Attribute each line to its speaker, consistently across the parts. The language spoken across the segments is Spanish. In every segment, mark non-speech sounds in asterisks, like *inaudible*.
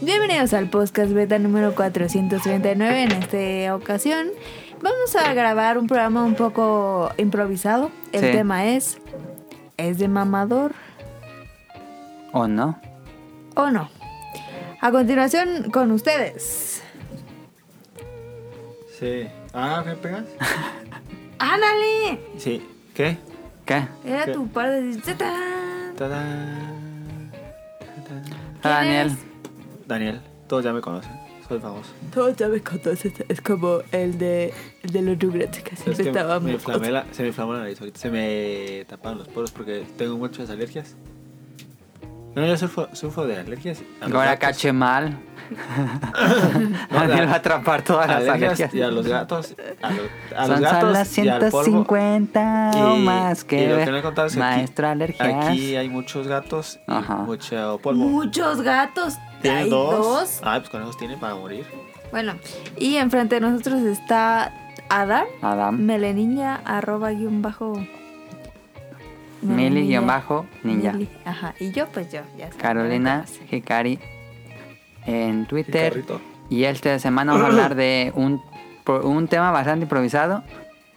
Speaker 1: Bienvenidos al podcast beta número 439 en esta ocasión. Vamos a grabar un programa un poco improvisado. El
Speaker 2: Sí.
Speaker 1: tema es, ¿es de mamador
Speaker 2: ¿O no?
Speaker 1: o no? A continuación con ustedes.
Speaker 3: Sí. Ah, ¿me pegas?
Speaker 1: ¡Ándale!
Speaker 3: Sí. ¿Qué?
Speaker 2: ¿Qué? Ah,
Speaker 1: Era
Speaker 3: ¿Qué?
Speaker 1: tu par de... ¡Tatán!
Speaker 3: Tadán. Tadán.
Speaker 1: ¿Quién
Speaker 2: Daniel.
Speaker 1: es?
Speaker 3: Daniel, todos ya me conocen. Soy famoso.
Speaker 1: Todos saben cuánto es, es como el de, el de los Rugrats que
Speaker 3: Es
Speaker 1: siempre
Speaker 3: que
Speaker 1: estaba
Speaker 3: me
Speaker 1: mocoso.
Speaker 3: inflamé la- se me inflamó la nariz ahorita. Se me taparon los poros porque tengo muchas alergias. No, yo sufro, sufro de alergias. a los
Speaker 2: Ahora
Speaker 3: gatos.
Speaker 2: caché
Speaker 3: *laughs*
Speaker 2: mal.
Speaker 3: No,
Speaker 2: Daniel
Speaker 3: la-
Speaker 2: va a atrapar todas las alergias.
Speaker 3: Y a los gatos. A, lo- a los
Speaker 2: Son
Speaker 3: gatos.
Speaker 2: solo
Speaker 3: y al polvo.
Speaker 2: 150 o
Speaker 3: Y-
Speaker 2: más que,
Speaker 3: y lo
Speaker 2: ver.
Speaker 3: que no he contado es que aquí-
Speaker 2: Maestro alergias.
Speaker 3: Aquí hay muchos gatos y
Speaker 2: Ajá.
Speaker 3: mucho polvo.
Speaker 1: Muchos gatos.
Speaker 3: ¿Tiene
Speaker 1: Hay
Speaker 3: dos?
Speaker 1: dos.
Speaker 3: Ah, pues conejos tiene para morir.
Speaker 1: Bueno, y enfrente de nosotros está Adam,
Speaker 2: Adam.
Speaker 1: meleniña, arroba guión bajo.
Speaker 2: Mili
Speaker 1: Meleniña,
Speaker 2: guión bajo ninja.
Speaker 1: Mili, Ajá, y yo pues yo, ya saben,
Speaker 2: Carolina
Speaker 1: ya
Speaker 2: Hikari en
Speaker 3: Y
Speaker 2: Twitter.
Speaker 3: carrito.
Speaker 2: Y esta semana
Speaker 3: *clears throat*
Speaker 2: vamos a hablar de un, pro- un tema bastante improvisado.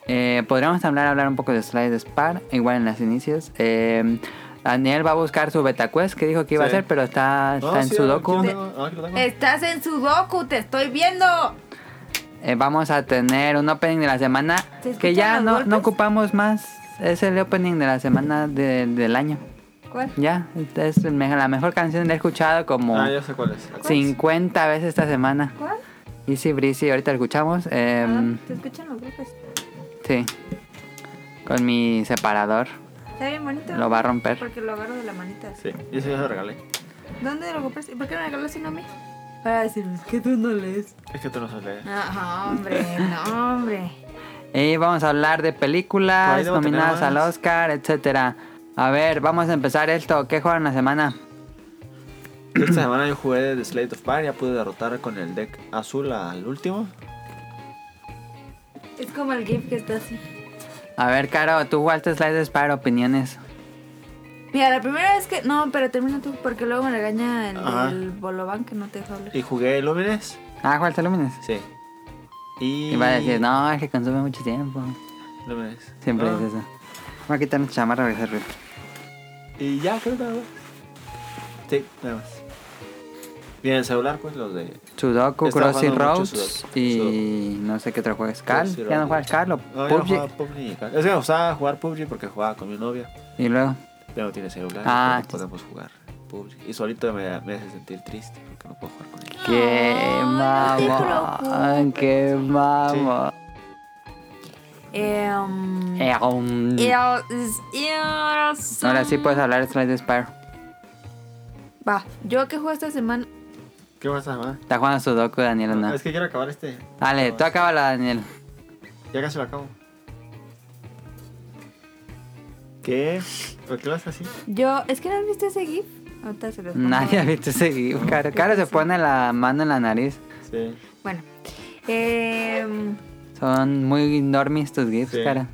Speaker 2: Eh, podríamos hablar, hablar un poco de Slide Spar, igual en los inicios. Eh, Daniel va a buscar su betacuest que dijo que iba a
Speaker 3: Sí.
Speaker 2: hacer, pero está,
Speaker 3: No,
Speaker 2: está en
Speaker 3: sí,
Speaker 2: su
Speaker 3: aquí
Speaker 2: docu.
Speaker 3: lo tengo, ah, aquí lo
Speaker 1: saben.
Speaker 3: tengo.
Speaker 1: Estás en Sudoku, te estoy viendo.
Speaker 2: Eh, vamos a tener un opening de la semana
Speaker 1: ¿Se escuchan
Speaker 2: que ya
Speaker 1: los
Speaker 2: no,
Speaker 1: golpes?
Speaker 2: no ocupamos más. Es el opening de la semana de- del año.
Speaker 1: ¿Cuál?
Speaker 2: Ya, es el me- la mejor canción que he escuchado como
Speaker 3: Ah, ya sé cuál es.
Speaker 2: 50 veces esta semana.
Speaker 1: ¿Cuál?
Speaker 2: Easy Breezy, ahorita la escuchamos. eh,
Speaker 1: Adam, ¿Te escuchan los grupos?
Speaker 2: Sí. Con mi separador.
Speaker 1: Está bien bonito.
Speaker 2: Lo va a romper.
Speaker 1: Porque lo agarro de la manita. así.
Speaker 3: Sí, y eso ya lo regalé.
Speaker 1: ¿Dónde lo compraste? ¿Por qué no me regalaste uno a mí? Para decirles que tú no lees.
Speaker 3: Es que tú no sabes leer.
Speaker 1: No, hombre, no, hombre.
Speaker 2: Y vamos a hablar de
Speaker 3: Por ahí
Speaker 2: películas
Speaker 3: debo tener
Speaker 2: nominadas al
Speaker 3: más.
Speaker 2: Oscar, etcétera. A ver, vamos a empezar esto. ¿Qué juegan la semana?
Speaker 3: Yo Esta semana yo jugué The Slate of Fire, ya pude derrotar con el deck azul al último.
Speaker 1: Es como el GIF que está así.
Speaker 2: A ver, Caro, tú jugaste Slides para opiniones.
Speaker 1: Mira, la primera vez que. No, pero termina tú, porque luego me regaña el,
Speaker 3: Ajá.
Speaker 1: el Bolobán que no te deja hablar.
Speaker 3: Y jugué Lumines.
Speaker 2: Ah, jugaste Lumines.
Speaker 3: Sí. Y.
Speaker 2: Iba a decir, no, es que consume mucho tiempo.
Speaker 3: Lumines.
Speaker 2: Siempre
Speaker 3: Ah,
Speaker 2: es eso. Voy a quitar mi chamarra para que se ruido.
Speaker 3: Y ya, creo que nada más. Sí, nada más. Y en el celular, pues los de.
Speaker 2: Sudoku,
Speaker 3: Estaba
Speaker 2: Crossy
Speaker 3: jugando mucho
Speaker 2: Roads
Speaker 3: Sudoku.
Speaker 2: y no sé qué otro juego es. Cal, ya
Speaker 3: Crossy
Speaker 2: no
Speaker 3: Roads.
Speaker 2: juegas Cal o
Speaker 3: No, yo no
Speaker 2: PUBG.
Speaker 3: jugaba PUBG. Es que me gustaba jugar PUBG porque jugaba con mi novia.
Speaker 2: y luego,
Speaker 3: Ya no tiene celular.
Speaker 2: Ah,
Speaker 3: no podemos jugar PUBG. Y solito me, me hace sentir triste porque no puedo jugar con ella.
Speaker 2: qué
Speaker 1: no te
Speaker 2: mamón, qué mamón.
Speaker 1: Eh, um,
Speaker 2: Eh, um.
Speaker 1: eh, es- eh, son-
Speaker 2: Ahora sí puedes hablar de Slide Spire.
Speaker 1: Va, yo que juego esta semana.
Speaker 3: ¿Qué pasa, mamá?
Speaker 2: Está jugando Sudoku, Daniel, o no.
Speaker 3: Es que quiero acabar este.
Speaker 2: Dale, tú acábala,
Speaker 3: *laughs*
Speaker 2: Daniel.
Speaker 3: Ya casi lo acabo. ¿Qué? ¿Por qué lo haces así?
Speaker 1: Yo. ¿Es que no has visto ese GIF? Ahorita se los pongo.
Speaker 2: Nadie ha visto ese GIF. Caro, Caro se pone la mano en la nariz.
Speaker 3: Sí.
Speaker 1: Bueno. Eh,
Speaker 2: Son muy enormes tus GIFs,
Speaker 3: Sí.
Speaker 2: Caro.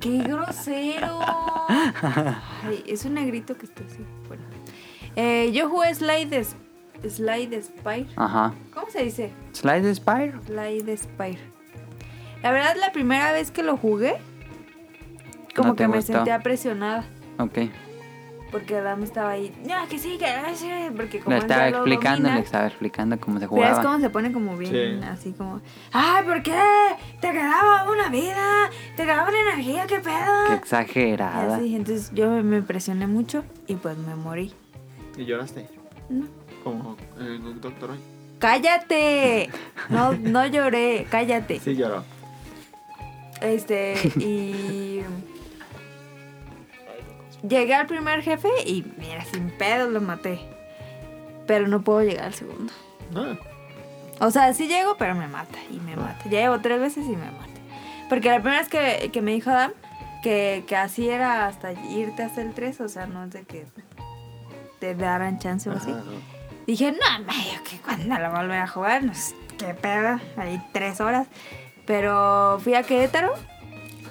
Speaker 1: ¡Qué grosero! Ay, es un negrito que está así. Bueno. Eh, yo jugué Slide, Sp- Slide Spire.
Speaker 2: Ajá.
Speaker 1: ¿Cómo se dice?
Speaker 2: Slide Spire.
Speaker 1: Slide Spire. La verdad, la primera vez que lo jugué, como
Speaker 2: No te
Speaker 1: que me
Speaker 2: gustó.
Speaker 1: sentía presionada.
Speaker 2: Ok.
Speaker 1: Porque Adam estaba ahí. No, que sí, que no, sí", Porque como
Speaker 2: Le
Speaker 1: él
Speaker 2: estaba
Speaker 1: ya lo
Speaker 2: explicando,
Speaker 1: domina,
Speaker 2: le estaba explicando cómo se
Speaker 1: Pero es
Speaker 2: jugaba.
Speaker 1: como se pone como bien,
Speaker 3: Sí.
Speaker 1: así como. ¡Ay, por qué! ¡Te quedaba una vida! ¡Te quedaba una energía! ¡Qué pedo!
Speaker 2: Qué
Speaker 1: Y
Speaker 2: exagerada.
Speaker 1: así, entonces yo me- me presioné mucho y pues me morí.
Speaker 3: ¿Y lloraste?
Speaker 1: No.
Speaker 3: Como el doctor hoy.
Speaker 1: ¡Cállate! No, no lloré, cállate.
Speaker 3: Sí, lloró.
Speaker 1: Este, y. Llegué al primer jefe y, mira, sin pedo lo maté. Pero no puedo llegar al segundo.
Speaker 3: No.
Speaker 1: O sea, sí llego, pero me mata y me mata. Ya llevo tres veces y me mata. Porque la primera vez que, que me dijo Adam que, que así era hasta irte hasta el 3, o sea, no es de que te daran chance o así.
Speaker 3: Ajá, Ah, no.
Speaker 1: Dije, no, medio que cuando lo volver a jugar, no sé qué pedo, ahí tres horas. Pero fui a Querétaro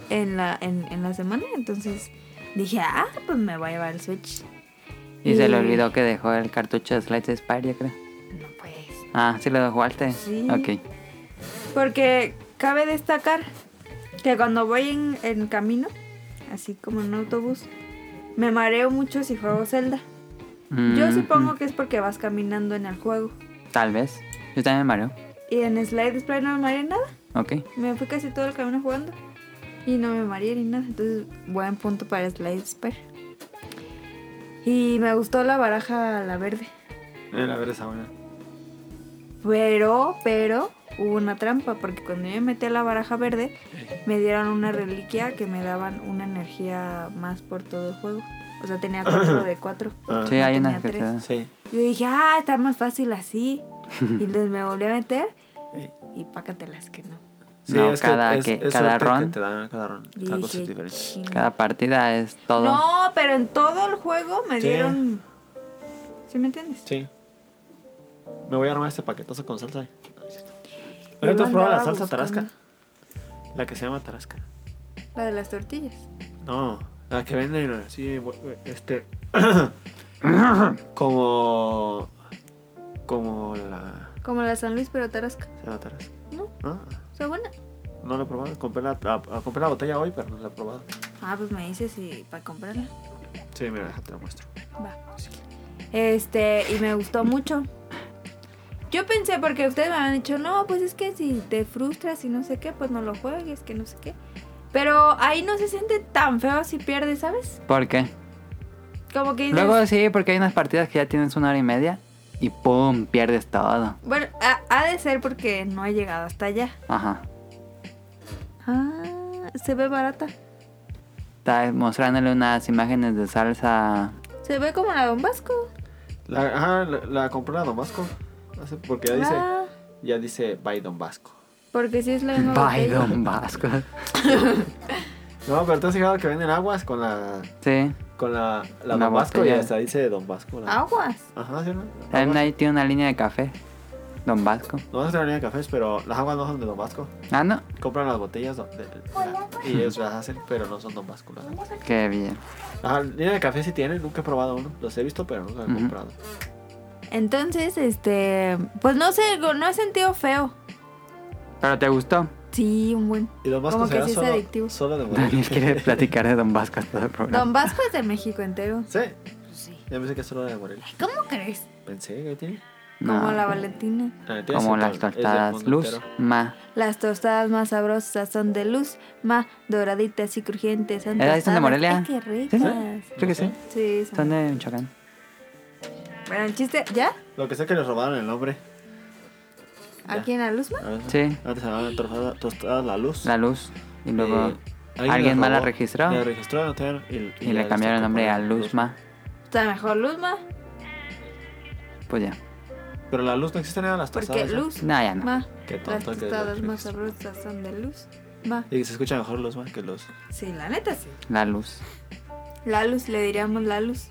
Speaker 1: en la, en, en la semana, entonces dije, ah, pues me voy a llevar el Switch.
Speaker 2: Y se le olvidó que dejó el cartucho de Slide Spire, yo creo.
Speaker 1: No pues.
Speaker 2: Ah, sí lo dejaste.
Speaker 1: Sí.
Speaker 2: Ok.
Speaker 1: Porque cabe destacar que cuando voy en, en camino, así como en un autobús, me mareo mucho si juego Zelda. Yo
Speaker 2: Mm,
Speaker 1: supongo que es porque vas caminando en el juego.
Speaker 2: Tal vez. Yo también me mareo.
Speaker 1: Y en Slide Display no me mareé nada.
Speaker 2: Ok.
Speaker 1: Me fui casi todo el camino jugando. Y no me mareé ni nada. Entonces, buen punto para Slide Display. Y me gustó la baraja la verde.
Speaker 3: Eh, la verdad está buena.
Speaker 1: Pero, pero, hubo una trampa. Porque cuando yo me metí a la baraja verde, me dieron una reliquia que me daban una energía más por todo el juego. O sea, tenía 4 de 4.
Speaker 3: Ah.
Speaker 2: Sí, hay
Speaker 1: tenía
Speaker 2: unas que te
Speaker 1: tres.
Speaker 2: dan.
Speaker 3: Sí.
Speaker 1: Yo dije, ah, está más fácil
Speaker 2: *laughs*
Speaker 1: así. Y entonces me volví a meter
Speaker 3: Eh,
Speaker 1: y pácatelas que no.
Speaker 3: Sí,
Speaker 2: No,
Speaker 3: es que
Speaker 2: cada
Speaker 3: es-
Speaker 2: que-
Speaker 3: es
Speaker 2: cada
Speaker 3: suerte
Speaker 2: ron.
Speaker 3: que Te dan cada ron.
Speaker 1: Y
Speaker 3: Cada cosa
Speaker 1: dije,
Speaker 3: es diferente.
Speaker 1: "Chin".
Speaker 2: Cada partida es todo.
Speaker 1: No, pero en todo el juego me
Speaker 3: Sí.
Speaker 1: dieron. ¿Sí me entiendes?
Speaker 3: Sí. Me voy a armar este paquetazo con salsa. No, es cierto.
Speaker 1: Yo
Speaker 3: Ahorita has probado la
Speaker 1: andaba
Speaker 3: salsa tarasca.
Speaker 1: buscando
Speaker 3: La que se llama tarasca.
Speaker 1: La de las tortillas.
Speaker 3: No, la que venden así, este. *coughs* como. Como la.
Speaker 1: Como la de San Luis, pero tarasca.
Speaker 3: Se llama tarasca.
Speaker 1: ¿No?
Speaker 3: Ah,
Speaker 1: ¿Está buena?
Speaker 3: no la he probado. Compré la, la- la- compré la botella hoy, pero no la he probado.
Speaker 1: Ah, pues me dices y para comprarla.
Speaker 3: Sí, mira, déjate la muestro.
Speaker 1: Va. Este, y me gustó mucho. Yo pensé, porque ustedes me habían dicho, no, pues es que si te frustras y no sé qué, pues no lo juegues, que no sé qué. Pero ahí no se siente tan feo si pierdes, ¿sabes?
Speaker 2: ¿Por qué?
Speaker 1: Como que dices,
Speaker 2: Luego sí, porque hay unas partidas que ya tienes una hora y media y ¡pum! Pierdes todo.
Speaker 1: bueno, ha, ha de ser porque no he llegado hasta allá.
Speaker 2: Ajá.
Speaker 1: Ah, se ve barata.
Speaker 2: Está mostrándole unas imágenes de salsa.
Speaker 1: Se ve como la de un vasco.
Speaker 3: La, ajá, la, la compré la Don Vasco. No sé, Porque ya dice.
Speaker 1: Ah,
Speaker 3: Ya dice by Don Vasco.
Speaker 1: porque sí es la misma
Speaker 2: By
Speaker 1: botella.
Speaker 2: Don Vasco.
Speaker 3: No, pero te has fijado que venden aguas con la.
Speaker 2: Sí.
Speaker 3: Con la. La
Speaker 2: Una
Speaker 3: Don Vasco y
Speaker 2: botella. Ah,
Speaker 3: hasta dice Don Vasco.
Speaker 1: Ah.
Speaker 3: la-
Speaker 1: Aguas.
Speaker 3: Ajá, sí, ¿no?
Speaker 2: También
Speaker 3: Aguas.
Speaker 2: ahí tiene una línea de café. Don Vasco.
Speaker 3: No se traen de cafés, pero las aguas no son de Don Vasco.
Speaker 2: Ah, no.
Speaker 3: Compran las botellas do- de- de- la- y ellos las hacen, pero no son Don Vasco. las aguas.
Speaker 2: Qué bien.
Speaker 3: Ajá, línea de café sí tienen, nunca he probado uno. Los he visto, pero nunca he
Speaker 2: Ujú.
Speaker 3: comprado.
Speaker 1: Entonces, este, pues no sé, no he sentido feo.
Speaker 2: Pero te gustó.
Speaker 1: Sí, un buen.
Speaker 3: Y Don Vasco
Speaker 1: Como que
Speaker 3: será
Speaker 1: sí es adictivo.
Speaker 3: solo, solo de Morelia.
Speaker 2: Daniel
Speaker 1: *laughs*
Speaker 2: quiere platicar de Don Vasco todo el programa.
Speaker 1: Don Vasco es de México entero.
Speaker 3: Sí,
Speaker 1: Sí.
Speaker 3: ya pensé que es solo de Morelia.
Speaker 1: ¿Cómo crees?
Speaker 3: Pensé que tiene.
Speaker 2: No.
Speaker 1: Como la Valentina.
Speaker 3: Ah, tiene
Speaker 2: Como
Speaker 3: acento,
Speaker 2: las
Speaker 3: es del
Speaker 2: tortadas
Speaker 3: mundo
Speaker 2: luz.
Speaker 3: entero.
Speaker 2: Ma.
Speaker 1: Las tostadas más sabrosas son de luz, más doraditas y crujientes. Son
Speaker 2: ¿Esas ¿Eh, son
Speaker 1: tostadas.
Speaker 2: de Morelia?
Speaker 1: Ay, qué
Speaker 2: Sí,
Speaker 1: ricas.
Speaker 2: sí. Creo que sí.
Speaker 1: Sí, son.
Speaker 2: Son de Michoacán.
Speaker 1: Bueno, el chiste, ¿ya?
Speaker 3: Lo que sé que les robaron el nombre.
Speaker 1: ¿A
Speaker 3: Ya.
Speaker 1: quién? ¿A Luzma?
Speaker 3: A ver,
Speaker 2: Sí.
Speaker 3: Antes hablaban de tostada- tostadas la luz.
Speaker 2: La luz. Y luego.
Speaker 3: Eh,
Speaker 2: alguien
Speaker 3: le
Speaker 2: más la
Speaker 3: robó-
Speaker 2: registró.
Speaker 3: le registró no tenían- y,
Speaker 2: y le cambiaron el nombre a Luzma.
Speaker 1: Está mejor Luzma,
Speaker 2: Pues ya.
Speaker 3: Pero la luz no existe en nada de las
Speaker 1: porque
Speaker 3: tostadas. ¿eh?
Speaker 1: luz,
Speaker 2: No, ya no.
Speaker 1: ma.
Speaker 3: Qué
Speaker 1: Las
Speaker 3: tonto que
Speaker 1: tostadas
Speaker 3: lo
Speaker 1: más
Speaker 3: registro.
Speaker 1: sabrosas son de luz, ma.
Speaker 3: Y se escucha mejor luz más que luz.
Speaker 1: Sí, la neta sí.
Speaker 2: La luz.
Speaker 1: La luz, le diríamos la luz.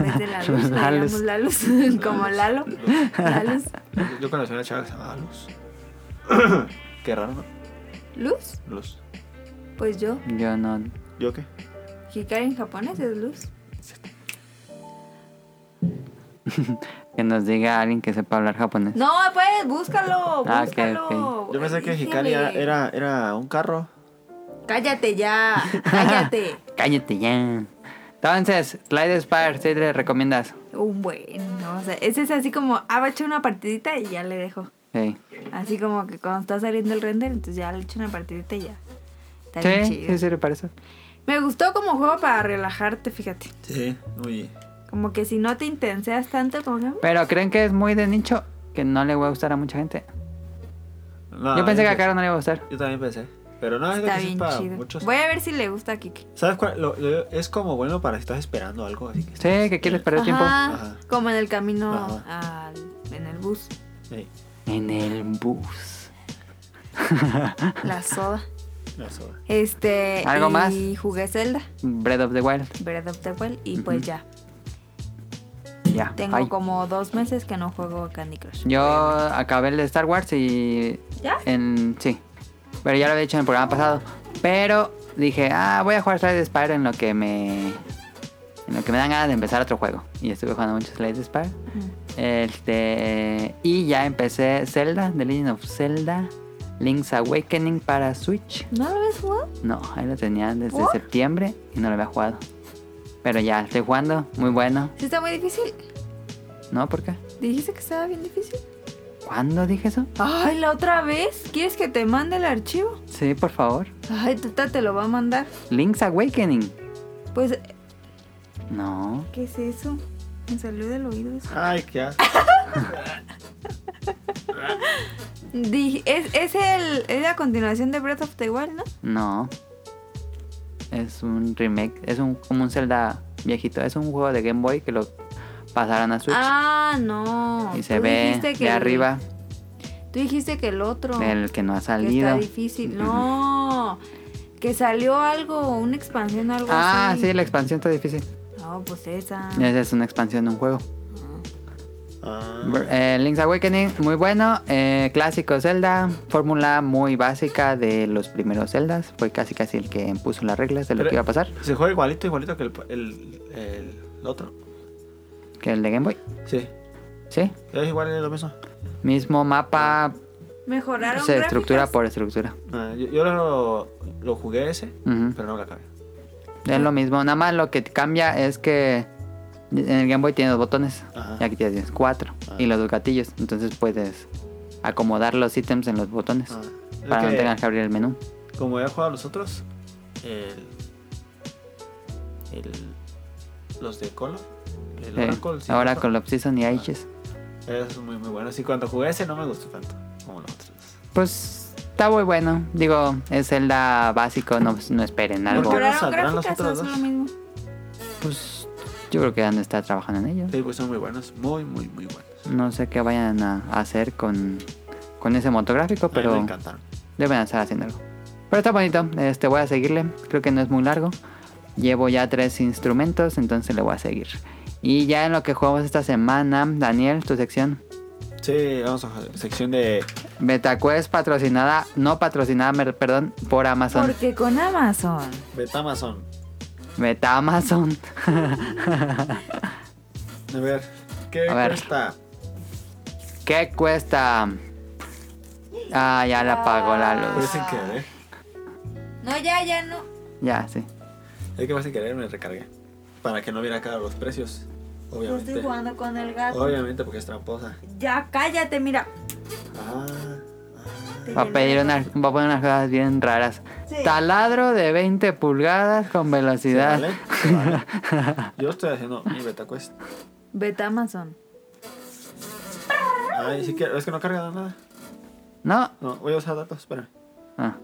Speaker 1: Desde
Speaker 2: *laughs*
Speaker 1: la luz, le
Speaker 2: La luz.
Speaker 1: diríamos la luz. *laughs* Como Lalo.
Speaker 3: Luz.
Speaker 1: La luz.
Speaker 3: Yo- Yo conocí a una chava que se llamaba Luz. *coughs* Qué raro, ¿no?
Speaker 1: ¿Luz?
Speaker 3: Luz.
Speaker 1: Pues yo.
Speaker 2: Yo no.
Speaker 3: ¿Yo qué?
Speaker 1: Hikari en japonés es luz.
Speaker 2: Que nos diga alguien que sepa hablar japonés.
Speaker 1: No, pues, búscalo,
Speaker 2: Ah, ok,
Speaker 1: búscalo.
Speaker 3: Yo pensé que
Speaker 1: Dígame.
Speaker 3: Hikari era, era, era un carro.
Speaker 1: Cállate
Speaker 3: *laughs*
Speaker 1: ya, cállate.
Speaker 2: Cállate ya. Entonces, Slide Spire, ¿sí le recomiendas?
Speaker 1: Un buen, no, Uh, o sea, ese es así como, ah, va a echar una partidita y ya le dejo.
Speaker 2: Sí.
Speaker 1: Así como que cuando está saliendo el render, entonces ya le echo una partidita y ya. Está bien
Speaker 2: Sí,
Speaker 1: chido.
Speaker 2: sí, sí, le parece.
Speaker 1: Me gustó como juego para relajarte, fíjate.
Speaker 3: Sí, muy.
Speaker 1: Como que si no te intenseas tanto, como que...
Speaker 2: Pero creen que es muy de nicho, que no le va a gustar a mucha gente.
Speaker 3: No,
Speaker 2: yo pensé que a Caro no le iba a gustar.
Speaker 3: Yo también pensé. Pero no, Ah, es lo
Speaker 1: Está
Speaker 3: que sí es
Speaker 1: bien
Speaker 3: para
Speaker 1: chido.
Speaker 3: muchos.
Speaker 1: Voy a ver si le gusta a Kike.
Speaker 3: ¿Sabes cuál? Lo- lo- es como bueno para si estás esperando algo. Así que
Speaker 2: Sí, que quieres perder tiempo.
Speaker 1: Ajá,
Speaker 3: Ajá.
Speaker 1: Como en el camino
Speaker 3: Ajá.
Speaker 1: al- en el bus.
Speaker 3: Sí,
Speaker 2: En el bus.
Speaker 1: La soda.
Speaker 3: la soda.
Speaker 1: Este.
Speaker 2: ¿Algo
Speaker 1: y
Speaker 2: más?
Speaker 1: jugué Zelda,
Speaker 2: Breath of the Wild.
Speaker 1: Breath of the Wild, y pues
Speaker 2: Ujú.
Speaker 1: ya.
Speaker 2: Ya.
Speaker 1: Tengo
Speaker 2: Ay.
Speaker 1: como dos meses que no juego Candy Crush.
Speaker 2: Yo acabé el de Star Wars y.
Speaker 1: ¿Ya?
Speaker 2: En, sí. Pero ya lo había hecho en el programa pasado. Pero dije, ah, voy a jugar Slide Spire en lo que me. sino que me dan ganas de empezar otro juego. Y estuve jugando mucho Slade Spire. Este, y ya empecé Zelda, The Legend of Zelda, Link's Awakening para Switch.
Speaker 1: ¿No lo ves jugado?
Speaker 2: No, ahí lo tenía desde
Speaker 1: ¿Por?
Speaker 2: septiembre y no lo había jugado. Pero ya, estoy jugando, muy bueno.
Speaker 1: Sí, está muy difícil.
Speaker 2: ¿No? ¿Por qué?
Speaker 1: ¿Dijiste que estaba bien difícil?
Speaker 2: ¿Cuándo dije eso?
Speaker 1: Ay, la otra vez. ¿Quieres que te mande el archivo?
Speaker 2: Sí, por favor.
Speaker 1: Ay, Tata te lo va a mandar.
Speaker 2: Link's Awakening.
Speaker 1: Pues,
Speaker 2: No.
Speaker 1: ¿qué es eso? Me salió del oído eso.
Speaker 3: Ay, qué asco.
Speaker 2: *laughs*
Speaker 1: Dije- es, es, el, es la continuación de Breath of the Wild, ¿no?
Speaker 2: No. Es un remake. Es un, como un Zelda viejito. Es un juego de Game Boy que lo pasaron a Switch.
Speaker 1: Ah, no.
Speaker 2: y se
Speaker 1: Tú
Speaker 2: ve
Speaker 1: dijiste que
Speaker 2: de
Speaker 1: el-
Speaker 2: arriba
Speaker 1: Tú dijiste que el otro.
Speaker 2: el que no ha
Speaker 1: que
Speaker 2: salido.
Speaker 1: está difícil. No. Que salió algo, una expansión, algo
Speaker 2: Ah,
Speaker 1: así.
Speaker 2: sí, la expansión está difícil.
Speaker 1: No, pues esa.
Speaker 2: Esa es una expansión de un juego.
Speaker 3: Ah,
Speaker 2: Eh, Link's Awakening, muy bueno. Eh, clásico Zelda. Fórmula muy básica de los primeros Zeldas. Fue casi casi el que puso las reglas de lo
Speaker 3: Pero-
Speaker 2: que iba a pasar.
Speaker 3: se juega igualito, igualito que el, el, el otro.
Speaker 2: Que el de Game Boy.
Speaker 3: Sí.
Speaker 2: Sí.
Speaker 3: Es igual, es lo mismo.
Speaker 2: Mismo mapa.
Speaker 1: Mejoraron.
Speaker 2: Se estructura
Speaker 1: gráficas.
Speaker 2: por estructura.
Speaker 3: Ah, yo yo lo, lo jugué ese,
Speaker 2: Ujú.
Speaker 3: pero no lo acabé.
Speaker 2: Es lo mismo, nada más lo que cambia es que en el Game Boy tienes dos botones
Speaker 3: Ajá.
Speaker 2: y aquí tienes cuatro
Speaker 3: Ah.
Speaker 2: y los dos gatillos, entonces puedes acomodar los ítems en los botones
Speaker 3: Ah, es
Speaker 2: para
Speaker 3: que
Speaker 2: no tengan que abrir el menú.
Speaker 3: Como he jugado los otros, el, el, los de Colo, el
Speaker 2: Sí.
Speaker 3: Oracle,
Speaker 2: Eh,
Speaker 3: sí, Ah.
Speaker 2: Ahora
Speaker 3: Oracle.
Speaker 2: con los Season y Ages.
Speaker 3: Eso es muy, muy bueno. Sí, cuando jugué ese no me gustó tanto como los otros.
Speaker 2: Pues está muy bueno, digo, es Zelda básico, no, pues, no esperen algo.
Speaker 3: ¿Por qué?
Speaker 1: Mejoraron
Speaker 3: saldrán los
Speaker 1: gráficas,
Speaker 3: otros
Speaker 1: es lo
Speaker 3: dos?
Speaker 1: mismo.
Speaker 2: Pues yo creo que han de estar trabajando en ello.
Speaker 3: Sí, pues son muy buenos, muy, muy, muy buenos.
Speaker 2: No sé qué vayan a hacer con, con ese motográfico,
Speaker 3: Pero... me
Speaker 2: pero...
Speaker 3: encantaron.
Speaker 2: Deben estar haciendo algo. Pero está bonito, este voy a seguirle, creo que no es muy largo. Llevo ya tres instrumentos, entonces le voy a seguir. Y ya en lo que jugamos esta semana, Daniel, tu sección.
Speaker 3: Sí, vamos a la sección de...
Speaker 2: BetaQuest patrocinada, no patrocinada, mer- perdón, por Amazon.
Speaker 1: Porque con Amazon.
Speaker 3: Betamazon.
Speaker 2: Beta Amazon. *laughs*
Speaker 3: A ver, ¿qué
Speaker 2: A ver.
Speaker 3: cuesta?
Speaker 2: ¿Qué cuesta? Ah, ya la apagó la
Speaker 3: Fue
Speaker 2: luz.
Speaker 3: sin querer. ¿eh?
Speaker 1: No, ya, ya no.
Speaker 2: Ya, sí.
Speaker 3: Es que fue sin querer, me recargué. Para que no viera cara los precios,
Speaker 1: No
Speaker 3: obviamente.
Speaker 1: estoy jugando con el gato.
Speaker 3: Obviamente porque es tramposa.
Speaker 1: Ya, cállate, mira.
Speaker 3: Ah, ah.
Speaker 2: Va a, pedir unas, va a poner unas cosas bien raras.
Speaker 1: Sí.
Speaker 2: Taladro de 20 pulgadas con
Speaker 3: ¿Se
Speaker 2: velocidad.
Speaker 3: vale? ¿Se
Speaker 2: *laughs*
Speaker 3: vale? Yo estoy haciendo mi beta quest.
Speaker 1: Vete a Amazon.
Speaker 3: Ay, si quiero, es que no carga nada.
Speaker 2: No,
Speaker 3: No, voy a usar datos, espérame.
Speaker 2: Ah.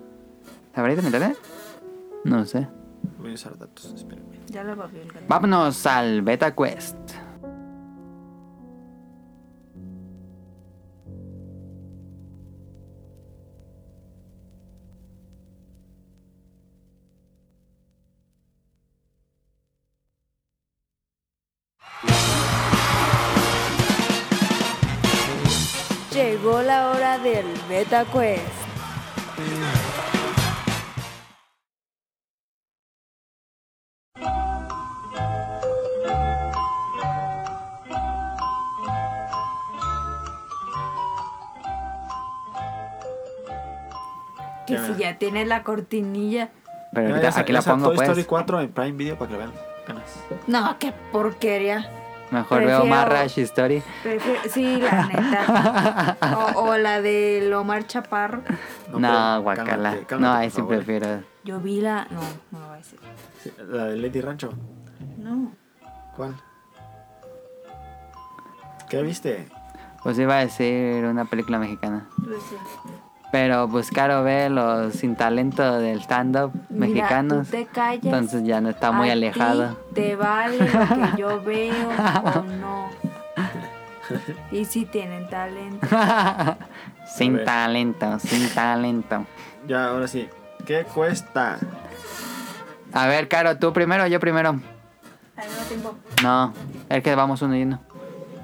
Speaker 2: ¿Está bonito mi internet? No sé.
Speaker 3: Voy a usar datos, espérame.
Speaker 1: Ya la bajé el gato.
Speaker 2: Vámonos al Beta Quest.
Speaker 1: Llegó la hora del Beta Quest. Que
Speaker 3: Ya.
Speaker 1: si ya tienes la cortinilla.
Speaker 2: Pero
Speaker 3: Mira,
Speaker 2: ahorita
Speaker 3: esa-
Speaker 2: aquí la
Speaker 3: esa
Speaker 2: pongo
Speaker 3: Toy Story
Speaker 2: pues.
Speaker 3: 4 en Prime Video para que la vean. Ganas.
Speaker 1: No, qué porquería.
Speaker 2: Mejor
Speaker 1: Prefiero-
Speaker 2: veo más Rush Story.
Speaker 1: Prefiero- sí, la *laughs* neta. O, o la del Omar Chaparro.
Speaker 2: No,
Speaker 3: pero
Speaker 2: guacala.
Speaker 3: cálmate, cálmate,
Speaker 2: no,
Speaker 3: por
Speaker 2: ahí sí
Speaker 3: favor. eh.
Speaker 2: prefiero.
Speaker 1: Yo vi la. No, no lo voy a decir.
Speaker 3: Sí, La de Lady Rancho.
Speaker 1: No.
Speaker 3: ¿Cuál? ¿Qué viste?
Speaker 2: Pues iba a decir una película mexicana.
Speaker 1: Pues sí.
Speaker 2: Pero pues caro ve los sin talento del stand-up
Speaker 1: Mira,
Speaker 2: mexicanos.
Speaker 1: tú te callas.
Speaker 2: Entonces ya no está muy
Speaker 1: A
Speaker 2: alejado. *laughs*
Speaker 1: ti Te vale lo que yo veo o no. Y si tienen talento.
Speaker 3: A
Speaker 2: sin
Speaker 3: ver.
Speaker 2: talento, sin talento.
Speaker 3: Ya, ahora sí. ¿Qué cuesta?
Speaker 2: A ver, Caro, tú primero, yo primero.
Speaker 1: Al mismo tiempo.
Speaker 2: No, es que vamos uno y uno.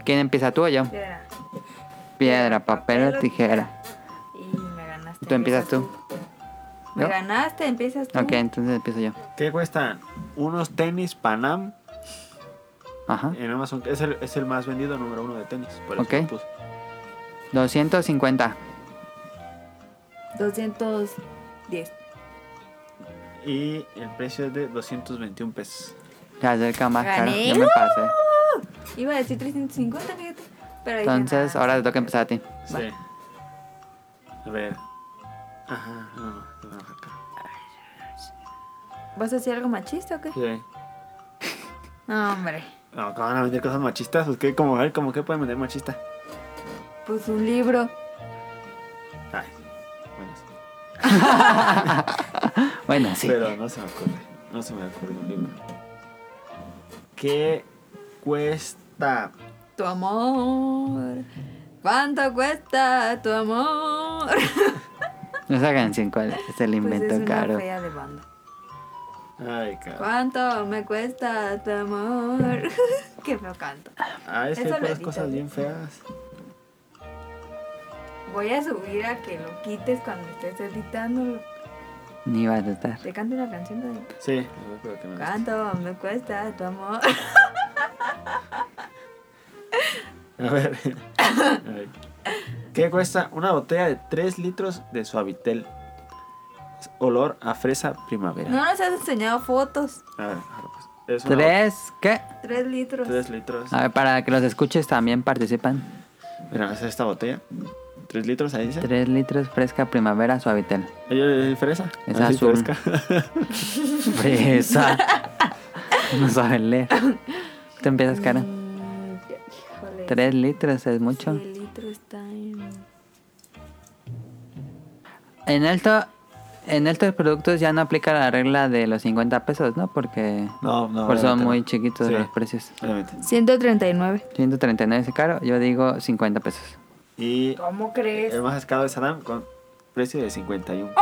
Speaker 2: ¿Quién empieza tú o yo?
Speaker 1: Mira,
Speaker 2: Piedra, papel o tijera.
Speaker 1: Y me ganaste.
Speaker 2: Tú empiezas tú.
Speaker 1: Me
Speaker 2: ¿Yo?
Speaker 1: ganaste, empiezas tú.
Speaker 2: Ok, entonces empiezo yo.
Speaker 3: ¿Qué cuestan unos tenis Panam
Speaker 2: Ajá.
Speaker 3: En Amazon es el, es el más vendido número uno de tenis. Por
Speaker 2: Ok.
Speaker 3: eso lo puse.
Speaker 2: 250.
Speaker 1: 210.
Speaker 3: Y el precio es de 221 pesos.
Speaker 2: Ya acerca más caro.
Speaker 1: Gané. Uh,
Speaker 2: Ya me pasé.
Speaker 1: Iba a decir 350, fíjate. Pero dije,
Speaker 2: Entonces,
Speaker 1: nah,
Speaker 2: ahora te toca empezar a ti.
Speaker 3: Sí. A ver. Ajá, no, no, no, acá.
Speaker 1: ¿Vas a decir algo machista o qué?
Speaker 3: Sí.
Speaker 1: No, hombre.
Speaker 3: No, ¿cómo van a vender cosas machistas? ¿O qué? Como, a ver, ¿cómo que pueden vender machista?
Speaker 1: Pues un libro.
Speaker 3: Ay, bueno, sí.
Speaker 2: Bueno, sí.
Speaker 3: Pero no se me ocurre. No se me ocurre un libro. ¿Qué cuesta?
Speaker 1: Tu amor. ¿Cuánto cuesta tu amor?
Speaker 2: No esa canción cuál es el invento
Speaker 1: pues es una
Speaker 2: caro.
Speaker 1: fea de banda.
Speaker 3: Ay, cabrón.
Speaker 1: ¿Cuánto me cuesta tu amor? *laughs* qué feo canto.
Speaker 3: Ah, es que
Speaker 1: Eso
Speaker 3: hay
Speaker 1: lo
Speaker 3: puras
Speaker 1: edito.
Speaker 3: cosas bien feas.
Speaker 1: Voy a subir a que lo quites cuando estés editando.
Speaker 2: Ni va a estar.
Speaker 1: Te canto una canción de...
Speaker 3: Sí, a ver, pero que me gusta.
Speaker 1: ¿Cuánto me cuesta tu amor?
Speaker 3: A ver. A ver. ¿Qué cuesta una botella de 3 litros de suavitel? Olor a fresa primavera.
Speaker 1: No nos has enseñado fotos.
Speaker 3: A ver, pues, es una
Speaker 2: ¿Tres? Ah. ¿Qué?
Speaker 1: Tres litros.
Speaker 3: bot- tres litros.
Speaker 2: A ver, para que los escuches también participan.
Speaker 3: Mira, es esta botella. 3 litros, ahí dice.
Speaker 2: 3 litros fresca primavera suavitel.
Speaker 3: Ella es fresa.
Speaker 2: Es
Speaker 3: así
Speaker 2: azul.
Speaker 3: fresca. *laughs*
Speaker 1: *laughs*
Speaker 2: Fresa. no saben leer. Te empiezas cara.
Speaker 1: Mm, ya, híjole.
Speaker 2: 3 litros es
Speaker 1: Sí,
Speaker 2: mucho.
Speaker 1: el litro está en...
Speaker 2: En alto, en altos productos ya no aplica la regla de los 50 pesos, ¿no? Porque
Speaker 3: No, no.
Speaker 2: por son
Speaker 3: obviamente
Speaker 2: muy
Speaker 3: no.
Speaker 2: chiquitos
Speaker 3: Sí,
Speaker 2: los precios.
Speaker 3: obviamente.
Speaker 1: 139.
Speaker 2: 139 es caro, yo digo 50 pesos.
Speaker 3: Y
Speaker 1: ¿Cómo crees?
Speaker 3: el más escado es Adam con precio de 51.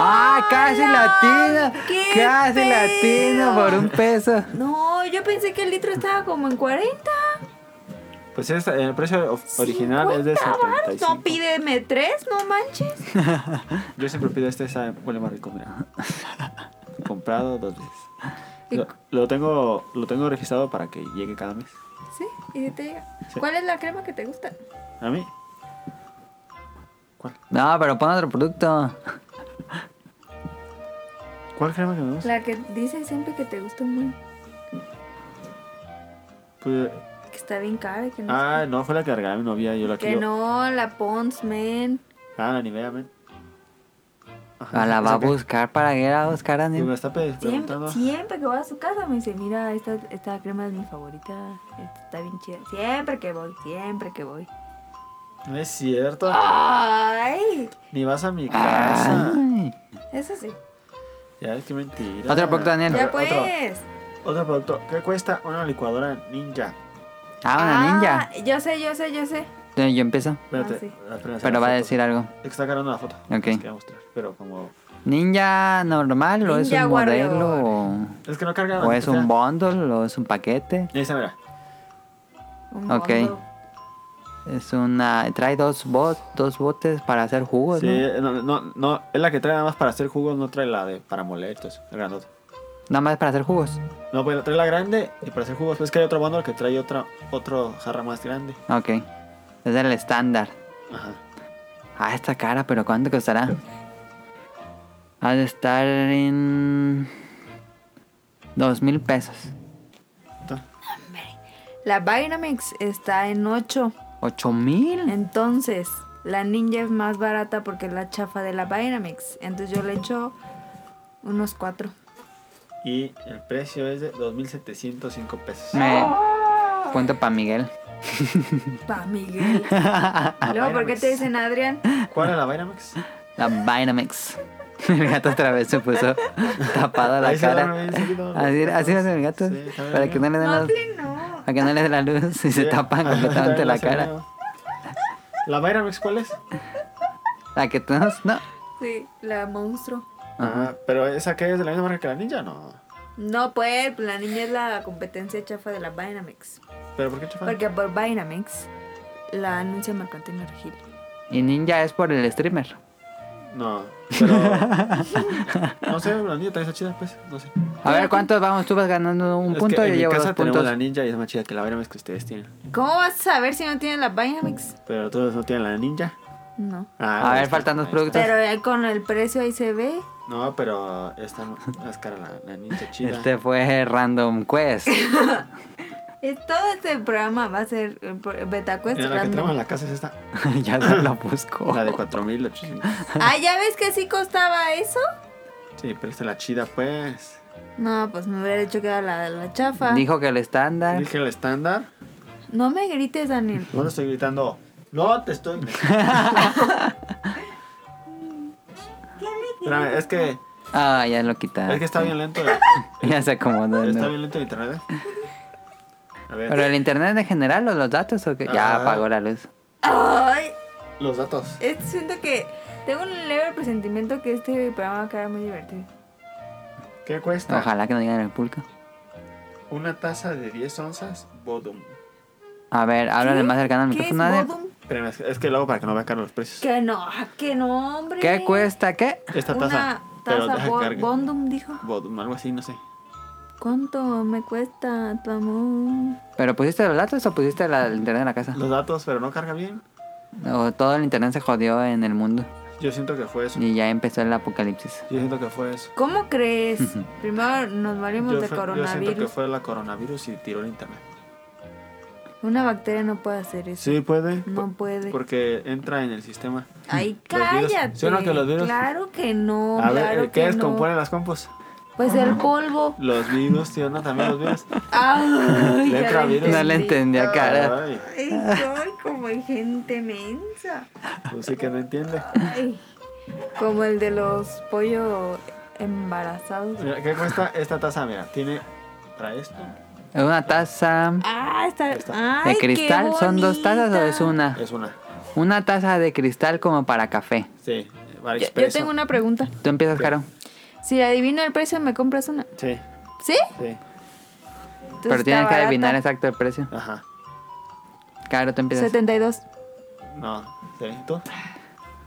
Speaker 2: ¡Ah, casi
Speaker 1: ¡Hola!
Speaker 2: latino!
Speaker 1: ¡Qué
Speaker 2: ¡Casi
Speaker 1: feo!
Speaker 2: latino por un peso!
Speaker 1: No, yo pensé que el litro estaba como en 40.
Speaker 3: Pues esta- el precio of- original es de
Speaker 1: 50 varos.
Speaker 3: 75.
Speaker 1: No, pídeme tres, no manches.
Speaker 3: Yo siempre pido este, sabe, huele más rico, mira. *laughs* Comprado dos veces. Lo, lo tengo, lo tengo registrado para que llegue cada mes.
Speaker 1: Sí, y si te llega.
Speaker 3: Sí.
Speaker 1: ¿Cuál es la crema que te gusta?
Speaker 3: ¿A mí? ¿Cuál?
Speaker 2: No, pero pon otro producto.
Speaker 3: ¿Cuál crema que me gusta?
Speaker 1: La que dice siempre que te gusta muy.
Speaker 3: Pues,
Speaker 1: Que está bien cara y que no.
Speaker 3: ah, no, fue la que regalé a mi novia, yo la
Speaker 1: que
Speaker 3: quiero.
Speaker 1: no, la Pons, man.
Speaker 3: Ah, la Nivea, men. Ajá,
Speaker 2: Ah, la va a
Speaker 3: esa que-
Speaker 2: buscar para que la buscar a
Speaker 3: que Pues Me está pe- preguntando.
Speaker 1: Siempre, siempre que voy a su casa me dice, mira, esta, esta crema es mi favorita. Esta está bien chida. Siempre que voy, siempre que voy.
Speaker 3: No es cierto. Ah.
Speaker 1: ¡Ay!
Speaker 3: Ni vas a mi casa.
Speaker 2: Ay.
Speaker 1: Eso sí.
Speaker 3: Ya, es que mentira.
Speaker 2: Otro producto, Daniel.
Speaker 1: Ya
Speaker 3: Otro-
Speaker 1: pues.
Speaker 3: Otro, otro producto. ¿Qué cuesta una licuadora ninja?
Speaker 2: Ah, una ninja.
Speaker 1: ninja. Yo sé, yo sé, yo sé.
Speaker 2: Entonces Yo empiezo,
Speaker 3: Espérate.
Speaker 1: Ah, sí.
Speaker 3: apenas
Speaker 2: pero
Speaker 3: la
Speaker 2: va a
Speaker 3: foto.
Speaker 2: decir algo.
Speaker 3: Está agarrando la foto.
Speaker 2: Ok.
Speaker 3: Es que voy a mostrar, Pero como.
Speaker 2: ¿Ninja normal o es
Speaker 1: Ninja
Speaker 2: un modelo o,
Speaker 3: Es que no carga.
Speaker 2: o es un
Speaker 3: bot.
Speaker 2: bundle o es un paquete?
Speaker 3: Esa, mira.
Speaker 1: Un
Speaker 2: Ok.
Speaker 1: bondo.
Speaker 2: Es una... Trae dos, bot, dos botes para hacer jugos,
Speaker 3: sí, no, no, no, es la que trae nada más para hacer jugos, no trae la de para moler, todo eso, la grandota.
Speaker 2: ¿no? Nada más para hacer jugos.
Speaker 3: No, pues trae la grande y para hacer jugos. Pues es que hay otro bundle que trae otra, otro jarra más grande.
Speaker 2: Ok. Es el estándar.
Speaker 3: Ajá.
Speaker 2: Ah, está cara, pero ¿cuánto costará? Ha de estar en... Dos mil pesos.
Speaker 3: Entonces,
Speaker 1: La Bynamix está en 8.
Speaker 2: ¿Ocho mil?
Speaker 1: Entonces, la ninja es más barata porque es la chafa de la Bynamix. Entonces yo le echo unos 4.
Speaker 3: Y el precio es de 2.705 pesos.
Speaker 2: Me... Punto para Miguel.
Speaker 1: Pa,
Speaker 2: *laughs*
Speaker 1: Miguel. Luego, ¿por qué te dicen Adrián?
Speaker 3: ¿Cuál es la Bynamax?
Speaker 2: La Bynamix. *laughs* El gato otra vez se
Speaker 3: *laughs*
Speaker 2: puso tapada la
Speaker 3: Ahí se
Speaker 2: cara.
Speaker 3: duerme, sí, no,
Speaker 2: Así,
Speaker 3: no,
Speaker 2: así
Speaker 3: no.
Speaker 2: lo hacen los gatos.
Speaker 3: Sí, está
Speaker 2: para
Speaker 3: bien.
Speaker 2: que no le den la,
Speaker 1: No, sí, no.
Speaker 2: para que no le den la luz y *laughs* se
Speaker 3: Sí.
Speaker 2: tapan
Speaker 3: *laughs* Ajá,
Speaker 2: completamente
Speaker 3: también
Speaker 2: la
Speaker 3: se
Speaker 2: cara.
Speaker 3: veo. ¿La Bynamax cuál es?
Speaker 2: La que todos no.
Speaker 1: Sí, la monstruo.
Speaker 3: Ajá. Ah, Pero esa que es de la misma marca que la ninja, no.
Speaker 1: No, pues, la ninja es la competencia chafa de la Bynamix.
Speaker 3: ¿Pero por qué
Speaker 2: Ah.
Speaker 3: chafa?
Speaker 1: Porque por Bynamix la anuncia Mercantino Regil.
Speaker 2: Y Ninja es por el streamer.
Speaker 3: No,
Speaker 2: *laughs*
Speaker 3: pero. *laughs* no sé, la ninja también está chida, pues. No sé.
Speaker 2: A ver, ¿cuántos vamos? Tú vas ganando un
Speaker 3: Es
Speaker 2: punto y
Speaker 3: que
Speaker 2: yo
Speaker 3: en mi
Speaker 2: llevo
Speaker 3: casa
Speaker 2: dos
Speaker 3: tenemos
Speaker 2: puntos.
Speaker 3: la ninja y es más chida que la Binamex que ustedes tienen.
Speaker 1: ¿Cómo vas a saber si no tienen la Binamix?
Speaker 3: Pero todos no tienen la ninja.
Speaker 1: No.
Speaker 2: A
Speaker 3: Ah,
Speaker 2: ver,
Speaker 3: ahí está,
Speaker 2: faltan dos
Speaker 3: ahí está.
Speaker 2: productos.
Speaker 1: Pero ya con el precio ahí se ve.
Speaker 3: No, pero esta no- más cara la, la
Speaker 2: *laughs*
Speaker 3: ninja chida.
Speaker 2: Este fue Random Quest. *laughs*
Speaker 1: Es- Todo este programa va a ser eh, por- beta quest.
Speaker 3: Mira, la que
Speaker 1: random.
Speaker 3: tenemos en la casa es esta.
Speaker 2: ya no lo busco.
Speaker 3: La de 4800.
Speaker 2: *laughs*
Speaker 1: Ah, ¿ya ves que sí costaba eso?
Speaker 3: Sí, pero esta es la chida, pues.
Speaker 1: No, pues me hubiera dicho que era la, la chafa.
Speaker 2: Dijo que el estándar.
Speaker 3: Dije el estándar.
Speaker 1: No me grites, Daniel.
Speaker 3: No te estoy gritando. No
Speaker 2: *laughs*
Speaker 3: te estoy. Espérame, es que,
Speaker 2: Ah, ya lo quitaron.
Speaker 3: es que está bien lento.
Speaker 2: *laughs* Ya se acomodó. ¿no?
Speaker 3: Está bien lento el internet. ¿eh? A ver,
Speaker 2: Pero el internet en general o los datos o qué? Ya
Speaker 3: Ajá.
Speaker 2: apagó la luz.
Speaker 1: Ay,
Speaker 3: los datos.
Speaker 1: es- siento que tengo un leve presentimiento que este programa va a quedar muy divertido.
Speaker 3: ¿Qué cuesta?
Speaker 2: Ojalá que no digan el pulco.
Speaker 3: Una taza de 10 onzas, Bodum.
Speaker 2: A ver, háblale
Speaker 1: ¿Qué?
Speaker 2: más cercano al
Speaker 1: ¿Qué es
Speaker 2: micrófono. Adel.
Speaker 1: Bodum?
Speaker 3: Espérame, es- es que lo hago para que no vean caros los precios.
Speaker 1: Que no, ah, que no, hombre.
Speaker 2: ¿Qué cuesta qué?
Speaker 3: Esta
Speaker 1: Una
Speaker 3: taza. pero
Speaker 1: taza
Speaker 3: deja
Speaker 1: Bo-
Speaker 3: cargue.
Speaker 1: Bondum dijo.
Speaker 3: Bodum, algo así, no sé.
Speaker 1: ¿Cuánto me cuesta tu amor?
Speaker 2: ¿Pero pusiste los datos o pusiste la- el internet en la casa?
Speaker 3: Los datos, pero no carga bien.
Speaker 2: O todo el internet se jodió en el mundo
Speaker 3: Yo siento que fue eso.
Speaker 2: y ya empezó el apocalipsis.
Speaker 3: Yo siento que fue eso.
Speaker 1: ¿Cómo crees?
Speaker 2: Ujú.
Speaker 1: Primero nos morimos
Speaker 3: Yo,
Speaker 1: de
Speaker 3: fe- yo siento que
Speaker 1: coronavirus.
Speaker 3: fue la coronavirus y tiró el internet.
Speaker 1: Una bacteria no puede hacer eso.
Speaker 3: Sí, puede.
Speaker 1: No puede.
Speaker 3: Porque entra en el sistema.
Speaker 1: Ay,
Speaker 3: Los virus.
Speaker 1: cállate.
Speaker 3: ¿Sí o no que los virus?
Speaker 1: Claro que no.
Speaker 3: A
Speaker 1: claro
Speaker 3: ver,
Speaker 1: que
Speaker 3: ¿qué
Speaker 1: no.
Speaker 3: descompone las compus?
Speaker 1: Pues el
Speaker 3: *laughs*
Speaker 1: polvo.
Speaker 3: Los virus, tío, no, también los *laughs* virus.
Speaker 1: Ay,
Speaker 3: Le
Speaker 1: ya
Speaker 3: entra
Speaker 1: lo
Speaker 3: virus.
Speaker 2: No le
Speaker 1: entendí.
Speaker 2: entendía, cara.
Speaker 3: Ay,
Speaker 1: Ay, soy como gente mensa.
Speaker 3: tú pues sí que no entiende.
Speaker 1: Ay, como el de los pollos embarazados.
Speaker 3: Mira, ¿Qué cuesta esta taza? Mira, tiene para esto.
Speaker 2: Es una taza
Speaker 1: Ah, está.
Speaker 3: Está.
Speaker 1: ay,
Speaker 2: de
Speaker 1: qué
Speaker 2: cristal. ¿Son dos tazas o
Speaker 1: bonita.
Speaker 2: es una?
Speaker 3: Es una.
Speaker 2: Una taza de cristal como para café.
Speaker 3: Sí, para
Speaker 1: Yo, yo
Speaker 3: expreso.
Speaker 1: tengo una pregunta.
Speaker 2: Tú empiezas, Caro.
Speaker 1: Si adivino el precio, me compras una.
Speaker 3: Sí,
Speaker 1: ¿Sí?
Speaker 3: sí.
Speaker 1: Entonces
Speaker 2: Pero
Speaker 1: está
Speaker 2: tienes que
Speaker 1: barata.
Speaker 2: adivinar exacto el precio.
Speaker 3: Ajá.
Speaker 2: Caro, tú empiezas.
Speaker 1: 72.
Speaker 3: No, sí. ¿Tú?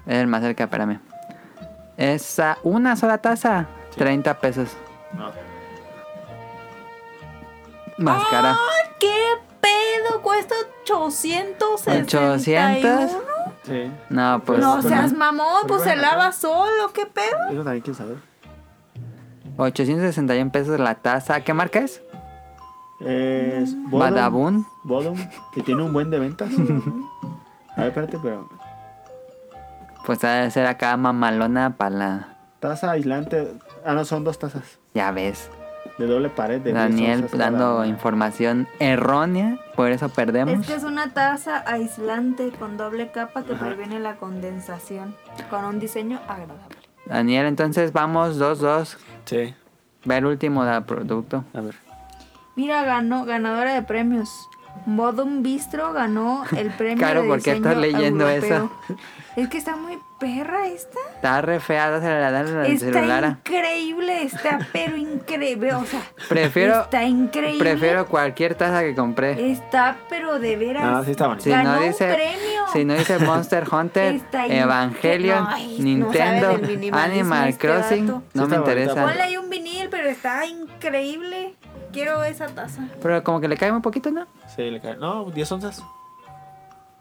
Speaker 2: Es el más cerca, espérame. Esa, una sola taza,
Speaker 3: Sí.
Speaker 2: 30 pesos.
Speaker 3: No.
Speaker 1: Ah.
Speaker 2: Más cara.
Speaker 1: ¡Ay, qué pedo! Cuesta 800.
Speaker 2: 800.
Speaker 3: Sí.
Speaker 2: No, pues.
Speaker 1: no
Speaker 3: Pues,
Speaker 1: seas
Speaker 3: no.
Speaker 1: mamón, pues
Speaker 3: Pues
Speaker 1: se
Speaker 3: bueno,
Speaker 1: lava
Speaker 3: ¿no?
Speaker 1: solo, qué pedo.
Speaker 3: Eso también quiero saber.
Speaker 2: 861 pesos la taza. ¿Qué marca es?
Speaker 3: Es Bodum.
Speaker 2: Badabun.
Speaker 3: Bodum, que tiene un buen de ventas.
Speaker 1: *laughs*
Speaker 3: A ver, espérate, pero.
Speaker 2: Pues ha de ser acá mamalona para la.
Speaker 3: Taza aislante. Ah, no, son dos tazas.
Speaker 2: Ya ves.
Speaker 3: De doble pared de
Speaker 2: Daniel
Speaker 3: diez onzas cada
Speaker 2: dando
Speaker 3: una.
Speaker 2: información errónea. Por eso perdemos.
Speaker 1: Es que es una taza aislante con doble capa que
Speaker 3: Ajá.
Speaker 1: previene la condensación. Con un diseño agradable.
Speaker 2: Daniel, entonces vamos 2-2.
Speaker 3: Sí,
Speaker 2: Ve el último del producto.
Speaker 3: a ver.
Speaker 1: Mira, ganó, ganadora de premios. Modum Bistro ganó
Speaker 2: *laughs*
Speaker 1: el premio
Speaker 2: Caro,
Speaker 1: de
Speaker 2: ¿por qué estás
Speaker 1: diseño
Speaker 2: leyendo
Speaker 1: europeo. Es que está muy perra esta.
Speaker 2: Está re fea, dásela a Daniel en el
Speaker 1: Está
Speaker 2: celular. ah.
Speaker 1: increíble, está pero increíble. O sea,
Speaker 2: Prefiero-
Speaker 1: está increíble.
Speaker 2: Prefiero cualquier taza que compré.
Speaker 1: Está pero de veras.
Speaker 3: Ah, sí está bonito.
Speaker 2: Si
Speaker 1: ganó
Speaker 2: no
Speaker 1: un
Speaker 2: dice,
Speaker 1: premio.
Speaker 2: si no dice Monster
Speaker 1: *laughs*
Speaker 2: Hunter,
Speaker 1: Está ahí.
Speaker 2: Evangelion,
Speaker 1: No, ay, no
Speaker 2: Nintendo,
Speaker 1: sabe del minimalismo
Speaker 2: Animal
Speaker 1: este
Speaker 2: Crossing,
Speaker 1: vato.
Speaker 2: no
Speaker 3: Sí
Speaker 2: me
Speaker 3: está bonita,
Speaker 2: interesa.
Speaker 3: pero-
Speaker 1: Ponle ahí un vinil, pero está increíble. Quiero esa taza.
Speaker 2: Pero como que le cae un poquito, ¿no?
Speaker 3: Sí, le cae. No, 10 onzas.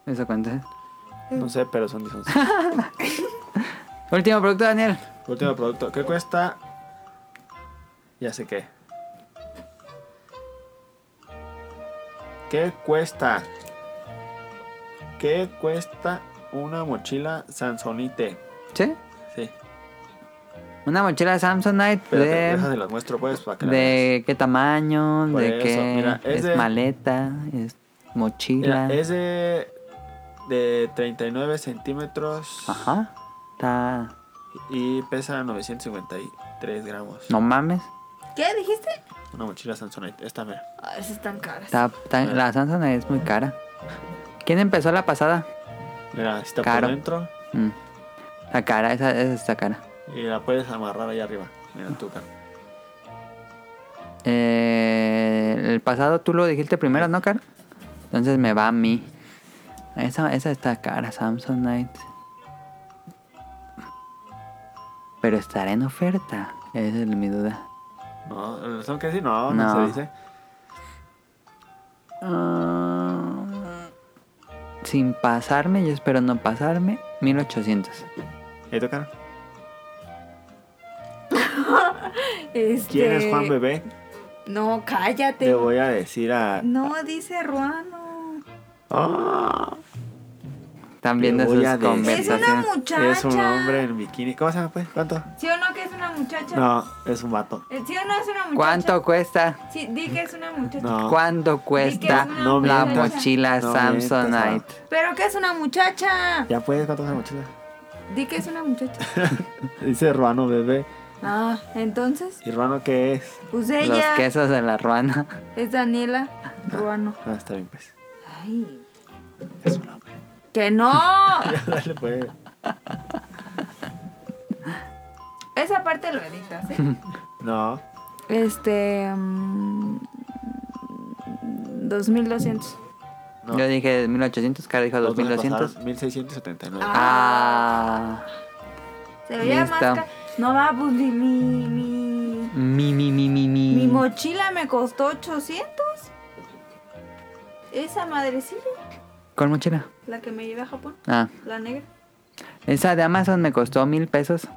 Speaker 2: Eso cuenta.
Speaker 1: Mm.
Speaker 3: No sé, pero son 10 onzas.
Speaker 2: Último producto, Daniel.
Speaker 3: Último producto. ¿Qué cuesta? Ya sé qué. ¿Qué cuesta? ¿Qué cuesta una mochila Sansonite?
Speaker 2: ¿Sí?
Speaker 3: Sí.
Speaker 2: Una mochila Samsonite
Speaker 3: Pero
Speaker 2: de,
Speaker 3: déjate las muestro pues para que la veas.
Speaker 2: de qué tamaño,
Speaker 3: Por
Speaker 2: de
Speaker 3: eso,
Speaker 2: qué
Speaker 3: mira, es
Speaker 2: es
Speaker 3: de-
Speaker 2: maleta, es mochila.
Speaker 3: Mira, es de, de 39 centímetros
Speaker 2: Ajá. Está...
Speaker 3: y pesa 953 gramos.
Speaker 2: No mames.
Speaker 1: ¿Qué dijiste?
Speaker 3: Una mochila Samsonite. Esta, mira.
Speaker 1: Ah, esas están caras.
Speaker 2: Está, está- la Samsonite es muy cara. ¿Quién empezó la pasada?
Speaker 3: Mira, está
Speaker 2: Caro.
Speaker 3: por dentro
Speaker 2: Mm. La cara, esa, esa está cara.
Speaker 3: y la puedes amarrar ahí arriba. Mira tú, cara.
Speaker 2: Eh, el pasado tú lo dijiste primero, ¿no, cara? Entonces me va a mí. Esa, esa está cara, Samsonite. pero estará en oferta. Esa es mi duda.
Speaker 3: No, ¿lo tengo que decir? No, no,
Speaker 2: No.
Speaker 3: se dice.
Speaker 2: Ah, sin pasarme, yo espero no pasarme, 1800.
Speaker 3: Ahí toca.
Speaker 1: Este,
Speaker 3: ¿Quién es Juan Bebé?
Speaker 1: No,
Speaker 3: Te
Speaker 1: cállate.
Speaker 3: voy a decir a.
Speaker 1: No, dice Ruano.
Speaker 3: ¡Ah!
Speaker 2: Están viendo
Speaker 3: Te voy
Speaker 2: sus
Speaker 3: a decir.
Speaker 1: Es una
Speaker 2: conversaciones.
Speaker 1: muchacha.
Speaker 3: Es un hombre en bikini. ¿Cómo se llama, pues? ¿Cuánto?
Speaker 1: ¿Sí o no que es una muchacha?
Speaker 3: No, es un vato.
Speaker 1: Eh, ¿Sí o no es una muchacha?
Speaker 2: ¿Cuánto cuesta?
Speaker 1: Sí, di que es una muchacha.
Speaker 3: No.
Speaker 2: ¿Cuánto cuesta
Speaker 1: una
Speaker 3: No
Speaker 2: la
Speaker 3: mientas.
Speaker 2: mochila
Speaker 3: No
Speaker 2: Samsonite?
Speaker 1: Pero que es una muchacha.
Speaker 3: Ya puedes, ¿cuánto es la mochila? *laughs*
Speaker 1: Di que es una muchacha.
Speaker 3: Dice Ruano Bebé.
Speaker 1: Ah, entonces,
Speaker 3: ¿Y Ruano qué es?
Speaker 1: pues
Speaker 2: Los
Speaker 1: ella
Speaker 2: quesos de la ruana.
Speaker 1: es Daniela Ruano.
Speaker 3: Ah, está bien, pues. *laughs*
Speaker 1: Ay.
Speaker 3: Es un hombre.
Speaker 1: Que
Speaker 2: *laughs*
Speaker 1: no.
Speaker 3: Ya, dale, pues.
Speaker 1: Esa parte lo
Speaker 2: *laughs*
Speaker 1: editas, ¿eh?
Speaker 3: No.
Speaker 1: Este. mm, 2200.
Speaker 3: No.
Speaker 2: Yo dije 1800, Cara dijo
Speaker 3: Los dos me
Speaker 2: 2200.
Speaker 3: pasaron 1679.
Speaker 1: Ah.
Speaker 2: Ah,
Speaker 1: Se veía más.
Speaker 2: Listo.
Speaker 1: ca- No va, pues mi, mi, mi.
Speaker 2: mi, mi, mi, mi, mi.
Speaker 1: Mi mochila me costó 800. Esa madrecilla,
Speaker 2: ¿Cuál mochila?
Speaker 1: la que me llevé a Japón,
Speaker 2: Ah,
Speaker 1: la negra.
Speaker 2: esa de Amazon me costó mil pesos.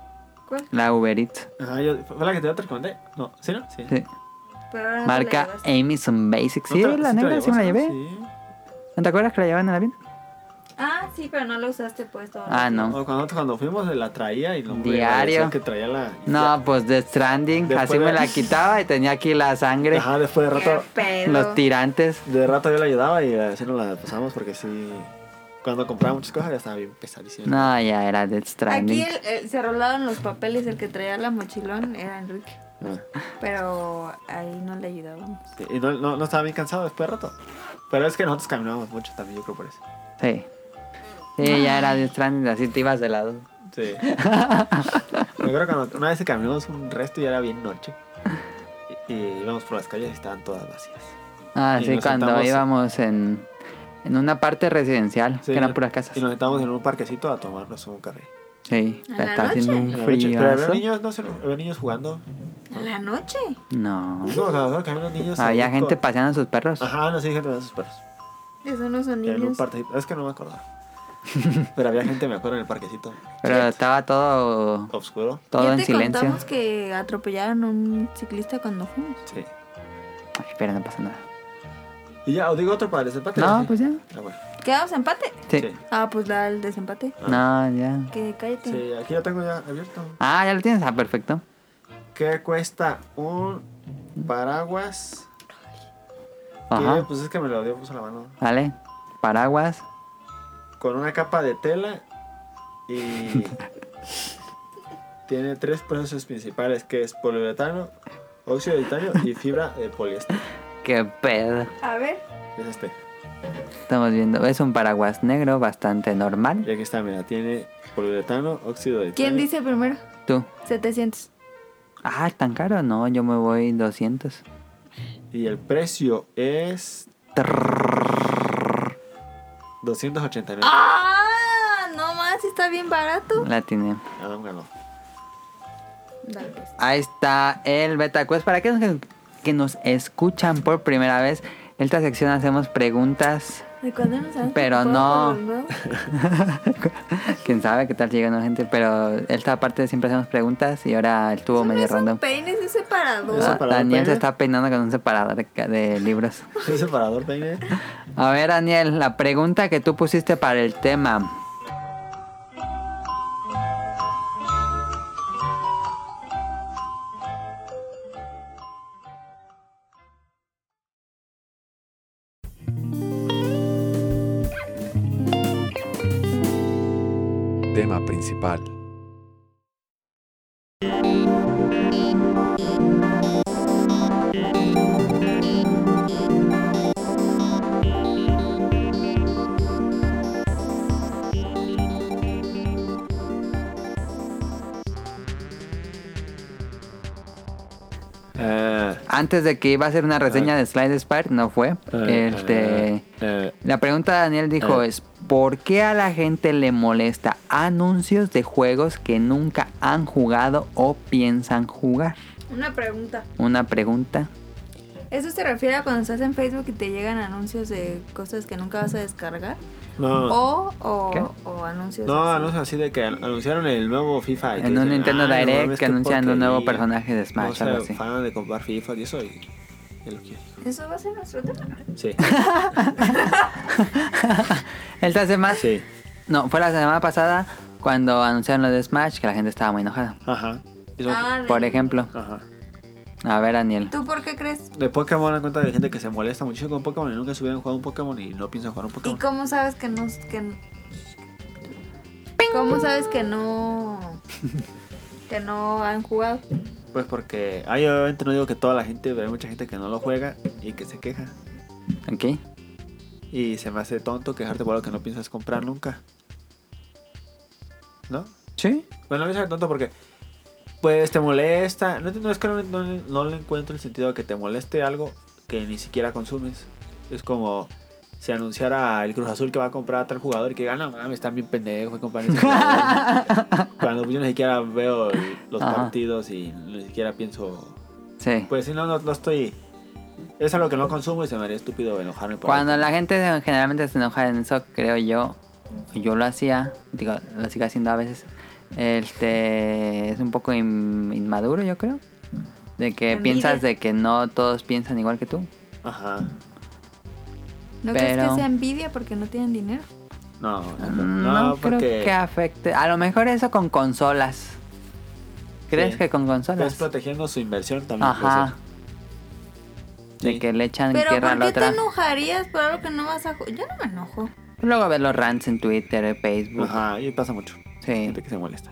Speaker 1: ¿Cuál?
Speaker 2: La Uber Eats.
Speaker 3: Ah, yo, ¿Fue la que te, te recomendé? No, ¿sí no? Sí.
Speaker 2: Sí.
Speaker 1: Pero ahora no te Ah, la
Speaker 2: Marca E.
Speaker 1: llevaste.
Speaker 2: Amazon Basics. Sí,
Speaker 3: ¿No te-
Speaker 2: la
Speaker 3: te
Speaker 2: negra sí me la
Speaker 3: llevas,
Speaker 2: llevé.
Speaker 3: no? Sí.
Speaker 2: ¿No te acuerdas que la llevaban en el avión?
Speaker 1: Ah, sí, pero no la usaste pues todo.
Speaker 2: Ah, no.
Speaker 3: O cuando, cuando fuimos la traía y no me
Speaker 2: Diario.
Speaker 3: agradecía que traía la.
Speaker 2: No, pues de Stranding.
Speaker 3: Después
Speaker 2: así
Speaker 3: de-
Speaker 2: me la quitaba y tenía aquí la sangre,
Speaker 3: Ajá, después de
Speaker 1: Qué
Speaker 3: rato.
Speaker 1: pedo.
Speaker 2: los tirantes.
Speaker 3: De rato yo la ayudaba y así nos la pasamos porque sí. Cuando compraba muchas cosas ya estaba bien pesadísimo.
Speaker 2: No, ya era de Stranding.
Speaker 1: Aquí el- el- se rolaron los papeles, el que traía la mochilón era Enrique,
Speaker 3: Ah,
Speaker 1: pero ahí no le ayudábamos.
Speaker 3: sí, Y no, no, no estaba bien cansado después de rato. Pero es que nosotros caminábamos mucho también, yo creo por eso.
Speaker 2: Sí. Sí, ya era de Stranding, así te ibas de lado. *laughs*
Speaker 3: Sí. Me acuerdo cuando una vez que caminamos un resto y ya era bien noche. Y, y íbamos por las calles y estaban todas vacías.
Speaker 2: Ah,
Speaker 3: Y
Speaker 2: sí,
Speaker 3: nos
Speaker 2: cuando
Speaker 3: sentamos-
Speaker 2: íbamos en, en una parte residencial,
Speaker 3: Sí,
Speaker 2: que eran
Speaker 3: no-
Speaker 2: puras casas.
Speaker 3: Y nos sentábamos en un parquecito a tomarnos un café.
Speaker 2: Sí,
Speaker 1: ¿En
Speaker 2: pero
Speaker 1: la
Speaker 2: está haciendo
Speaker 1: noche?
Speaker 2: un
Speaker 3: En la noche. Pero había
Speaker 2: frillazo.
Speaker 3: niños, no sé, había niños jugando.
Speaker 1: ¿A la noche?
Speaker 2: No.
Speaker 3: No, o sea, solo que había unos niños.
Speaker 2: Había
Speaker 3: ahí
Speaker 2: Ah, gente
Speaker 3: con-
Speaker 2: paseando a sus perros.
Speaker 3: Ajá, no sé, gente de sus perros.
Speaker 1: Eso no son
Speaker 3: En un
Speaker 1: niños.
Speaker 3: parquecito. Es que no me
Speaker 2: *laughs*
Speaker 3: acordaba. Pero había gente, me acuerdo, en el parquecito.
Speaker 2: Pero estaba todo,
Speaker 3: Oscuro.
Speaker 2: todo
Speaker 1: ya
Speaker 2: en
Speaker 1: te
Speaker 2: silencio.
Speaker 1: contamos que atropellaron a un ciclista cuando fuimos.
Speaker 3: Sí.
Speaker 2: Ay, pero no pasa nada.
Speaker 3: Y ya, os digo otro para el desempate.
Speaker 2: No,
Speaker 3: ¿sí?
Speaker 2: pues ya.
Speaker 3: Ah, bueno.
Speaker 1: ¿Quedamos empate?
Speaker 2: Sí.
Speaker 3: Sí.
Speaker 1: Ah, pues da el desempate.
Speaker 2: No, ya.
Speaker 1: Que cállate.
Speaker 3: Sí, aquí ya tengo ya abierto.
Speaker 2: Ah, ya lo tienes. Ah, perfecto.
Speaker 3: ¿Qué cuesta un paraguas? Que,
Speaker 2: Ajá.
Speaker 3: pues es que me lo dio, puso la mano.
Speaker 2: Vale. Paraguas.
Speaker 3: Con una capa de tela
Speaker 2: *laughs*
Speaker 3: y. tiene tres procesos principales: que es poliuretano, óxido de titanio y fibra de poliéster.
Speaker 2: Qué pedo.
Speaker 1: A ver.
Speaker 3: Es este.
Speaker 2: Estamos viendo. Es un paraguas negro bastante normal.
Speaker 3: Y aquí está, mira, tiene poliuretano, óxido de titanio.
Speaker 1: ¿Quién dice primero?
Speaker 2: Tú.
Speaker 1: 700.
Speaker 2: Ah, ¿tan caro? No, yo me voy 200.
Speaker 3: Y el precio es.
Speaker 2: Trrrr.
Speaker 3: 289.
Speaker 1: ¡Ah! No más, está bien barato.
Speaker 2: La tiene.
Speaker 3: Adam Ah, ganó. *laughs*
Speaker 1: Dale pues.
Speaker 2: Ahí está el Beta Quest. Para aquellos que, que nos escuchan por primera vez, en esta sección hacemos preguntas. *laughs*
Speaker 1: ¿De cuándo nos han
Speaker 2: Pero
Speaker 1: ocupado
Speaker 2: no.
Speaker 1: los huevos?
Speaker 2: Quién sabe qué tal llega nueva gente, pero esta parte siempre hacemos preguntas y ahora estuvo
Speaker 1: Eso no
Speaker 2: medio
Speaker 1: es un
Speaker 2: random.
Speaker 1: peine, es un separador.
Speaker 3: Eso
Speaker 2: Ah,
Speaker 3: separador,
Speaker 2: Daniel se
Speaker 3: peine.
Speaker 2: está peinando con un separador de, ca- de libros.
Speaker 3: ¿Un separador peine?
Speaker 2: A ver, Daniel, la pregunta que tú pusiste para el tema.
Speaker 4: Tema principal.
Speaker 3: Eh,
Speaker 2: Antes de que iba a hacer una reseña de Slide Spark, no fue.
Speaker 3: eh,
Speaker 2: Este,
Speaker 3: eh,
Speaker 2: la pregunta de Daniel dijo
Speaker 3: Ah.
Speaker 2: es ¿Por qué a la gente le molesta anuncios de juegos que nunca han jugado o piensan jugar?
Speaker 1: Una pregunta.
Speaker 2: Una pregunta.
Speaker 1: ¿Eso se refiere a cuando estás en Facebook y te llegan anuncios de cosas que nunca vas a descargar?
Speaker 3: No,
Speaker 1: O,
Speaker 2: ¿Qué?
Speaker 1: o, o anuncios.
Speaker 3: no,
Speaker 1: así.
Speaker 3: anuncios así de que an- anunciaron el nuevo FIFA. y tú
Speaker 2: En un
Speaker 3: dices,
Speaker 2: Nintendo
Speaker 3: "Ah, no
Speaker 2: Direct
Speaker 3: mames,
Speaker 2: que
Speaker 3: qué
Speaker 2: anuncian un nuevo
Speaker 3: porquería".
Speaker 2: personaje de Smash,
Speaker 3: No soy
Speaker 2: algo así.
Speaker 3: fan de comprar FIFA, yo soy. yo lo quiero.
Speaker 1: Eso va a ser nuestro tema. *laughs*
Speaker 3: Sí,
Speaker 2: Esta semana,
Speaker 3: sí.
Speaker 2: no, fue la semana pasada cuando anunciaron lo de Smash que la gente estaba muy enojada.
Speaker 3: Ajá. Eso-
Speaker 1: Ah, de-
Speaker 2: Por ejemplo,
Speaker 3: Ajá.
Speaker 2: a ver, Daniel.
Speaker 1: ¿Tú por qué crees?
Speaker 3: De Pokémon, en cuenta de gente que se molesta mucho con Pokémon y nunca se hubieran jugado un Pokémon y no piensan jugar un
Speaker 1: ¿Y
Speaker 3: Pokémon.
Speaker 1: cómo sabes que no... Que... ¿Cómo sabes que no... que no han jugado?
Speaker 3: Pues porque, ay, obviamente no digo que toda la gente, pero hay mucha gente que no lo juega y que se queja.
Speaker 2: Ok.
Speaker 3: Y se me hace tonto quejarte por algo que no piensas comprar nunca. ¿No?
Speaker 2: Sí.
Speaker 3: Bueno, a mí se me hace tonto porque, pues te molesta. No, no, es que no, no- no le encuentro el sentido de que te moleste algo que ni siquiera consumes. Es como si anunciara el Cruz Azul que va a comprar a tal jugador y que gana, mames, están bien pendejos, voy a comprar ese jugador".
Speaker 2: *laughs*
Speaker 3: Cuando yo ni siquiera veo el- los
Speaker 2: Ajá.
Speaker 3: partidos y ni siquiera pienso.
Speaker 2: Sí.
Speaker 3: Pues si no, no, no estoy. Es algo que no consumo y se me haría estúpido enojarme por
Speaker 2: Cuando la gente se- generalmente se enoja en eso, creo yo, yo lo hacía, digo, lo sigo haciendo a veces, este, es un poco in- inmaduro, yo creo, de que
Speaker 1: Envidia.
Speaker 2: piensas de que no todos piensan igual que tú.
Speaker 3: algo. Ajá.
Speaker 1: ¿No crees
Speaker 2: Pero-
Speaker 1: que sea envidia porque no tienen dinero?
Speaker 3: No, no,
Speaker 2: Mm,
Speaker 3: no,
Speaker 2: No,
Speaker 3: porque.
Speaker 2: creo que afecte. A lo mejor eso con consolas. ¿Crees
Speaker 3: Sí.
Speaker 2: que con
Speaker 3: Estás
Speaker 2: consolas?
Speaker 3: protegiendo su inversión también.
Speaker 2: Ajá.
Speaker 3: puede ser.
Speaker 2: De
Speaker 3: Sí.
Speaker 2: que le echan
Speaker 1: Pero
Speaker 2: tierra a
Speaker 1: ¿por
Speaker 2: la
Speaker 1: qué te
Speaker 2: otra.
Speaker 1: enojarías por algo que no vas a jugar? Yo no me enojo.
Speaker 2: Luego ves los rants en Twitter, en Facebook.
Speaker 3: Ajá, y pasa mucho.
Speaker 2: Sí.
Speaker 3: Gente que se molesta.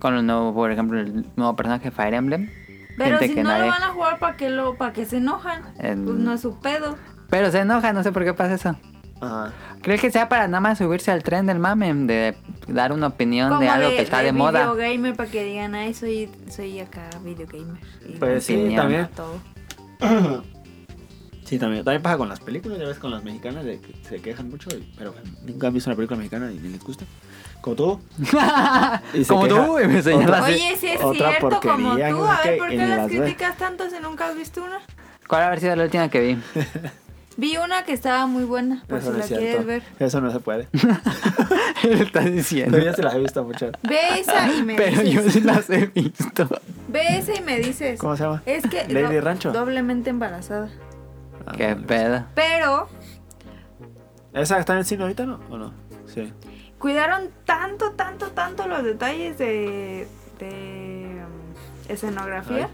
Speaker 2: Con los nuevos, por ejemplo, el nuevo personaje Fire Emblem.
Speaker 1: Pero
Speaker 2: Gente
Speaker 1: si
Speaker 2: que
Speaker 1: no
Speaker 2: nadie-
Speaker 1: lo van a jugar, ¿para qué, lo, para qué se enojan?
Speaker 2: En-
Speaker 1: Pues no es su pedo.
Speaker 2: Pero se enoja, no sé por qué pasa eso.
Speaker 3: Ajá.
Speaker 2: ¿Crees que sea para nada más subirse al tren del mame? De dar una opinión de algo que está de, moda.
Speaker 1: videogamer para que digan, ay, soy, soy acá videogamer. Y
Speaker 3: Pues sí,
Speaker 2: Opinión.
Speaker 3: también.
Speaker 1: todo.
Speaker 3: Sí, también. También pasa con las películas, ya ves, con las mexicanas, de que se quejan mucho, y- pero bueno, nunca han visto una película mexicana y ni les gusta.
Speaker 2: *laughs*
Speaker 3: Como tú. Y se
Speaker 2: Como tú,
Speaker 3: queja.
Speaker 2: y me señalas.
Speaker 3: Otra-
Speaker 1: Oye, sí es
Speaker 3: otra
Speaker 1: cierto, como
Speaker 3: porquería,
Speaker 1: tú.
Speaker 3: no sé
Speaker 1: A ver,
Speaker 3: qué,
Speaker 1: ¿por
Speaker 3: y
Speaker 1: qué
Speaker 3: ni
Speaker 1: las
Speaker 3: las ve.
Speaker 1: criticas tanto si nunca has visto una?
Speaker 2: ¿Cuál habrá sido la última que vi?
Speaker 1: Vi una que estaba muy buena, por
Speaker 3: Eso
Speaker 1: si
Speaker 3: no
Speaker 1: la
Speaker 3: es cierto.
Speaker 1: quieres ver.
Speaker 3: Eso no
Speaker 2: *laughs*
Speaker 3: se puede.
Speaker 2: Estás diciendo.
Speaker 3: Pero ya se las he visto muchas.
Speaker 1: Ve esa
Speaker 3: *laughs*
Speaker 1: y me
Speaker 2: Pero
Speaker 1: dices.
Speaker 2: yo *laughs* sí las he visto.
Speaker 1: *laughs* Ve esa y me dices.
Speaker 3: ¿Cómo se llama?
Speaker 1: Es que.
Speaker 3: Lady
Speaker 1: do-
Speaker 3: Rancho.
Speaker 1: Doblemente embarazada.
Speaker 3: Ah,
Speaker 2: Qué
Speaker 3: no,
Speaker 2: pedo.
Speaker 1: Pero
Speaker 3: ¿Esa está en el cine ahorita, no? ¿O no? Sí.
Speaker 1: cuidaron tanto, tanto, tanto los detalles de, de, um, escenografía.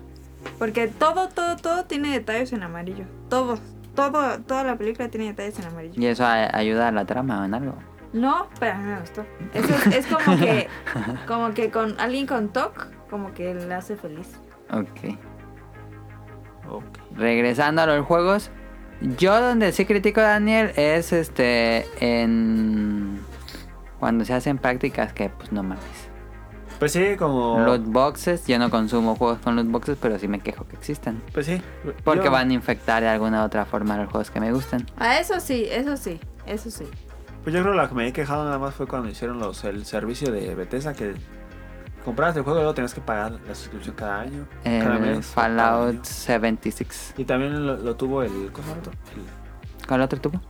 Speaker 1: Porque todo, todo, todo tiene detalles en amarillo. Todo, todo, toda la película tiene detalles en amarillo.
Speaker 2: ¿Y eso a- ayuda a la trama o en algo?
Speaker 1: No, pero a mí me gustó. Eso es, es como
Speaker 2: *laughs*
Speaker 1: que, como que con alguien con TOC, como que la hace feliz.
Speaker 2: Ok.
Speaker 3: Ok.
Speaker 2: Regresando a los juegos. Yo donde sí critico a Daniel es este en... Cuando se hacen prácticas que pues no mames.
Speaker 3: Pues sí, como.
Speaker 2: Loot boxes, yo no consumo juegos con loot boxes, pero sí me quejo que existan.
Speaker 3: Pues sí.
Speaker 2: Porque
Speaker 3: Yo-
Speaker 2: van a infectar de alguna otra forma los juegos que me gustan.
Speaker 1: Ah, eso sí, eso sí, eso sí.
Speaker 3: Pues yo creo que la que me he quejado nada más fue cuando hicieron los, el servicio de Bethesda que comprabas el juego y luego tenías que pagar la suscripción cada año, cada
Speaker 2: El
Speaker 3: mes. cada año.
Speaker 2: Fallout 76.
Speaker 3: Y también lo, lo tuvo el. ¿Cómo se llama el otro?
Speaker 2: ¿Cuál otro tuvo?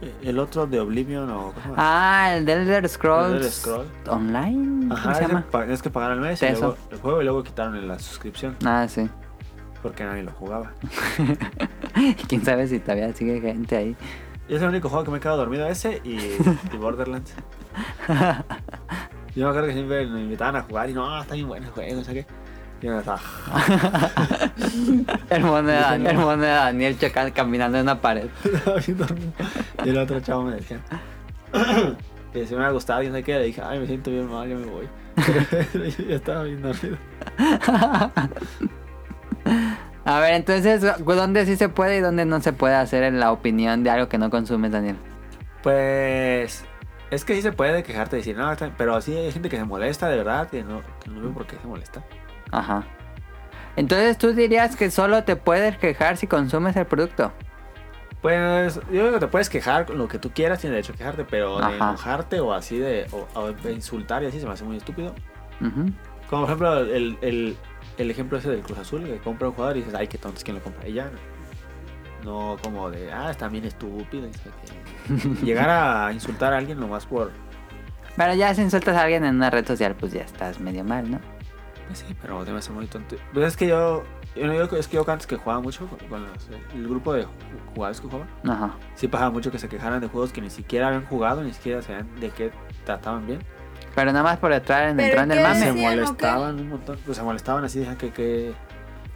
Speaker 3: El, el otro de Oblivion o. ¿cómo se llama?
Speaker 2: Ah, el de Elder Scrolls.
Speaker 3: Elder Scroll.
Speaker 2: Online.
Speaker 3: Ajá,
Speaker 2: ¿Cómo se
Speaker 3: ese
Speaker 2: llama?
Speaker 3: pa- Tienes que pagar al mes y
Speaker 2: Teso.
Speaker 3: luego el juego y luego quitaron la suscripción
Speaker 2: Ah, sí. *laughs*
Speaker 3: porque nadie lo jugaba.
Speaker 2: Quién sabe si todavía sigue gente
Speaker 3: *laughs*
Speaker 2: ahí.
Speaker 3: Y es el único juego que me he quedado dormido ese y, y *laughs* Borderlands. Yo me acuerdo que siempre me invitaban a jugar y no, está bien bueno el juego, no sé qué. Y yo estaba. *laughs*
Speaker 2: El moneda,
Speaker 3: Dicen,
Speaker 2: el
Speaker 3: no.
Speaker 2: moneda Daniel Chacal caminando en una pared.
Speaker 3: Estaba bien dormido. Y el otro chavo me decía *clears throat* que si me ha gustado y no sé qué, le dije, ay, me siento bien mal, ya me voy. *laughs* Pero yo ya estaba bien dormido.
Speaker 2: A ver, entonces, ¿dónde sí se puede y dónde no se puede hacer en la opinión de algo que no consumes, Daniel?
Speaker 3: Pues es que sí se puede quejarte y decir, no, está- pero sí hay gente que se molesta de verdad, que no, que no veo por qué se molesta.
Speaker 2: Ajá. Entonces, ¿tú dirías que solo te puedes quejar si consumes el producto?
Speaker 3: Pues yo creo que te puedes quejar con lo que tú quieras, tienes derecho a quejarte, pero de
Speaker 2: Ajá.
Speaker 3: enojarte o así de o, o de insultar y así se me hace muy estúpido.
Speaker 2: Ujú.
Speaker 3: Como por ejemplo el, el- el ejemplo ese del Cruz Azul, que compra un jugador y dices, ay, qué tonto es quien lo compra. Y ya. No como de, ah, está bien estúpido. y sabe qué. *laughs* Llegar a insultar a alguien nomás por...
Speaker 2: Pero ya si insultas a alguien en una red social, pues ya estás medio mal, ¿no?
Speaker 3: Pues sí, pero se me hace muy tonto. Pues es que yo... yo no digo que- es que yo antes que jugaba mucho con, con los- el grupo de jugadores que jugaba.
Speaker 2: Ajá.
Speaker 3: Sí pasaba mucho que se quejaran de juegos que ni siquiera habían jugado, ni siquiera sabían de qué trataban bien.
Speaker 2: Pero nada más por entrar en el
Speaker 1: Pero
Speaker 2: tren del
Speaker 1: ¿qué
Speaker 2: mame.
Speaker 3: se
Speaker 1: decían o qué?
Speaker 3: molestaban un montón, pues se molestaban así, decían que, que,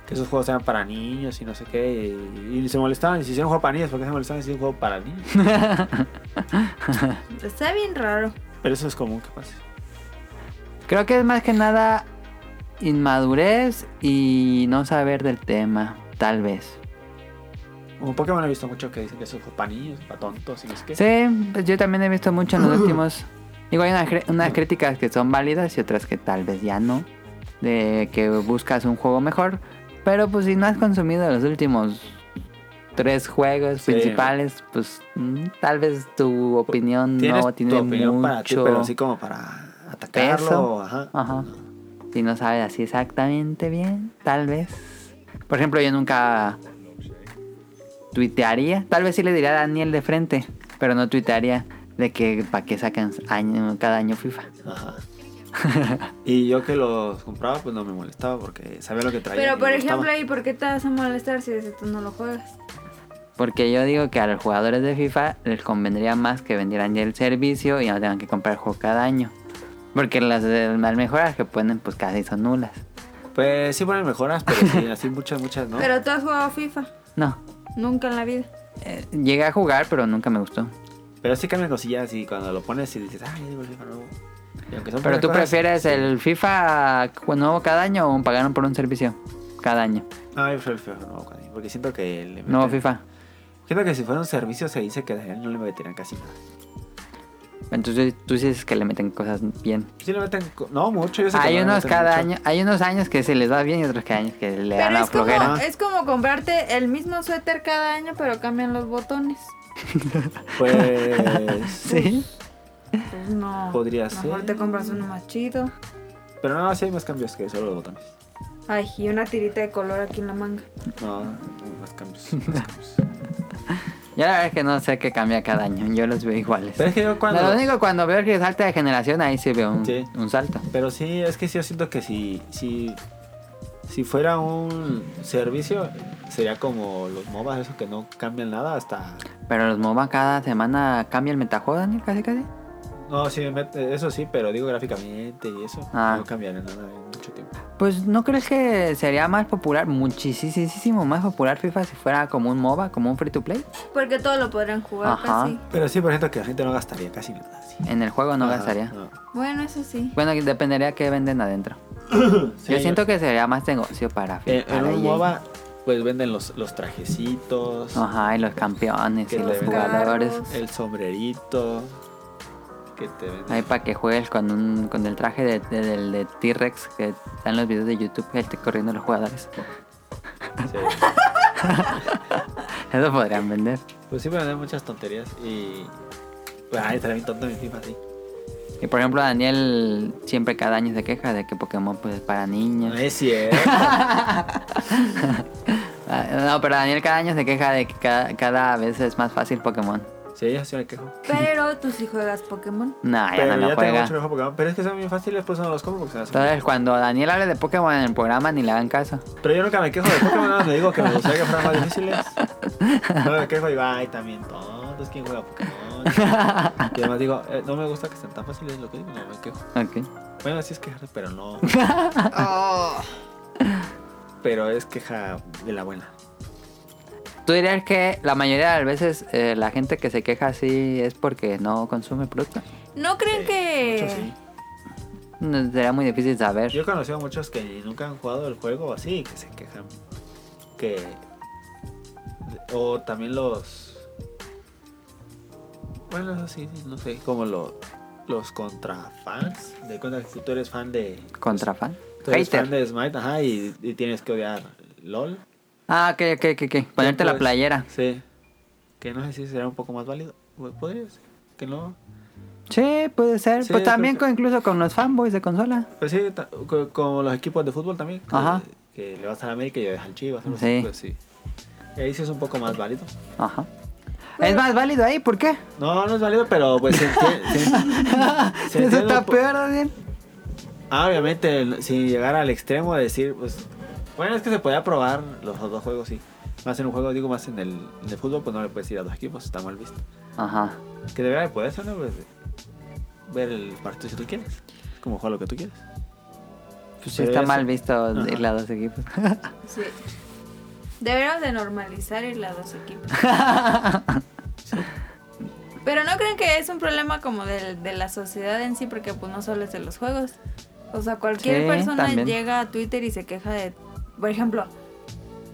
Speaker 3: que esos juegos eran para niños y no sé qué, y, y se molestaban, y si hicieron juego para niños, ¿por qué se molestaban si hicieron juego para niños?
Speaker 2: *laughs*
Speaker 1: Está bien raro.
Speaker 3: Pero eso es común que pase.
Speaker 2: Creo que es más que nada inmadurez y no saber del tema, tal vez.
Speaker 3: Como Pokémon he visto mucho que dicen que eso fue para niños, para tontos y no sé qué.
Speaker 2: Sí, pues yo también he visto mucho en
Speaker 3: *clears throat*
Speaker 2: los últimos... Digo, hay unas, cre- unas críticas que son válidas y otras que tal vez ya no. De que buscas un juego mejor. Pero pues si no has consumido los últimos tres juegos
Speaker 3: Sí.
Speaker 2: principales, pues mm, tal vez tu opinión
Speaker 3: Tienes
Speaker 2: no tiene
Speaker 3: tu opinión
Speaker 2: mucho...
Speaker 3: para ti, pero así como para atacarlo,
Speaker 2: peso.
Speaker 3: ajá.
Speaker 2: Ajá. Si no sabes así exactamente bien, tal vez. Por ejemplo, yo nunca tuitearía. Tal vez sí le diría a Daniel de frente, pero no tuitearía de que para qué sacan año, cada año FIFA.
Speaker 3: ajá. y yo que los compraba, pues no me molestaba porque sabía lo que traía. y
Speaker 1: Pero
Speaker 3: me
Speaker 1: por
Speaker 3: gustaba.
Speaker 1: ejemplo, ¿y por qué te vas a molestar si ese tú no lo juegas?
Speaker 2: Porque yo digo que a los jugadores de FIFA les convendría más que vendieran ya el servicio y no tengan que comprar el juego cada año. Porque las, eh, las mejoras que ponen pues casi son nulas.
Speaker 3: Pues sí ponen mejoras, pero
Speaker 2: *laughs*
Speaker 3: sí, así muchas, muchas, ¿no?
Speaker 1: Pero tú has jugado FIFA.
Speaker 2: No,
Speaker 1: Nunca en la vida.
Speaker 2: eh, llegué a jugar pero nunca me gustó.
Speaker 3: Pero sí cambian cosillas y cuando lo pones y dices, ay, ya llegó el FIFA nuevo. Y aunque son
Speaker 2: Pero tú
Speaker 3: cosas-
Speaker 2: prefieres el FIFA nuevo cada año o pagaron por un servicio cada año.
Speaker 3: No, yo prefiero el FIFA nuevo, cariño, porque siento que... Le
Speaker 2: Nuevo
Speaker 3: meten-
Speaker 2: FIFA.
Speaker 3: Siento que si fuera un servicio se dice que a él no le meterían casi nada.
Speaker 2: Entonces tú dices que le meten cosas bien.
Speaker 3: Sí le meten... co- No, mucho, yo sé que
Speaker 2: Hay
Speaker 3: no le
Speaker 2: unos
Speaker 3: meten
Speaker 2: cada
Speaker 3: mucho.
Speaker 2: año, hay unos años que se les da bien y otros que años que le dan
Speaker 1: Pero
Speaker 2: la
Speaker 1: es como,
Speaker 2: flojera.
Speaker 1: es como comprarte el mismo suéter cada año, pero cambian los botones.
Speaker 2: *laughs*
Speaker 3: Pues...
Speaker 2: Sí.
Speaker 1: Pues no.
Speaker 3: Podría
Speaker 1: Mejor
Speaker 3: ser.
Speaker 1: te compras uno más chido.
Speaker 3: Pero no, sí hay más cambios que solo los botones.
Speaker 1: Ay, y una tirita de color aquí en la manga.
Speaker 3: No, más cambios.
Speaker 2: *laughs*
Speaker 3: más cambios.
Speaker 2: Yo la verdad es que no sé qué cambia cada año. Yo los veo iguales.
Speaker 3: Pero es que yo cuando...
Speaker 2: Lo único cuando veo que salta de generación ahí sí veo un,
Speaker 3: Sí.
Speaker 2: un salto.
Speaker 3: Pero sí, es que sí, yo siento que si, si, si fuera un servicio, sería como los MOBAs, eso que no cambian nada hasta...
Speaker 2: Pero los MOBA cada semana cambia el metajuego, Daniel, casi casi.
Speaker 3: No, sí, me- eso sí, pero digo gráficamente y eso.
Speaker 2: Ah.
Speaker 3: No cambiará nada en mucho tiempo.
Speaker 2: Pues no crees que sería más popular, muchísimo más popular FIFA si fuera como un MOBA, como un free to play.
Speaker 1: Porque todo lo podrán jugar
Speaker 2: Ajá.
Speaker 1: casi.
Speaker 3: Pero sí, por ejemplo, que la gente no gastaría casi nada. sí.
Speaker 2: En el juego no
Speaker 3: Ajá,
Speaker 2: gastaría.
Speaker 3: no.
Speaker 1: Bueno, eso sí.
Speaker 2: Bueno, dependería qué venden adentro.
Speaker 3: Sí, Eh,
Speaker 2: yo siento que sería más negocio para
Speaker 3: En,
Speaker 2: FIFA.
Speaker 3: en un MOBA, pues venden los, los trajecitos,
Speaker 2: Ajá, y los campeones y
Speaker 3: Que
Speaker 2: los
Speaker 3: te-
Speaker 2: jugadores.
Speaker 1: Carros.
Speaker 3: el sombrerito, que te venden.
Speaker 2: Ahí para que juegues con un, con el traje de, de- del- de T-Rex que están en los videos de YouTube que te corriendo los jugadores. *laughs*
Speaker 3: Sí.
Speaker 2: Eso podrían vender.
Speaker 3: Pues sí, venden muchas tonterías y... Pues, ay, estaría bien tonto mi FIFA, sí.
Speaker 2: Y por ejemplo, Daniel siempre cada año se queja de que Pokémon pues es para niños.
Speaker 3: *laughs* No es cierto.
Speaker 2: Ah, No, pero Daniel cada año se queja de que cada, cada vez es más fácil Pokémon.
Speaker 3: sí, yo sí me quejo.
Speaker 1: Pero tú sí juegas Pokémon.
Speaker 2: No, Ah, ya
Speaker 3: pero
Speaker 2: no lo
Speaker 3: ya tengo
Speaker 2: juega.
Speaker 3: mucho mejor Pokémon. Pero es que son bien fáciles, pues no los como porque se me hacen
Speaker 2: Entonces, cuando Daniel hable de Pokémon en el programa, ni le hagan caso.
Speaker 3: Pero yo nunca me quejo de Pokémon, nada más me digo que me gustaría que fueran más difíciles. No me quejo y digo, ay, también tontos, ¿quién juega Pokémon? Y además digo, "Eh, no me gusta que sean tan fáciles lo que digo, no me quejo.
Speaker 2: Ok.
Speaker 3: Bueno, sí es quejarse,
Speaker 2: *laughs*
Speaker 3: pero no.
Speaker 1: Oh.
Speaker 3: Pero es queja de la buena.
Speaker 2: ¿Tú dirías que la mayoría de las veces eh, la gente que se queja así es porque no consume producto?
Speaker 1: ¿No creen
Speaker 3: Sí,
Speaker 1: que...?
Speaker 3: Eh, mucho sí.
Speaker 2: No, Sería muy difícil saber.
Speaker 3: Yo he conocido a muchos que nunca han jugado el juego así, que se quejan. Que. O también los. Bueno, eso sí, sí, no sé, como lo- los contrafans. De cuenta que si tú eres fan de.
Speaker 2: ¿Contrafan?
Speaker 3: Tú eres fan
Speaker 2: Hater.
Speaker 3: de Smite, ajá, y, y tienes que odiar LOL.
Speaker 2: Ah, ok, ok, ok. ok. Ponerte la
Speaker 3: Pues,
Speaker 2: playera.
Speaker 3: Sí. Que no sé si será un poco más válido. Bueno, Podría ser. Que no.
Speaker 2: Sí, puede ser.
Speaker 3: Sí,
Speaker 2: pues
Speaker 3: yo
Speaker 2: también
Speaker 3: creo
Speaker 2: con- incluso con los fanboys de consola.
Speaker 3: Pues sí, ta- co- como los equipos de fútbol también. que-
Speaker 2: Ajá.
Speaker 3: Que le vas a la América y le vas al Chivas. algo
Speaker 2: Sí.
Speaker 3: así, Pues sí. Y ahí sí es un poco más válido.
Speaker 2: Ajá. Es más válido ahí, ¿por *laughs* qué?
Speaker 3: No, no es válido, pero pues se entiende.
Speaker 2: *laughs*
Speaker 3: se
Speaker 2: Eso
Speaker 3: entiende
Speaker 2: está
Speaker 3: un po-
Speaker 2: peor, Daniel.
Speaker 3: Ah, obviamente, el- sin llegar al extremo de decir, pues. Bueno, es que se podía probar los dos juegos, sí. Más en un juego, digo, más en el, en el fútbol, pues no le puedes ir a dos equipos, está mal visto.
Speaker 2: Ajá.
Speaker 3: Que debería de poder ¿no? Pues, ver el partido si tú quieres. Es como jugar lo que tú quieres.
Speaker 2: Pues sí
Speaker 3: Pero
Speaker 2: está
Speaker 3: eso-
Speaker 2: mal visto
Speaker 3: Ajá.
Speaker 2: ir a dos equipos. *laughs*
Speaker 1: Sí. Deberíamos de normalizar ir a dos
Speaker 2: *laughs*
Speaker 1: equipos. Pero no creen que es un problema como del- de, la sociedad en sí, porque pues no solo es de los juegos. O sea, cualquier
Speaker 2: Sí,
Speaker 1: persona
Speaker 2: también.
Speaker 1: llega a Twitter y se queja de, por ejemplo,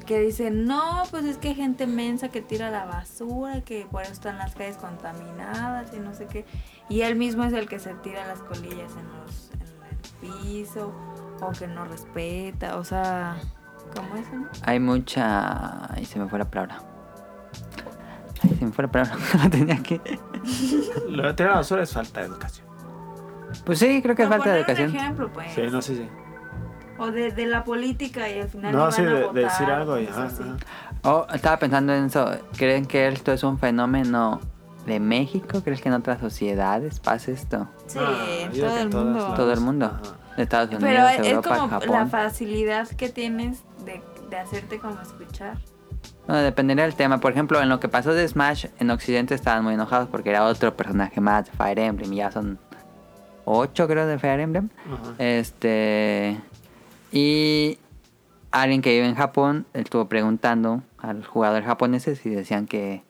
Speaker 1: que dice, no, pues es que hay gente mensa que tira la basura, que por eso están las calles contaminadas y no sé qué. Y él mismo es el que se tira las colillas en, los, en el piso, o que no respeta, o sea, ¿cómo es? no?
Speaker 2: Hay mucha... Ay, se me fue la palabra. Ay, se me fue la palabra. *laughs* La tenía aquí.
Speaker 3: Lo de tirar a la basura es falta de educación.
Speaker 2: Pues sí, creo que es
Speaker 1: Por
Speaker 2: falta de
Speaker 1: poner un
Speaker 2: educación.
Speaker 1: ejemplo, pues.
Speaker 3: Sí, no, sí, sí.
Speaker 1: O de, de la política y al final
Speaker 3: No,
Speaker 1: no, van
Speaker 3: sí,
Speaker 1: a
Speaker 3: de- de
Speaker 1: votar,
Speaker 3: decir algo y
Speaker 1: cosas
Speaker 3: ajá,
Speaker 1: así.
Speaker 3: ajá.
Speaker 2: Oh, estaba pensando en eso. ¿Creen que esto es un fenómeno de México? ¿Crees que en otras sociedades pasa esto?
Speaker 1: Sí,
Speaker 3: Ah, yo creo
Speaker 1: todo
Speaker 3: que
Speaker 1: el
Speaker 3: todas
Speaker 1: mundo.
Speaker 3: las-
Speaker 2: Todo el mundo.
Speaker 3: Ajá.
Speaker 2: De Estados Unidos,
Speaker 1: Pero es, es
Speaker 2: Europa,
Speaker 1: como la
Speaker 2: Japón.
Speaker 1: facilidad que tienes de, de hacerte como escuchar.
Speaker 2: Bueno, dependería del tema. Por ejemplo, en lo que pasó de Smash, en Occidente estaban muy enojados porque era otro personaje más de Fire Emblem. Y ya son ocho, creo, de Fire Emblem.
Speaker 3: Ajá.
Speaker 2: Este. Y alguien que vive en Japón estuvo preguntando a los jugadores japoneses y decían que,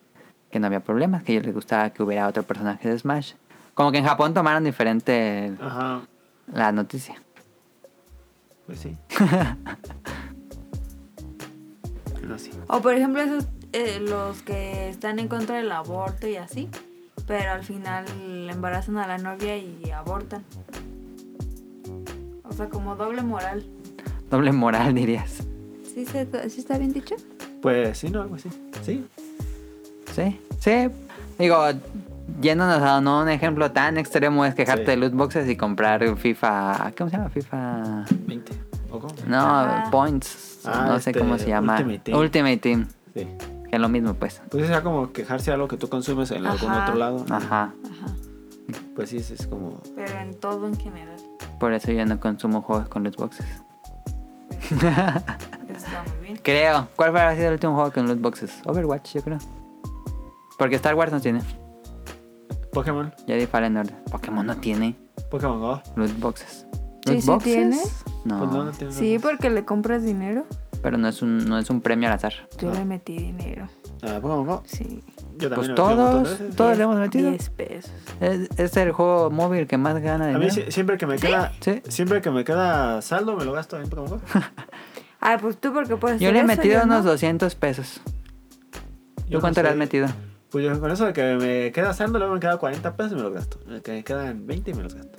Speaker 2: que no había problemas, que a ellos les gustaba que hubiera otro personaje de Smash. Como que en Japón tomaron diferente
Speaker 3: Ajá.
Speaker 2: la noticia. *laughs*
Speaker 3: Pues sí. no, sí.
Speaker 1: O por ejemplo, esos eh, los que están en contra del aborto y así, pero al final embarazan a la novia y abortan. O sea, como doble moral.
Speaker 2: Doble moral, dirías.
Speaker 1: ¿Sí, se, sí está bien dicho?
Speaker 3: Pues sí, no, algo así. Sí.
Speaker 2: Sí, sí. Digo, yéndonos a no un ejemplo tan extremo es quejarte
Speaker 3: Sí.
Speaker 2: de loot boxes y comprar FIFA. ¿Cómo se llama? FIFA.
Speaker 3: 20. ¿O cómo?
Speaker 2: No,
Speaker 1: Ah.
Speaker 2: Points.
Speaker 3: Ah,
Speaker 2: no sé
Speaker 3: este,
Speaker 2: cómo se llama.
Speaker 3: Ultimate Team.
Speaker 2: Ultimate Team.
Speaker 3: Sí.
Speaker 2: Que es lo mismo, pues.
Speaker 3: Pues es como quejarse de algo que tú consumes en algún
Speaker 1: Ajá.
Speaker 3: otro lado.
Speaker 2: Ajá.
Speaker 1: Ajá.
Speaker 3: Pues sí, es, es como.
Speaker 1: Pero en todo en general.
Speaker 2: Por eso yo no consumo juegos con loot boxes.
Speaker 1: Eso está muy bien.
Speaker 2: Creo. ¿Cuál habrá sido el último juego con loot boxes? Overwatch, yo creo. Porque Star Wars no tiene.
Speaker 3: Pokémon.
Speaker 2: Jedi Fallen Order. Pokémon no tiene
Speaker 3: Pokémon Go.
Speaker 2: loot boxes.
Speaker 1: Sí, sí
Speaker 2: ¿Loot
Speaker 1: tiene.
Speaker 2: No.
Speaker 3: Pues no, no tiene
Speaker 1: Sí, porque le compras dinero.
Speaker 2: Pero no es un, no es un premio al azar.
Speaker 1: Yo
Speaker 3: Ah.
Speaker 1: le metí dinero.
Speaker 3: Ah, Pokémon Go.
Speaker 1: Sí.
Speaker 3: Yo también.
Speaker 2: Pues
Speaker 3: lo metí un montón de
Speaker 2: todos,
Speaker 3: veces.
Speaker 2: todos
Speaker 1: Diez-
Speaker 2: le hemos metido.
Speaker 1: 10 pesos.
Speaker 2: Es, es el juego móvil que más gana
Speaker 3: A mí
Speaker 2: dinero.
Speaker 3: si- siempre que me queda.
Speaker 2: Sí.
Speaker 3: Siempre que me queda saldo, me lo gasto en
Speaker 2: *laughs*
Speaker 3: Pokémon Go.
Speaker 1: Ah, pues tú porque puedes
Speaker 2: Yo
Speaker 1: hacer
Speaker 2: le he
Speaker 1: eso,
Speaker 2: metido
Speaker 1: yo no.
Speaker 2: unos 200 pesos.
Speaker 3: Yo
Speaker 2: ¿Tú
Speaker 3: no
Speaker 2: cuánto le has
Speaker 3: soy-
Speaker 2: metido?
Speaker 3: Pues yo con eso de que me queda saldo, luego me queda 40 pesos y me los gasto. El Que me quedan 20 y me los gasto.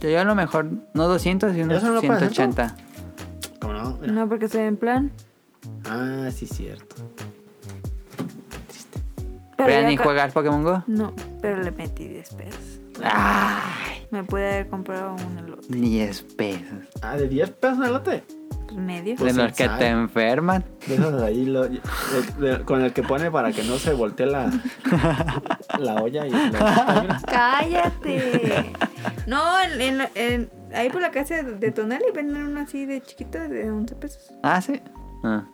Speaker 2: Yo, yo a lo mejor, no 200, y unos
Speaker 3: ¿Eso no lo pagas en
Speaker 2: 180.
Speaker 3: ¿Cómo no? Mira.
Speaker 1: No, porque estoy en plan.
Speaker 3: Ah, sí, cierto.
Speaker 1: Pero
Speaker 2: Pero
Speaker 1: ya
Speaker 2: ni
Speaker 1: ca-
Speaker 2: juegas Pokémon Go.
Speaker 1: No, pero le metí 10 pesos. Ah.
Speaker 2: Ay,
Speaker 1: Me pude haber comprado un elote.
Speaker 2: 10 pesos.
Speaker 3: Ah, de 10 pesos el lote.
Speaker 1: Pues medio.
Speaker 3: Pues
Speaker 2: de los que
Speaker 3: quién sabe.
Speaker 2: te enferman.
Speaker 3: De esos de ahí, lo- de- de- con el que pone para que no se
Speaker 1: *laughs*
Speaker 3: voltee la, la olla y lo- mira.
Speaker 1: ¡Cállate! *laughs* No, en, en la- en- ahí por la casa de Tonali venden uno así de chiquito de 11 pesos.
Speaker 2: Ah, sí. Ah.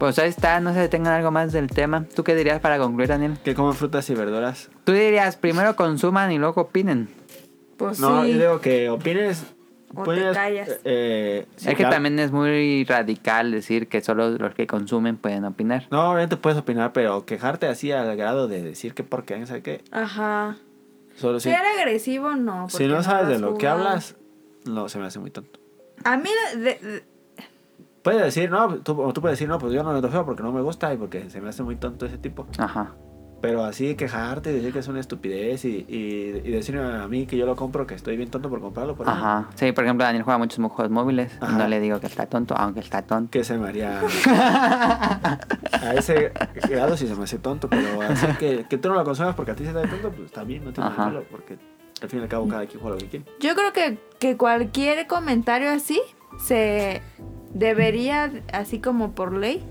Speaker 2: Pues ahí está, no se detengan algo más del tema. ¿Tú qué dirías para concluir, Daniel?
Speaker 3: que coman frutas y verduras.
Speaker 2: Tú dirías, primero consuman y luego opinen.
Speaker 1: Pues
Speaker 3: No,
Speaker 1: sí.
Speaker 3: yo digo que opines.
Speaker 1: O te
Speaker 3: puedes,
Speaker 1: callas.
Speaker 3: eh, sí,
Speaker 2: es que
Speaker 3: claro.
Speaker 2: también es muy radical decir que solo los que consumen pueden opinar.
Speaker 3: No, obviamente puedes opinar, pero quejarte así al grado de decir que porque no sé qué.
Speaker 1: Ajá.
Speaker 3: Solo si,
Speaker 1: Ser agresivo, no.
Speaker 3: Pues si
Speaker 1: porque
Speaker 3: no sabes
Speaker 1: lo
Speaker 3: de
Speaker 1: has
Speaker 3: lo que
Speaker 1: jugado.
Speaker 3: hablas, no se me hace muy tonto.
Speaker 1: A mí, la- de- de-
Speaker 3: Puedes decir, no, tú, o tú puedes decir, no, pues yo no lo feo porque no me gusta y porque se me hace muy tonto ese tipo.
Speaker 2: Ajá.
Speaker 3: Pero así quejarte y decir que es una estupidez y, y, y decirme a mí que yo lo compro, que estoy bien tonto por comprarlo. Por ejemplo,
Speaker 2: Ajá. Sí, por ejemplo, Daniel juega muchos juegos móviles.
Speaker 3: Ajá.
Speaker 2: No le digo que está tonto, aunque está tonto. *laughs*
Speaker 3: Que se me haría. a ese grado sí se me hace tonto, pero así que, que tú no lo consumas porque a ti se te hace tonto, pues está bien, no tiene nada de
Speaker 2: Ajá.
Speaker 3: malo, porque al fin y al cabo cada quien juega lo que quiere.
Speaker 1: Yo creo que, que cualquier comentario así se debería, así como por ley,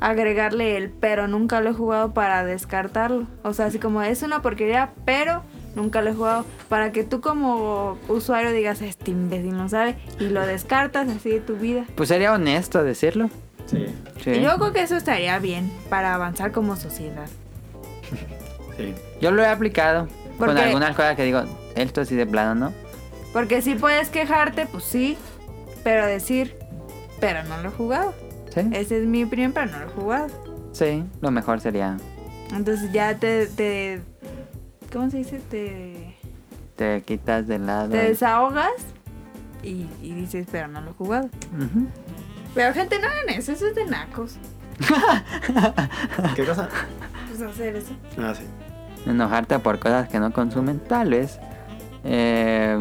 Speaker 1: agregarle el pero nunca lo he jugado para descartarlo. O sea, así como es una porquería, pero nunca lo he jugado. Para que tú como usuario digas, este imbécil no sabe, y lo descartas así de tu vida.
Speaker 2: Pues sería honesto decirlo.
Speaker 3: Sí,
Speaker 2: Sí.
Speaker 1: Y yo creo que eso estaría bien para avanzar como sociedad.
Speaker 3: sí.
Speaker 2: Yo lo he aplicado
Speaker 1: ¿Por
Speaker 2: con
Speaker 1: qué?
Speaker 2: algunas cosas que digo, esto sí de plano, ¿no?
Speaker 1: Porque si puedes quejarte, pues sí, pero decir, pero no lo he jugado.
Speaker 2: Sí.
Speaker 1: Ese es mi opinión, pero no lo he jugado.
Speaker 2: Sí, lo mejor sería
Speaker 1: Entonces ya te, te ¿cómo se dice? Te,
Speaker 2: te quitas de lado.
Speaker 1: te desahogas y, y dices, pero no lo he jugado.
Speaker 2: Ujú.
Speaker 1: Pero gente, no hagan eso, eso es de nacos.
Speaker 3: ¿Qué cosa?
Speaker 1: Pues hacer eso.
Speaker 3: Ah, sí.
Speaker 2: Enojarte por cosas que no consumen, tal vez. Eh,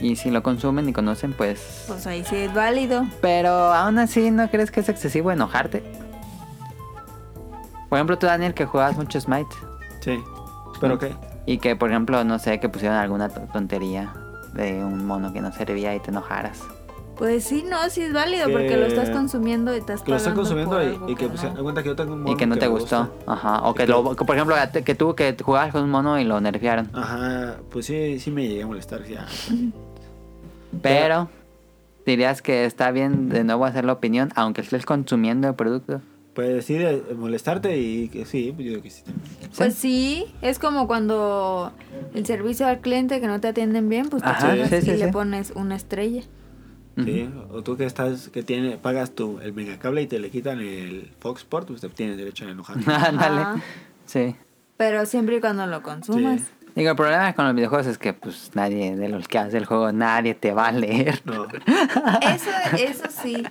Speaker 2: y si lo consumen y conocen, pues...
Speaker 1: Pues ahí sí es válido.
Speaker 2: Pero aún así, ¿no crees que es excesivo enojarte? Por ejemplo, tú, Daniel, que jugabas mucho Smite.
Speaker 3: Sí. ¿Pero qué?
Speaker 2: Y que, por ejemplo, no sé, que pusieron alguna to- tontería de un mono que no servía y te enojaras.
Speaker 1: Pues sí, no, sí es válido
Speaker 3: Que-
Speaker 1: porque lo estás consumiendo y estás
Speaker 3: Que lo están
Speaker 1: pagando
Speaker 3: consumiendo
Speaker 1: por
Speaker 3: y,
Speaker 1: algo
Speaker 3: y que pues,
Speaker 1: no.
Speaker 3: se dan cuenta que yo tengo un mono
Speaker 2: Y que no te
Speaker 3: me
Speaker 2: gustó.
Speaker 3: gusta.
Speaker 2: Ajá. O
Speaker 3: Y
Speaker 2: que,
Speaker 3: que-
Speaker 2: lo, que, por ejemplo, que- que tú que jugabas con un mono y lo nerfearon.
Speaker 3: Ajá, pues sí, sí me llegué a molestar. decía, ah,
Speaker 2: Pero dirías que está bien de nuevo hacer la opinión, aunque estés consumiendo el producto. *laughs*
Speaker 3: Pues sí, de de molestarte y que sí, pues yo digo que sí. también.
Speaker 1: Pues sí, es como cuando el servicio al cliente que no te atienden bien, pues te
Speaker 2: Ajá,
Speaker 1: chingas
Speaker 2: sí, sí,
Speaker 1: y le
Speaker 2: sí.
Speaker 1: pones una estrella.
Speaker 2: Ujú.
Speaker 3: Sí, o tú que estás, que tiene, pagas tu, el megacable y te le quitan el Fox Sport, pues te tienes derecho a enojarte.
Speaker 2: *laughs* Ándale.
Speaker 1: Ajá.
Speaker 2: Ah, Sí.
Speaker 1: Pero siempre y cuando lo consumas.
Speaker 3: Sí.
Speaker 2: Digo, el problema con los videojuegos es que, pues, nadie de los que hace el juego, nadie te va a leer.
Speaker 3: No,
Speaker 1: Eso, eso sí.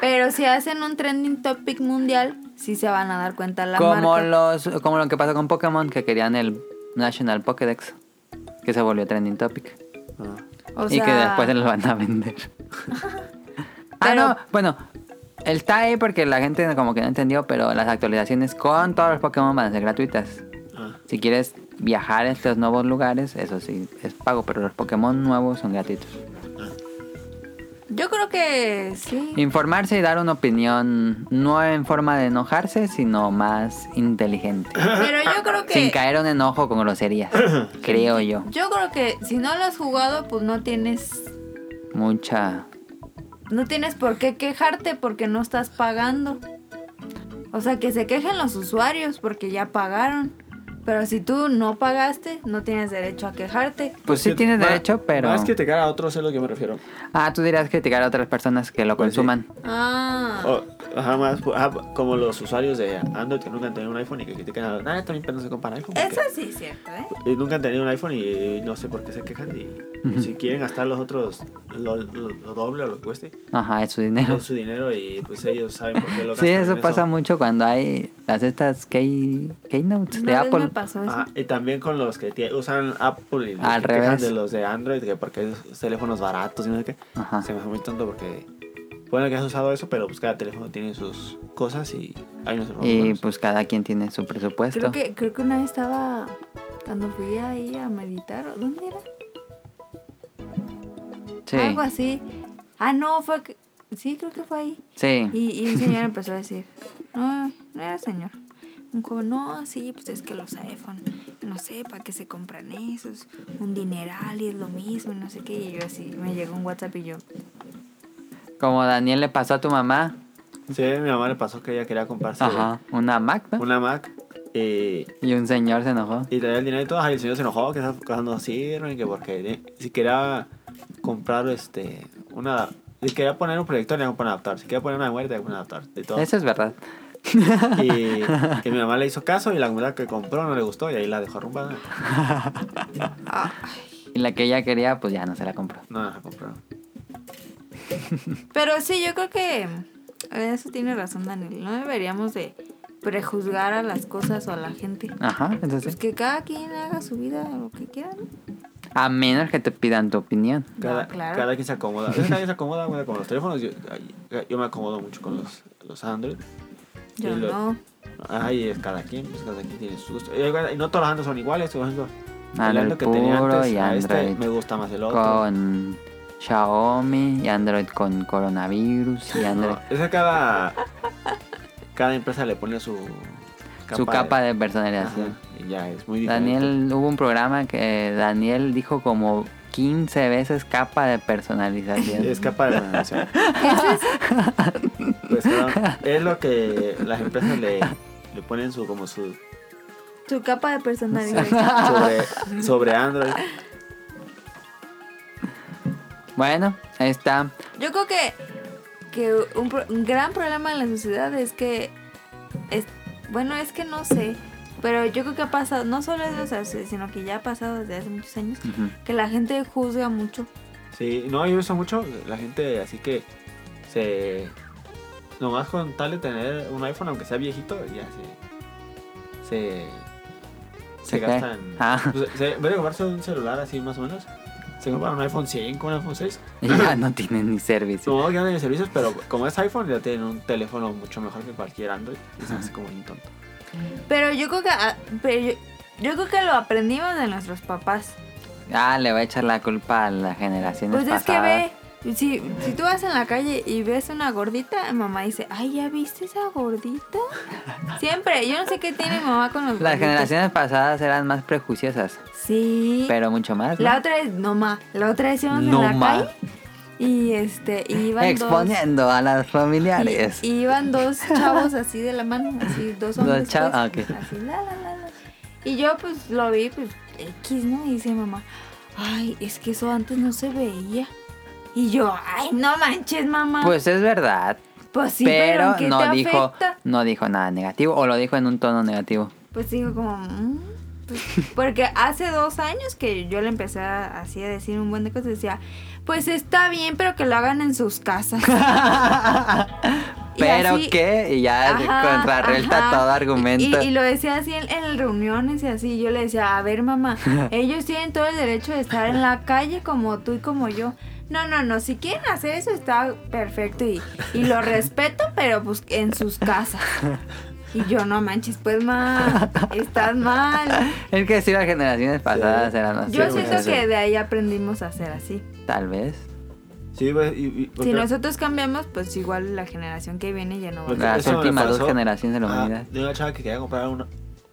Speaker 1: Pero si hacen un trending topic mundial, sí se van a dar cuenta la
Speaker 2: como
Speaker 1: marca.
Speaker 2: los como lo que pasó con Pokémon que querían el National Pokédex que se volvió trending topic
Speaker 3: no.
Speaker 1: O
Speaker 2: y
Speaker 1: sea,
Speaker 2: que después se los van
Speaker 1: *laughs*
Speaker 2: a vender ah
Speaker 1: Pero-
Speaker 2: no bueno él está ahí porque la gente como que no entendió pero las actualizaciones con todos los Pokémon van a ser gratuitas
Speaker 3: Ah,
Speaker 2: si quieres viajar a estos nuevos lugares eso sí es pago pero los Pokémon nuevos son gratuitos
Speaker 1: yo creo que sí.
Speaker 2: informarse y dar una opinión no en forma de enojarse sino más inteligente
Speaker 1: Pero yo
Speaker 2: *laughs*
Speaker 1: creo que.
Speaker 2: sin caer en enojo con
Speaker 3: *coughs*
Speaker 2: groserías creo yo
Speaker 1: Yo creo que si no lo has jugado, pues no tienes.
Speaker 2: mucha
Speaker 1: No tienes por qué quejarte porque no estás pagando. O sea, que se quejen los usuarios porque ya pagaron. Pero si tú no pagaste, no tienes derecho a quejarte.
Speaker 2: Pues sí
Speaker 3: Que-
Speaker 2: tienes
Speaker 3: ma-
Speaker 2: derecho, pero...
Speaker 3: Más criticar a otros es a lo que me refiero.
Speaker 2: Ah, tú dirás criticar a otras personas que lo
Speaker 3: Pues sí.
Speaker 2: consuman.
Speaker 1: Ah.
Speaker 2: Oh.
Speaker 3: O, ajá, más, pues, ajá, como los usuarios de Android que nunca han tenido un iPhone y que critican a los. Ah, también pero no se compara iPhone. porque-
Speaker 1: Eso sí es cierto, ¿eh?
Speaker 3: y nunca han tenido un iPhone y, eh, no sé por qué se quejan. Y
Speaker 2: Ujú.
Speaker 3: si quieren gastar los otros lo, lo- lo doble o lo que cueste,
Speaker 2: Ajá, es su dinero.
Speaker 3: es su dinero y pues ellos saben por qué lo gastan.
Speaker 2: Sí, eso
Speaker 3: en
Speaker 2: pasa mucho cuando hay las estas key- Keynotes de
Speaker 1: Una vez me
Speaker 2: Apple.
Speaker 1: pasó eso.
Speaker 3: Ajá, y también con los que tie- usan Apple y los
Speaker 2: Al
Speaker 3: que quejan
Speaker 2: revés.
Speaker 3: de los de Android, que porque es teléfonos baratos y no sé qué.
Speaker 2: Ajá.
Speaker 3: Se me hace muy tonto porque. Bueno, que has usado eso, pero pues cada teléfono tiene sus cosas y hay unos errores
Speaker 2: Y
Speaker 3: buenos.
Speaker 2: pues cada quien tiene su presupuesto.
Speaker 1: Creo que, creo que una vez estaba cuando fui ahí a meditar, ¿o ¿dónde era?
Speaker 2: Sí,
Speaker 1: Algo así. Ah, no, fue que- sí, creo que fue ahí.
Speaker 2: sí.
Speaker 1: Y, y un
Speaker 2: *laughs*
Speaker 1: señor empezó a decir, no, no era señor. Un joven, no, sí, pues es que los iPhone, no sé, ¿para qué se compran esos? Un dineral y es lo mismo, y no sé qué. Y yo así, me llegó un WhatsApp y yo,
Speaker 2: Como Daniel le pasó a tu mamá.
Speaker 3: Sí, a mi mamá le pasó que ella quería comprarse
Speaker 2: Ajá. Una Mac, ¿no?
Speaker 3: una Mac eh,
Speaker 2: Y un señor se enojó.
Speaker 3: y traía el dinero y todo. Ay, el señor se enojó que esas cosas no sirven, que porque eh, si quería comprar este una. Si quería poner un proyector, le iban a poner un adaptador. Si quería poner una muerte, le iban a poner un adaptador. Y todo.
Speaker 2: Eso es verdad.
Speaker 3: Y que mi mamá le hizo caso y la comida que compró no le gustó y ahí la dejó arrumbada.
Speaker 2: Y la que ella quería, pues ya no se la compró.
Speaker 3: No la compró.
Speaker 1: Pero sí, yo creo que eso tiene razón Daniel. No deberíamos de prejuzgar a las cosas o a la gente.
Speaker 2: Ajá, entonces
Speaker 1: Pues que cada quien haga su vida lo que quiera, ¿no?
Speaker 2: A menos que te pidan tu opinión.
Speaker 3: Cada,
Speaker 1: No, claro.
Speaker 3: cada quien se acomoda. Cada quien se acomoda güey, con los teléfonos. Yo, ay, yo me acomodo mucho con los, los Android.
Speaker 1: Yo
Speaker 3: Y
Speaker 1: *laughs*
Speaker 3: lo-
Speaker 1: no.
Speaker 3: Ay, es cada quien, pues cada quien tiene su gusto. Y, igual, y no todos los Android son iguales, por ejemplo.
Speaker 2: Android
Speaker 3: Android que tenía
Speaker 2: puro
Speaker 3: antes,
Speaker 2: y
Speaker 3: a este
Speaker 2: Android
Speaker 3: me gusta más el otro.
Speaker 2: Con Xiaomi y Android con coronavirus y Android.
Speaker 3: No, esa cada, cada empresa le pone su
Speaker 2: su capa
Speaker 3: de-
Speaker 2: de personalización.
Speaker 3: Ajá, y ya es muy diferente.
Speaker 2: Daniel, hubo un programa que Daniel dijo como 15 veces capa de personalización.
Speaker 3: Es capa de personalización. Pues, claro, es lo que las empresas le, le ponen su como su
Speaker 1: Tu capa de personalidad.
Speaker 3: sobre, sobre Android.
Speaker 2: Bueno, ahí está.
Speaker 1: Yo creo que, que un, pro- un gran problema en la sociedad es que, es, bueno, es que no sé, pero yo creo que ha pasado, no solo es de esa sociedad, sino que ya ha pasado desde hace muchos años,
Speaker 2: Ujú.
Speaker 1: que la gente juzga mucho.
Speaker 3: Sí, no, yo uso mucho la gente, así que se. Nomás con tal de tener un iPhone, aunque sea viejito, ya se. Se. Se,
Speaker 2: ¿Se qué?
Speaker 3: gastan.
Speaker 2: Ah.
Speaker 3: pues, se- en vez de comprarse un celular así más o menos, se compran un iPhone 5, un iPhone 6.
Speaker 2: *laughs* Ya no tienen ni servicio.
Speaker 3: No, ya no tienen servicios, pero como es iPhone, ya tienen un teléfono mucho mejor que cualquier Android. Y se me hace como un tonto.
Speaker 1: Pero yo creo que, ah, pero yo, yo creo que lo aprendimos de nuestros papás.
Speaker 2: Ah, le va a echar la culpa a las generaciones
Speaker 1: Pues es que
Speaker 2: pasadas.
Speaker 1: ve, si, si tú vas en la calle y ves una gordita, mamá dice, ay, ¿ya viste esa gordita? Siempre, yo no sé qué tiene mi mamá con los
Speaker 2: Las
Speaker 1: gorditos.
Speaker 2: generaciones pasadas eran más prejuiciosas,
Speaker 1: Sí.
Speaker 2: pero mucho más. ¿no?
Speaker 1: La otra es, no ma, la otra es íbamos
Speaker 2: No
Speaker 1: en la
Speaker 2: ma.
Speaker 1: calle y este, y iban
Speaker 2: Exponiendo a las
Speaker 1: dos. y-
Speaker 2: familiares.
Speaker 1: Y, iban dos chavos así de la mano, así dos
Speaker 2: Dos
Speaker 1: hombres.
Speaker 2: chavos,
Speaker 1: pues,
Speaker 2: ah, ok.
Speaker 1: así, la, la, la, la. Y yo pues lo vi, pues X, ¿no? Y dice mamá, ay, es que eso antes no se veía. Y yo, ay, no manches, mamá. Pues,
Speaker 2: Pues es verdad,
Speaker 1: sí, pero,
Speaker 2: pero
Speaker 1: ¿en qué
Speaker 2: no
Speaker 1: te
Speaker 2: dijo,
Speaker 1: afecta?
Speaker 2: no dijo nada negativo o lo dijo en un tono negativo.
Speaker 1: Pues digo como, "Mm", pues, porque hace dos años que yo le empecé a- así a decir un buen de cosas, decía, pues está bien, pero que lo hagan en sus
Speaker 3: *laughs*
Speaker 1: casas.
Speaker 2: *laughs*
Speaker 1: Y
Speaker 2: pero
Speaker 1: así-
Speaker 2: que y ya
Speaker 1: Ajá,
Speaker 2: contrarrelta
Speaker 1: ajá.
Speaker 2: todo argumento.
Speaker 1: Y, y lo decía así en, en reuniones y así, yo le decía, a ver
Speaker 3: *laughs*
Speaker 1: mamá, ellos tienen todo el derecho de estar en la calle como tú y como yo. No, no, no, si quieren hacer eso está perfecto y, y lo respeto, pero pues en sus
Speaker 3: *laughs*
Speaker 1: casas. Y yo, no manches, pues mal, estás mal.
Speaker 2: Es que sí, las generaciones pasadas eran así.
Speaker 1: Yo
Speaker 3: Sí,
Speaker 1: siento
Speaker 3: bueno, sí.
Speaker 1: que de ahí aprendimos a ser así.
Speaker 2: Tal vez.
Speaker 3: Sí, pues, y, y- porque-
Speaker 1: Si nosotros cambiamos, pues igual la generación que viene ya no va a
Speaker 3: Porque
Speaker 2: Las
Speaker 3: eso me
Speaker 2: últimas dos
Speaker 3: pasó.
Speaker 2: generaciones de la
Speaker 3: Ah,
Speaker 2: humanidad.
Speaker 3: de una chava que quería comprar un,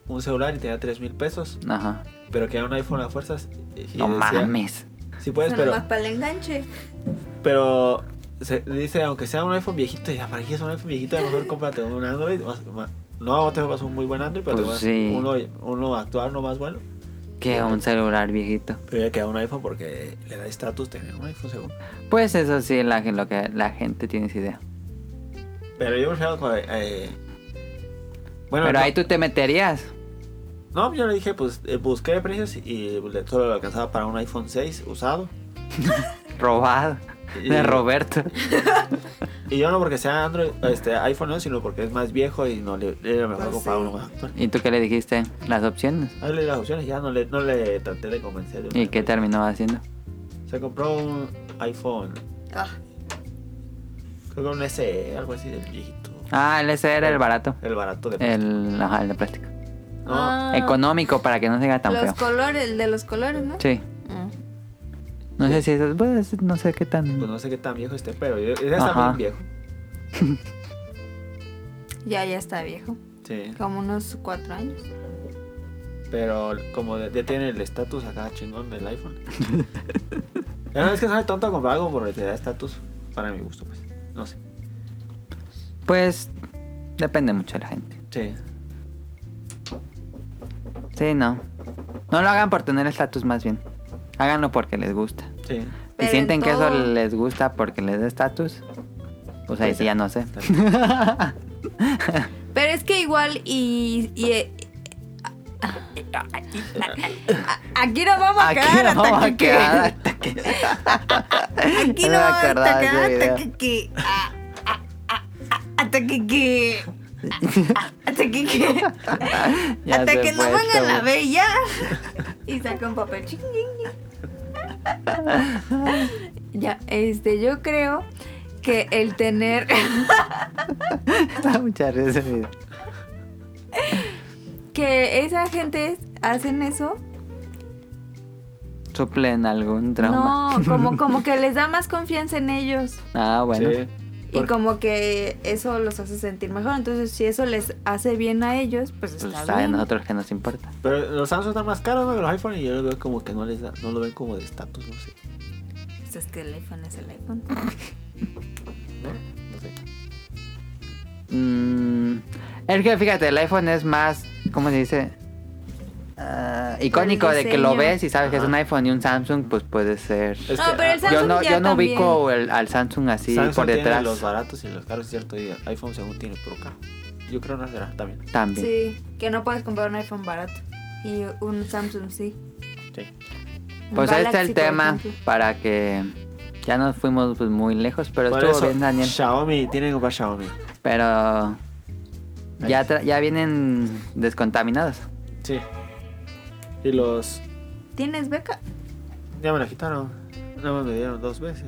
Speaker 3: un celular y tenía 3 mil pesos,
Speaker 2: Ajá.
Speaker 3: pero quería un iPhone a fuerzas. y- y
Speaker 2: No
Speaker 3: decía,
Speaker 2: mames.
Speaker 3: Sí puedes,
Speaker 1: Nada
Speaker 3: pero,
Speaker 1: más para el enganche.
Speaker 3: pero se dice, aunque sea un iPhone viejito, ya para que es un iPhone viejito, a lo mejor cómprate un Android. más- más- no, te vas a un muy buen Android, pero
Speaker 2: Pues
Speaker 3: te vas
Speaker 2: sí.
Speaker 3: uno, uno actual, no más bueno.
Speaker 2: Que un celular viejito.
Speaker 3: Pero ya queda un iPhone porque le da estatus tener un iPhone según.
Speaker 2: Pues eso sí, la, lo que la gente tiene esa idea.
Speaker 3: Pero yo me refiero con, eh, bueno,
Speaker 2: Pero
Speaker 3: no,
Speaker 2: ahí tú te meterías.
Speaker 3: no, yo le dije, pues eh, busqué precios y le- solo le alcanzaba para un iPhone 6 usado.
Speaker 2: Robado.
Speaker 3: Y-
Speaker 2: De Roberto.
Speaker 3: Y yo no porque sea Android, este iPhone no, sino porque es más viejo y no le era mejor
Speaker 1: Pues
Speaker 3: comprar
Speaker 1: sí.
Speaker 3: uno más actual.
Speaker 2: ¿Y tú qué le dijiste? Las opciones.
Speaker 3: Ahí le di las opciones, ya no le, no le traté de convencer.
Speaker 2: ¿Y qué terminó haciendo?
Speaker 3: Se compró un iPhone,
Speaker 1: Ah,
Speaker 3: creo que un SE, algo así del viejito.
Speaker 2: Ah, el ese era el barato.
Speaker 3: El barato de.
Speaker 2: El, ajá, el de plástico.
Speaker 3: No,
Speaker 1: Ah.
Speaker 2: Económico para que no se haga tan
Speaker 1: los
Speaker 2: feo.
Speaker 1: colores, el de los colores, ¿no?
Speaker 2: Sí.
Speaker 1: Mm.
Speaker 2: No sé si eso. Pues no sé qué
Speaker 3: pues
Speaker 2: tan.
Speaker 3: no sé qué tan viejo esté, pero yo- ese está
Speaker 2: Ajá.
Speaker 3: muy viejo.
Speaker 1: Ya, ya está viejo.
Speaker 3: Sí,
Speaker 1: Como unos cuatro años.
Speaker 3: pero como ya tiene el estatus acá chingón del
Speaker 2: *laughs*
Speaker 3: iPhone. ya no es que sabe tonto comprar algo porque te da estatus, para mi gusto, pues. No sé.
Speaker 2: Pues depende mucho de la gente.
Speaker 3: Sí.
Speaker 2: Sí, no. No lo hagan por tener estatus más bien. Háganlo porque les gusta.
Speaker 3: Sí.
Speaker 2: Si
Speaker 1: Pero
Speaker 2: sienten
Speaker 1: en
Speaker 2: que eso
Speaker 1: todo.
Speaker 2: les gusta porque les da estatus, pues ahí sí ya no sé.
Speaker 1: Pero es que igual y... y- eh, Aquí nos vamos a
Speaker 2: Aquí
Speaker 1: quedar
Speaker 2: no vamos
Speaker 1: hasta que
Speaker 2: a
Speaker 1: quede. *laughs*
Speaker 2: quedar hasta que...
Speaker 1: Aquí
Speaker 2: Ya
Speaker 1: no
Speaker 2: me
Speaker 1: vamos a
Speaker 2: acordaba de
Speaker 1: quedar
Speaker 2: ese
Speaker 1: hasta
Speaker 2: video.
Speaker 1: que que- ah, ah, ah, ah, Hasta que que- ah, ah, Hasta de Quique.
Speaker 2: *laughs* Ya
Speaker 1: Hasta
Speaker 2: se
Speaker 1: que no
Speaker 2: fue
Speaker 1: vengan
Speaker 2: *laughs* este,
Speaker 1: a ver ya. *laughs* y saca un papel. Ching, ching, ching. *laughs* ya, este, yo creo que el tener. *laughs*
Speaker 2: Da mucha risa ese video.
Speaker 1: que esas gentes hacen eso.
Speaker 2: Suplen algún trauma.
Speaker 1: No, *laughs* como, como que les da más confianza en ellos.
Speaker 2: Ah, bueno.
Speaker 3: Sí.
Speaker 1: Y
Speaker 3: Por-
Speaker 1: como que eso los hace sentir mejor. Entonces, si eso les hace bien a ellos, pues
Speaker 2: Pues
Speaker 1: está
Speaker 2: saben
Speaker 1: bien.
Speaker 2: nosotros que nos importa.
Speaker 3: Pero los Samsung están más caros, ¿no? Que los iPhone y yo los veo como que no les da, no lo ven como de estatus, no sé.
Speaker 1: Pues es que el iPhone es el iPhone.
Speaker 3: ¿no? No sé.
Speaker 2: Mm, es que fíjate, el iPhone es más, ¿cómo se dice? Ah, icónico de que lo
Speaker 1: diseño.
Speaker 2: ves y sabes que es un iPhone y un Samsung, pues puede ser.
Speaker 3: Es
Speaker 1: no,
Speaker 3: que,
Speaker 1: pero el
Speaker 3: ah,
Speaker 1: Samsung
Speaker 2: Yo no,
Speaker 1: ya
Speaker 2: yo no
Speaker 1: también.
Speaker 2: ubico el- al Samsung así
Speaker 3: Samsung
Speaker 2: por
Speaker 3: tiene
Speaker 2: detrás.
Speaker 3: los baratos y los caros, es cierto. Y iPhone según tiene puro caro. Yo creo no será también.
Speaker 2: También.
Speaker 1: Sí, que no puedes comprar un iPhone barato. Y un Samsung sí.
Speaker 3: Sí.
Speaker 1: Un
Speaker 2: Pues ahí
Speaker 1: Galaxy,
Speaker 2: está el
Speaker 1: por
Speaker 2: tema
Speaker 1: ejemplo.
Speaker 2: para que ya nos fuimos pues, muy lejos, pero
Speaker 3: Por
Speaker 2: estuvo
Speaker 3: eso,
Speaker 2: bien Daniel.
Speaker 3: Xiaomi, tienen que comprar Xiaomi.
Speaker 2: Pero ya tra- ya vienen descontaminados.
Speaker 3: Sí. Y los.
Speaker 1: ¿Tienes beca?
Speaker 3: Ya me la quitaron. Nada más me dieron dos veces.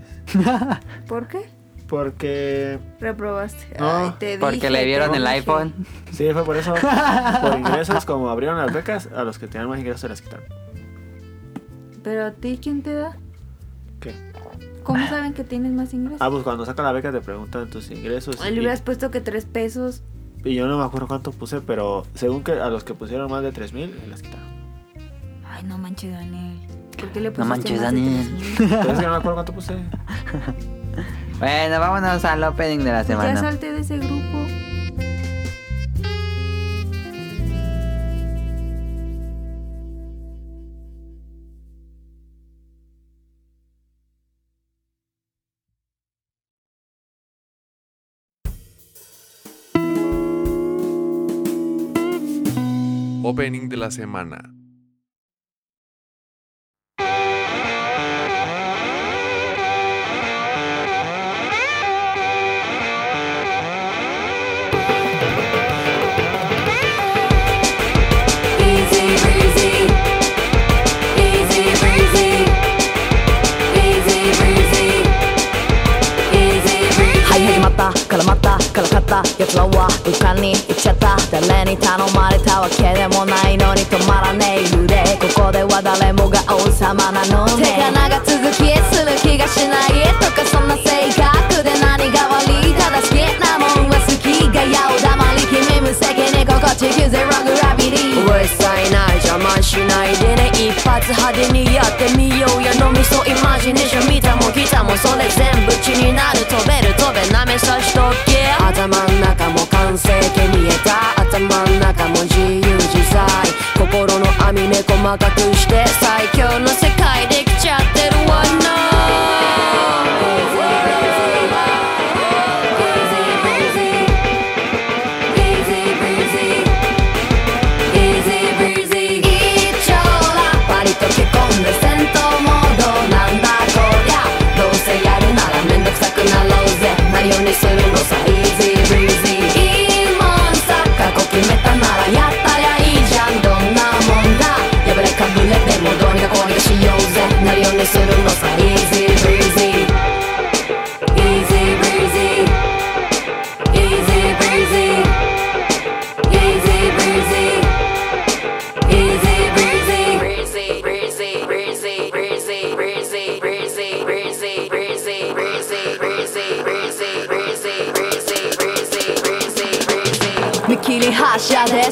Speaker 1: ¿Por qué?
Speaker 3: Porque.
Speaker 1: Reprobaste.
Speaker 3: No,
Speaker 1: Ay, te
Speaker 2: Porque
Speaker 1: dije,
Speaker 2: le
Speaker 1: te
Speaker 2: vieron el
Speaker 1: dije.
Speaker 2: iPhone.
Speaker 3: Sí, fue por eso. *laughs* Por ingresos, como abrieron las becas, a los que tenían más ingresos se las quitaron.
Speaker 1: Pero a ti, ¿quién te da?
Speaker 3: ¿Qué?
Speaker 1: ¿Cómo
Speaker 2: Ah.
Speaker 1: saben que tienes más ingresos?
Speaker 3: Ah, pues cuando sacan la beca te preguntan tus ingresos.
Speaker 2: pues
Speaker 1: Ay, Le
Speaker 3: Y,
Speaker 1: hubieras puesto que tres pesos.
Speaker 3: y yo no me acuerdo cuánto puse, pero según que a los que pusieron más de 3000, las quitaron.
Speaker 1: Ay, no manches, Daniel. ¿Por qué le pusiste
Speaker 2: manches,
Speaker 1: más de
Speaker 2: Daniel.
Speaker 1: tres
Speaker 2: *laughs*
Speaker 1: mil? Pues
Speaker 3: Pero es que no me acuerdo cuánto *laughs* puse.
Speaker 2: Bueno, vámonos al opening de la
Speaker 1: Pues ya
Speaker 2: semana.
Speaker 1: salte de ese grupo.
Speaker 4: Opening de la semana.
Speaker 5: Easy breezy, easy breezy, easy breezy, easy
Speaker 6: Hei
Speaker 5: breezy.
Speaker 6: hei mata, kala mata, kala kata 奴らは床に行っちゃった誰に頼まれたわけでもないのに止まらねえ幽霊ここでは誰もが王様なの
Speaker 5: 手が
Speaker 6: ね
Speaker 5: 長続きする気がしないとかそんな性格で何が悪いただ好きなもんは好きがやお黙り君無責任心地球ゼログラビティ
Speaker 6: うるさいな邪魔しないでね一発派手にやってみようや脳みそイマジネーション見たもギターもそれ全部血になる飛べる飛べなめさしとけ頭ん中も完成形見えた頭ん中も自由自在心の網目細かくして最強の世界できちゃってるわな
Speaker 5: Easy breezy, easy breezy, easy breezy. 一丁ラパリと着込んで戦闘モードなんだこりゃ。どうせやるならめんどくさくなろうぜ。何をにするのさ、easy breezy。いいもんさ、過去決めたならやったらいいじゃん。どんなもんだ。破れかぶれでもどうにかこうにかしようぜ。何をにするのさ、easy breezy。Easy breezy. Easy breezy. Easy breezy. Easy breezy.
Speaker 6: Breezy, breezy, breezy, breezy, breezy, breezy, breezy, breezy, breezy, breezy, breezy, breezy, breezy, breezy, breezy, breezy.
Speaker 5: 見切り発車で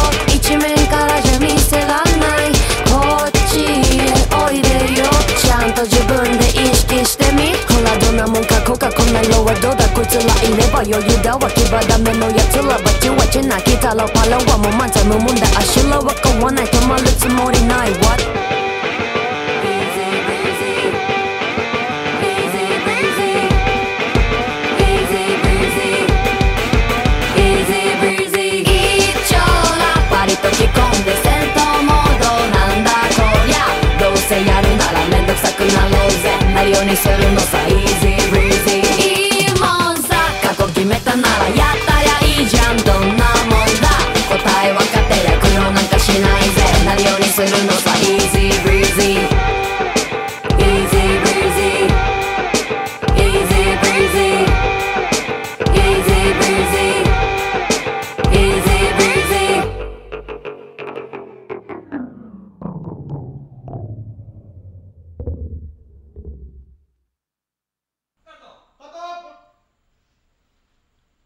Speaker 5: 一面からじゃ見せらんないこっちへおいでよちゃんと自分で意識してみほらどんなもんかこうかこんな色はどうだこいつらいれば余裕だわ牙ダメのやつらはチワチなきたらパラはもう満載無もんだあしらは買わない止まるつもりない What? Easy breezy, easy breezy,
Speaker 6: するのさ Easy breezy いいもんさ過去決めたならやったりゃいいじゃんどんなもんだ答え分かってりゃ苦労なんかしないぜなるようにするのさ Easy breezy Easy breezy Easy breezy Easy breezy Easy breezy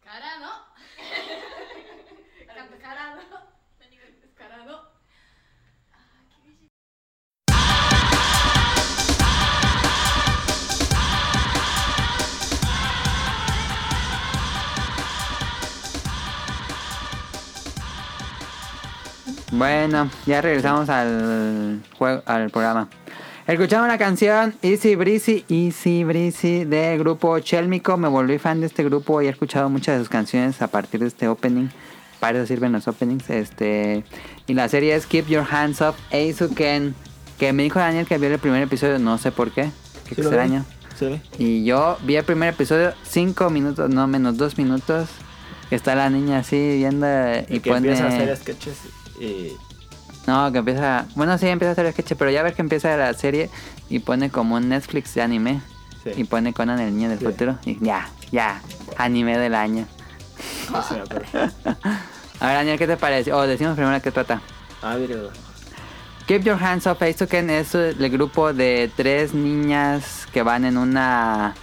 Speaker 7: からのからからの何がですからの
Speaker 2: Bueno, ya regresamos al juego, al programa. Escuchamos la canción Easy Breezy, Easy Breezy del grupo Chelmico. Me volví fan de este grupo y he escuchado muchas de sus canciones a partir de este opening. Para eso sirven los openings. Este y la serie es Keep Your Hands Up Eizuken, que me dijo Daniel que vio el primer episodio, no sé por qué. Qué
Speaker 3: ¿Sí lo ve?
Speaker 2: extraño.
Speaker 3: ¿Sí ve?
Speaker 2: Y yo vi el primer episodio, cinco minutos, no menos dos minutos. que Está la niña así viendo eh, y,
Speaker 3: Y que
Speaker 2: pone.
Speaker 3: empieza a hacer sketches y...
Speaker 2: No, que empieza. Bueno, sí, empieza a hacer sketch, pero ya ves que empieza la serie y pone como un Netflix de anime.
Speaker 3: Sí.
Speaker 2: Y pone Conan el niño del
Speaker 3: Sí.
Speaker 2: futuro. Y ya, ya, anime del año.
Speaker 3: No se me acuerdo.
Speaker 2: *laughs* A ver, Daniel, ¿qué te parece? O decimos primero de qué trata.
Speaker 3: Ah, mira.
Speaker 2: Keep Your Hands Off Aizuken es el grupo de tres niñas que van en una.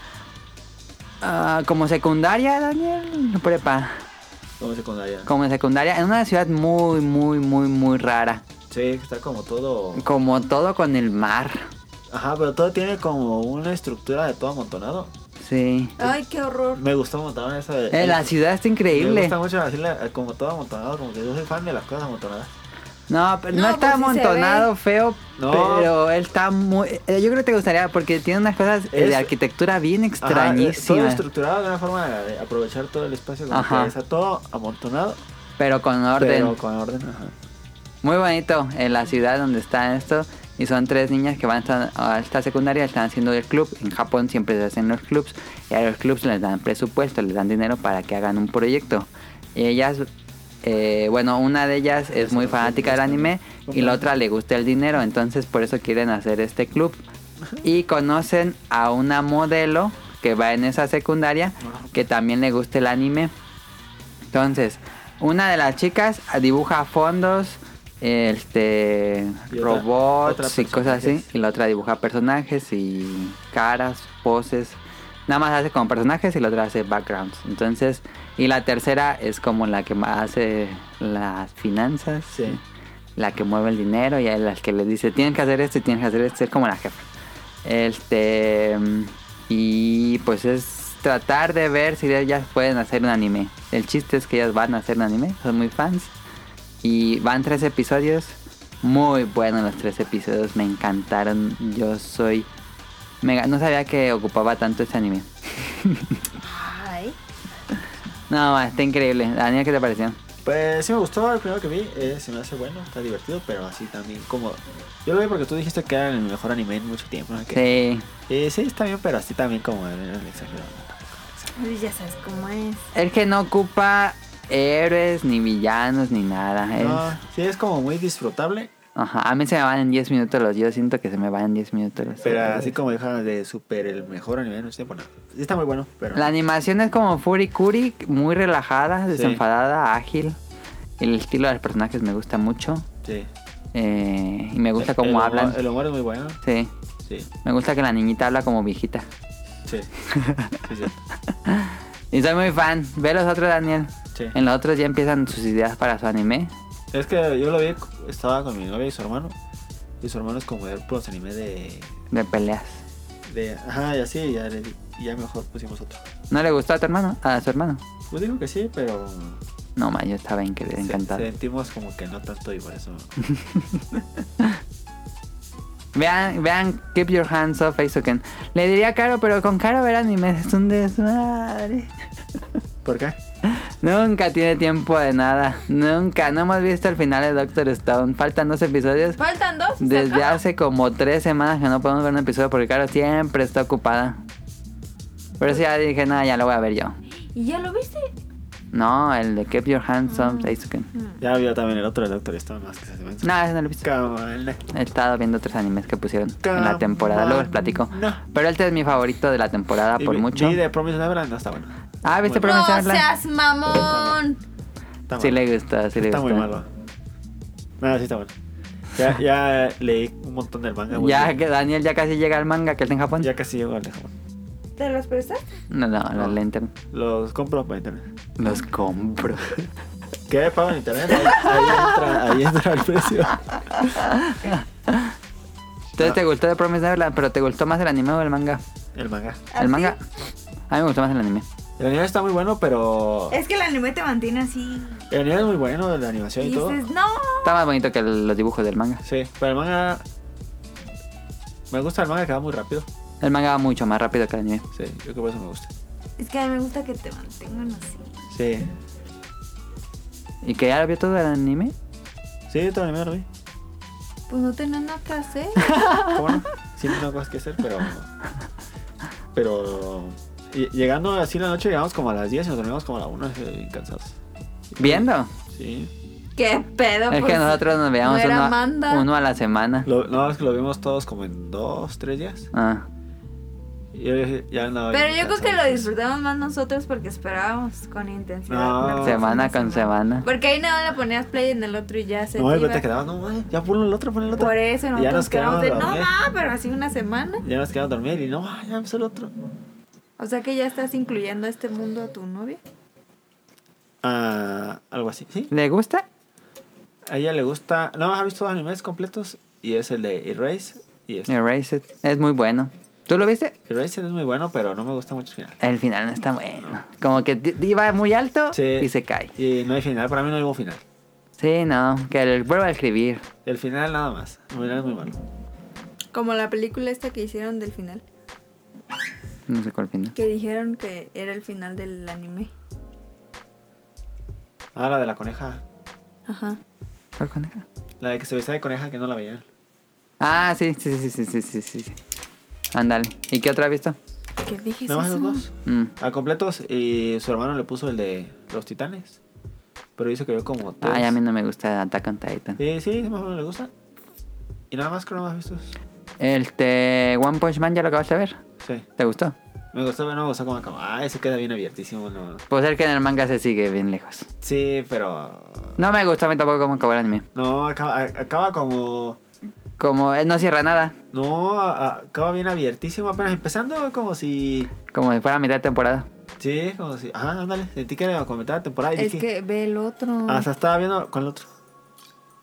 Speaker 2: ah, como secundaria, Daniel. Prepa.
Speaker 3: Como secundaria.
Speaker 2: Como secundaria, en una ciudad muy, muy, muy, muy rara.
Speaker 3: Sí, está como todo...
Speaker 2: Como todo con el mar.
Speaker 3: Ajá, pero todo tiene como una estructura de todo amontonado.
Speaker 2: Sí.
Speaker 1: Ay, qué horror.
Speaker 3: Me gustó amontonado esa de...
Speaker 2: Eh, la ciudad está
Speaker 3: Me
Speaker 2: increíble.
Speaker 3: gusta mucho decirle como todo amontonado, como que yo soy fan de las cosas amontonadas. eh,
Speaker 2: No, pero no,
Speaker 1: No,
Speaker 2: está
Speaker 1: pues sí se
Speaker 2: amontonado, feo,
Speaker 3: No.
Speaker 2: pero él está muy... eh, Yo creo que te gustaría porque tiene unas cosas eh, de
Speaker 3: Es-
Speaker 2: arquitectura bien
Speaker 3: Ajá, eh, Todo
Speaker 2: extrañísimas,
Speaker 3: estructurado de una forma de aprovechar todo el espacio. Como
Speaker 2: Ajá.
Speaker 3: que está todo amontonado,
Speaker 2: pero con orden.
Speaker 3: pero con orden. Ajá.
Speaker 2: Muy bonito en la ciudad donde está esto. Y son tres niñas que van a esta- a esta secundaria, están haciendo el club. En Japón siempre se hacen los clubs. Y a los clubs les dan presupuesto, les dan dinero para que hagan un proyecto. Y ellas, eh, bueno, una de ellas es muy fanática del anime y la otra le gusta el dinero. Entonces por eso quieren hacer este club. *laughs* Y conocen a una modelo que va en esa secundaria que también le gusta el anime. Entonces, una de las chicas dibuja fondos, este,
Speaker 3: Y otra-
Speaker 2: robots
Speaker 3: otra
Speaker 2: y cosas así,
Speaker 3: personajes.
Speaker 2: y la otra dibuja personajes y caras, poses. Nada más hace como personajes y la otra hace backgrounds. Entonces, y la tercera es como la que ma- hace las finanzas,
Speaker 3: Sí.
Speaker 2: la que mueve el dinero y a la que le dice, tienen que hacer esto y tienen que hacer esto, es como la jefa. Este. Y pues es tratar de ver si ellas pueden hacer un anime. El chiste es que ellas van a hacer un anime, son muy fans. Y van tres episodios. Muy buenos los tres episodios, me encantaron. Yo soy. mega- no sabía que ocupaba tanto este anime.
Speaker 1: Ay.
Speaker 2: *laughs* No, está increíble. Daniel, ¿qué te pareció?
Speaker 3: Pues sí me gustó el primero que vi, eh, se me hace bueno, está divertido, pero así también como... Yo lo vi porque tú dijiste que era el mejor anime en mucho tiempo, ¿no? Que-
Speaker 2: Sí.
Speaker 3: Eh, sí, está bien, pero así también como en el exagerado.
Speaker 1: Ay, ya sabes cómo es.
Speaker 2: Es que no ocupa héroes, ni villanos, ni nada. Es-
Speaker 3: No, sí, es como muy disfrutable,
Speaker 2: Ajá, a mí se me van en 10 minutos los. Yo siento que se me van en 10 minutos los.
Speaker 3: pero así como dijeron de super el mejor anime en mucho tiempo, no. Sí está muy bueno, pero...
Speaker 2: La animación es como Furikuri, muy relajada,
Speaker 3: Sí.
Speaker 2: desenfadada, ágil. El estilo de los personajes me gusta mucho.
Speaker 3: Sí.
Speaker 2: eh, y me gusta
Speaker 3: El-
Speaker 2: cómo
Speaker 3: el humor-
Speaker 2: hablan.
Speaker 3: El humor es muy bueno,
Speaker 2: Sí,
Speaker 3: sí,
Speaker 2: me gusta que la niñita habla como viejita.
Speaker 3: sí. sí,
Speaker 2: *laughs*
Speaker 3: sí.
Speaker 2: Y soy muy fan. Ve los otros, Daniel.
Speaker 3: Sí.
Speaker 2: En los otros ya empiezan sus ideas para su anime.
Speaker 3: Es que yo lo vi, estaba con mi novia y su hermano, y su hermano es como ver puros anime de...
Speaker 2: De peleas.
Speaker 3: de ajá, y así, ya, le- y ya mejor pusimos otro.
Speaker 2: ¿No le gustó a tu hermano? A su hermano.
Speaker 3: Pues digo que sí, pero
Speaker 2: No, man, yo estaba increíble,
Speaker 3: se-
Speaker 2: encantado.
Speaker 3: sentimos como que no tanto y por
Speaker 2: *laughs*
Speaker 3: eso.
Speaker 2: Vean, vean, keep your hands off Aizuken. Le diría a Caro, pero con Caro ver anime es un desmadre.
Speaker 3: ¿Por qué?
Speaker 2: Nunca tiene tiempo de nada. Nunca. No hemos visto el final de Doctor Stone. Faltan dos episodios.
Speaker 1: Faltan dos. ¿se
Speaker 2: Desde
Speaker 1: acaba?
Speaker 2: hace como tres semanas que no podemos ver un episodio porque Caro siempre está ocupada. Por eso ya dije, nada, ya lo voy a ver yo.
Speaker 1: ¿Y ya lo viste?
Speaker 2: No, el de Keep Your Hands on Facebook.
Speaker 3: Ya vio también el otro, el Doctor Stone, más que se
Speaker 2: No,
Speaker 3: me
Speaker 2: ese no lo he visto.
Speaker 3: Cámara.
Speaker 2: He estado viendo otros animes que pusieron en la temporada. Luego les platico.
Speaker 3: Camana.
Speaker 2: Pero este es mi favorito de la temporada
Speaker 3: Y
Speaker 2: por
Speaker 3: vi-
Speaker 2: mucho.
Speaker 3: vi de Promise Neverland, no está bueno.
Speaker 2: Ah, ¿viste
Speaker 3: Muy
Speaker 1: No
Speaker 2: Promise Neverland?
Speaker 1: seas mamón.
Speaker 3: Está
Speaker 2: Sí
Speaker 3: malo.
Speaker 2: le gusta, sí le
Speaker 3: Está
Speaker 2: gusta.
Speaker 3: muy malo. No, sí está bueno. Ya, ya leí un montón del manga, güey.
Speaker 2: Ya que Daniel ya casi llega al manga que está en Japón.
Speaker 3: Ya casi llego al Japón.
Speaker 1: ¿Te los prestaste?
Speaker 2: No, no, los
Speaker 3: No.
Speaker 2: lentes.
Speaker 3: Los compro para internet.
Speaker 2: Los compro.
Speaker 3: ¿Qué? ¿Pago en internet? Ahí, ahí entra, ahí entra el
Speaker 2: *laughs*
Speaker 3: precio.
Speaker 2: Entonces te gustó de Promise Neverland, pero te gustó más el anime o el manga?
Speaker 3: El manga.
Speaker 1: ¿A
Speaker 2: El
Speaker 1: ti?
Speaker 2: manga. A mí me gustó más el anime.
Speaker 3: El anime está muy bueno, pero...
Speaker 1: Es que el anime te mantiene así.
Speaker 3: El anime es muy bueno, la animación
Speaker 1: Y
Speaker 3: y todo.
Speaker 1: dices, no.
Speaker 2: Está más bonito que el- los dibujos del manga.
Speaker 3: Sí, pero el manga... Me gusta el manga que va muy rápido.
Speaker 2: El manga va mucho más rápido que el anime.
Speaker 3: Sí, yo creo que por eso me gusta.
Speaker 1: Es que a mí me gusta que te mantengan así.
Speaker 3: Sí.
Speaker 2: ¿Y que ya lo vio todo el anime?
Speaker 3: Sí, todo el anime lo vi.
Speaker 1: Pues no tenés nada que hacer.
Speaker 3: ¿Cómo no? Siempre tengo cosas que hacer, pero... Pero... y- Llegando así la noche, llegamos como a las 10 y nos dormimos como a la 1, así, bien cansados.
Speaker 2: ¿Viendo?
Speaker 3: Sí.
Speaker 1: *laughs* ¿Qué pedo?
Speaker 2: es que
Speaker 1: Ah, pues?
Speaker 2: nosotros nos
Speaker 1: no
Speaker 2: veíamos
Speaker 1: era
Speaker 2: uno,
Speaker 1: Amanda.
Speaker 2: a, uno a la semana.
Speaker 3: Lo, no, es que lo vimos todos como en dos, tres días.
Speaker 2: Ah.
Speaker 3: Y yo dije, ya andaba
Speaker 1: Pero
Speaker 3: bien
Speaker 1: yo creo que
Speaker 3: cansado.
Speaker 1: lo disfrutamos más nosotros porque esperábamos con intensidad.
Speaker 3: No.
Speaker 1: una
Speaker 2: Semana
Speaker 1: una
Speaker 2: con semana.
Speaker 1: Porque ahí nada más le ponías play en el otro y ya se.
Speaker 3: No,
Speaker 1: te
Speaker 3: y pues
Speaker 1: iba.
Speaker 3: te quedabas, no, mames, ya ponlo el otro, ponlo el otro.
Speaker 1: Por eso
Speaker 3: Y
Speaker 1: nosotros
Speaker 3: ya nos quedamos
Speaker 1: de,
Speaker 3: a
Speaker 1: no,
Speaker 3: dormir.
Speaker 1: ma, pero así una semana.
Speaker 3: Ya nos quedamos a dormir y no, ya empezó el otro.
Speaker 1: O sea que ya estás incluyendo a este mundo a tu novia.
Speaker 3: Ah, algo así, sí.
Speaker 2: ¿Le gusta?
Speaker 3: A ella le gusta, no, ha visto dos animes completos y es el de Erase y este.
Speaker 2: Erase It. Es muy bueno. ¿Tú lo viste?
Speaker 3: Erase es muy bueno, pero no me gusta mucho el final.
Speaker 2: El final no está bueno. Como que di- iba muy alto
Speaker 3: Sí.
Speaker 2: y se cae.
Speaker 3: Y no hay final, para mí no hay un final.
Speaker 2: Sí, no. Que le vuelva a escribir.
Speaker 3: El final nada más. El final es muy malo.
Speaker 1: Como la película esta que hicieron del final.
Speaker 2: No sé cuál final.
Speaker 1: Que dijeron que era el final del anime.
Speaker 3: Ah, la de la coneja.
Speaker 1: Ajá.
Speaker 2: ¿Cuál coneja?
Speaker 3: La de que se vestía de coneja que no la veían.
Speaker 2: Ah, sí, sí, sí, sí, sí, sí, sí, sí. Ándale. ¿Y qué otra has visto?
Speaker 1: ¿Qué dije
Speaker 3: Nada más los dos.
Speaker 2: Mm.
Speaker 3: A completos y su hermano le puso el de los titanes. Pero dice que vio como tres.
Speaker 2: Ay, Ah, a mí no me gusta Attack on Titan.
Speaker 3: Eh, sí, más o menos le gusta. Y nada más creo no más vistos.
Speaker 2: Este One Punch Man ya lo acabaste de ver.
Speaker 3: Sí.
Speaker 2: ¿Te gustó?
Speaker 3: Me gustó, pero no me gustó como acabó. Ah, ese queda bien abiertísimo. No.
Speaker 2: Pues el que en el manga se sigue bien lejos.
Speaker 3: Sí, pero.
Speaker 2: No me gusta a mí tampoco cómo acabó el anime.
Speaker 3: No, acaba, a- acaba como.
Speaker 2: Como él no cierra nada.
Speaker 3: No, a- acaba bien abiertísimo. Apenas empezando, como si.
Speaker 2: Como si fuera mitad de temporada.
Speaker 3: Sí, como si. Ah, ándale. Sentí que era comentar la temporada y
Speaker 1: Es
Speaker 3: dije. Ah,
Speaker 1: que ve el otro.
Speaker 3: Hasta estaba viendo con el otro.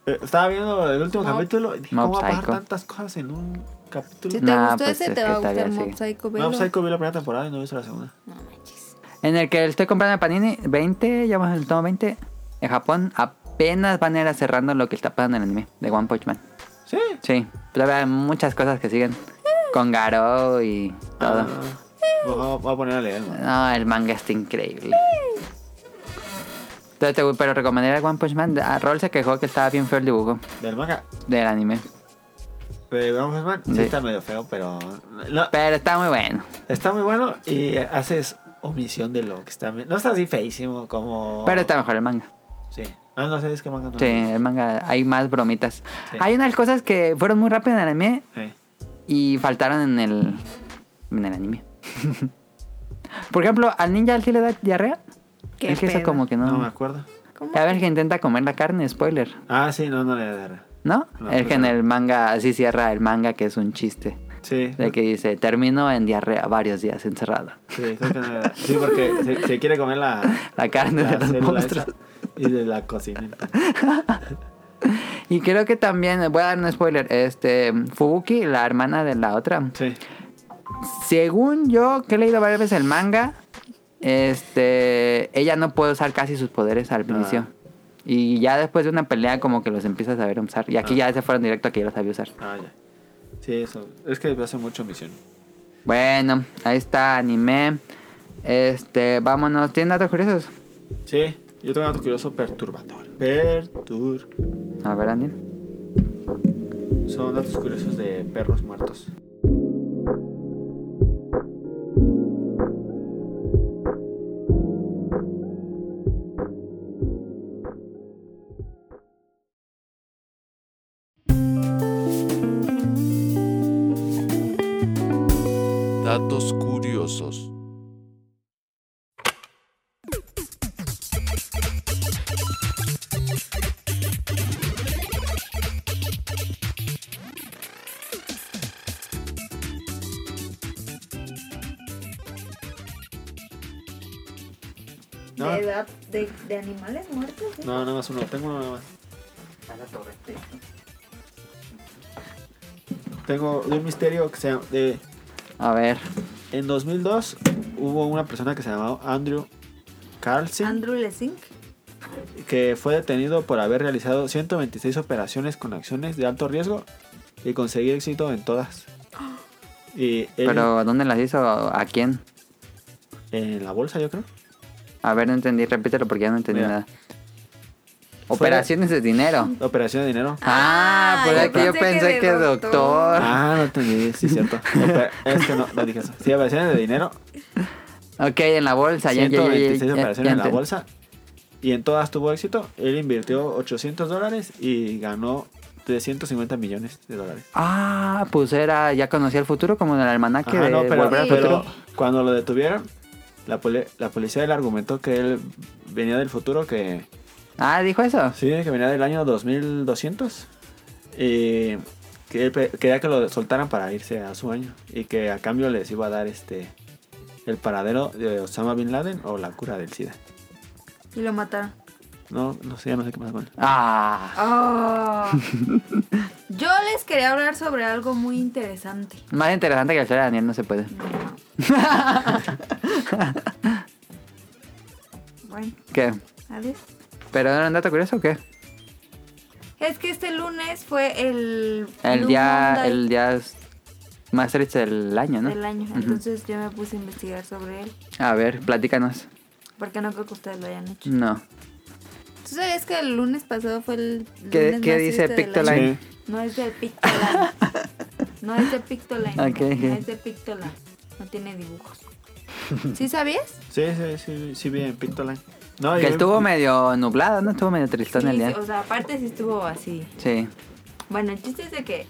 Speaker 3: Eh, estaba viendo el último
Speaker 1: Mob-
Speaker 3: capítulo y dije,
Speaker 2: Mob
Speaker 3: ¿cómo va a pasar
Speaker 2: Psycho.
Speaker 3: tantas cosas en un capítulo?
Speaker 1: Si te
Speaker 2: Nah,
Speaker 1: gustó
Speaker 2: pues
Speaker 1: ese,
Speaker 2: es
Speaker 1: te
Speaker 2: que
Speaker 1: va a
Speaker 2: está
Speaker 1: gustar
Speaker 2: bien,
Speaker 1: Mob
Speaker 2: sí.
Speaker 1: Psycho
Speaker 3: No,
Speaker 1: velo.
Speaker 3: Mob Psycho vi la primera temporada y no he visto la segunda.
Speaker 1: No manches.
Speaker 2: En el que estoy comprando el Panini 20, ya vamos en el tomo 20. En Japón apenas van a ir cerrando lo que está pasando en el anime de One Punch Man.
Speaker 3: Sí.
Speaker 2: Sí, todavía hay muchas cosas que siguen. Con Garo y todo.
Speaker 3: voy a poner a leer. man.
Speaker 2: No, el manga está increíble. Entonces, te- pero recomendaría One Punch Man. A Roll se quejó que estaba bien feo el dibujo
Speaker 3: Del manga.
Speaker 2: del anime.
Speaker 3: De One Punch Man, sí.
Speaker 2: Sí.
Speaker 3: está medio feo, pero. no,
Speaker 2: Pero está muy bueno.
Speaker 3: está muy bueno y haces omisión de lo que está. No está así feísimo como.
Speaker 2: Pero está mejor el manga.
Speaker 3: Sí. Ah, no sé, es que manga no.
Speaker 2: Sí, el manga hay más bromitas.
Speaker 3: Sí.
Speaker 2: Hay unas cosas que fueron muy rápido en el anime
Speaker 3: Sí.
Speaker 2: y faltaron en el, en el anime. *laughs* Por ejemplo, al ninja sí le da diarrea.
Speaker 1: ¿Qué
Speaker 2: es que eso
Speaker 1: pedo?
Speaker 2: como que
Speaker 3: No
Speaker 2: no.
Speaker 3: me acuerdo.
Speaker 1: ¿Cómo?
Speaker 2: ya ves que intenta comer la carne, spoiler.
Speaker 3: Ah, sí, no, no le daré.
Speaker 2: ¿No?
Speaker 3: No,
Speaker 2: es
Speaker 3: pues
Speaker 2: que en
Speaker 3: no.
Speaker 2: el manga así cierra el manga que es un chiste.
Speaker 3: Sí.
Speaker 2: De que dice, termino en diarrea varios días encerrado.
Speaker 3: Sí, creo que no le daré. Sí, porque se, se quiere comer la.
Speaker 2: *laughs* La carne de
Speaker 3: la
Speaker 2: los
Speaker 3: célula
Speaker 2: monstruos.
Speaker 3: esa Y de la cocina.
Speaker 2: Y creo que también, voy a dar un spoiler, este, Fubuki, la hermana de la otra,
Speaker 3: Sí.
Speaker 2: Según yo, que he leído varias veces el manga, este, ella no puede usar casi sus poderes al principio.
Speaker 1: Ah.
Speaker 2: Y ya después de una pelea como que los empieza a saber usar. Y aquí
Speaker 1: Ah.
Speaker 2: ya se fueron directo a que ya los sabía usar.
Speaker 3: Ah, ya. Sí, eso. Es que hace mucho omisión.
Speaker 2: Bueno, ahí está anime. Este, vámonos. ¿Tienen datos curiosos?
Speaker 3: Sí, yo tengo un dato curioso perturbador. Pertur.
Speaker 2: A ver, Daniel.
Speaker 3: Son datos curiosos de perros muertos.
Speaker 4: Datos curiosos.
Speaker 3: No.
Speaker 1: ¿De, edad- de, de animales muertos? eh?
Speaker 3: No, nada más uno. Tengo uno nada más. Tengo de un misterio que se llama... De,
Speaker 2: A ver.
Speaker 3: en 2002 hubo una persona que se llamaba Andrew Carlson.
Speaker 1: Andrew Lesink.
Speaker 3: que fue detenido por haber realizado 126 operaciones con acciones de alto riesgo y conseguir éxito en todas. Y él-
Speaker 2: ¿Pero dónde las hizo? ¿A quién?
Speaker 3: en la bolsa, yo creo.
Speaker 2: A ver, no entendí. Repítelo porque ya no entendí
Speaker 3: Mira.
Speaker 2: nada. Operaciones de dinero.
Speaker 3: Operación de dinero.
Speaker 2: Ah,
Speaker 1: Ah,
Speaker 2: por
Speaker 1: yo
Speaker 2: ahí que yo
Speaker 1: pensé que
Speaker 2: pensé
Speaker 1: de
Speaker 2: que
Speaker 1: doctor.
Speaker 2: doctor.
Speaker 3: Ah, no entendí, sí, cierto. Ope- es que no, no dije eso. Sí, operaciones de dinero.
Speaker 2: Ok, en la bolsa. Ya, ya, ya, ya,
Speaker 3: 126
Speaker 2: ya,
Speaker 3: operaciones
Speaker 2: ya
Speaker 3: en la
Speaker 2: entendí.
Speaker 3: bolsa. Y en todas tuvo éxito. Él invirtió 800 dólares y ganó 350 millones de dólares.
Speaker 2: Ah, pues era, ya conocía el futuro como en el almanaque
Speaker 3: Ajá,
Speaker 2: de
Speaker 3: Ah, no, pero,
Speaker 2: Ah, Volver al
Speaker 3: pero
Speaker 2: Futuro.
Speaker 3: cuando lo detuvieron, la, poli- la policía le argumentó que él venía del futuro, que
Speaker 2: Ah, dijo eso.
Speaker 3: sí, que venía del año 2200. Y que él pe- quería que lo soltaran para irse a su año. Y que a cambio les iba a dar este el paradero de Osama Bin Laden o la cura del SIDA.
Speaker 1: Y lo mataron.
Speaker 3: No, no sé, ya no sé qué más. Bueno.
Speaker 2: Ah,
Speaker 1: Ah.
Speaker 2: *laughs*
Speaker 1: Yo les quería hablar sobre algo muy interesante.
Speaker 2: más interesante que el show de Daniel no se puede.
Speaker 1: Bueno,
Speaker 2: ¿Qué?
Speaker 1: adiós.
Speaker 2: ¿Pero era un dato curioso o qué?
Speaker 1: Es que este lunes fue el...
Speaker 2: El
Speaker 1: Blue
Speaker 2: día,
Speaker 1: Monday
Speaker 2: el día es- más triste del año, ¿no?
Speaker 1: del año.
Speaker 2: Ujú.
Speaker 1: Entonces yo me puse a investigar sobre él.
Speaker 2: A ver, platícanos.
Speaker 1: Porque no creo que ustedes lo hayan hecho.
Speaker 2: No.
Speaker 1: ¿Tú sabías que el lunes pasado fue el...
Speaker 2: ¿Qué,
Speaker 1: lunes
Speaker 2: qué
Speaker 1: más
Speaker 2: dice
Speaker 1: triste del año?
Speaker 2: Pictoline?
Speaker 1: No es de Pictoline. No es de Pictoline.
Speaker 2: Ok, ok.
Speaker 1: No es de Pictoline. No tiene dibujos. ¿Sí sabías?
Speaker 3: Sí, sí, sí, sí, bien, Pictoline. No,
Speaker 2: Que
Speaker 3: yo-
Speaker 2: estuvo medio nublado, ¿no? Estuvo medio tristón el
Speaker 1: Sí,
Speaker 2: día.
Speaker 1: o sea, aparte sí estuvo así.
Speaker 2: Sí.
Speaker 1: Bueno, el chiste es de que,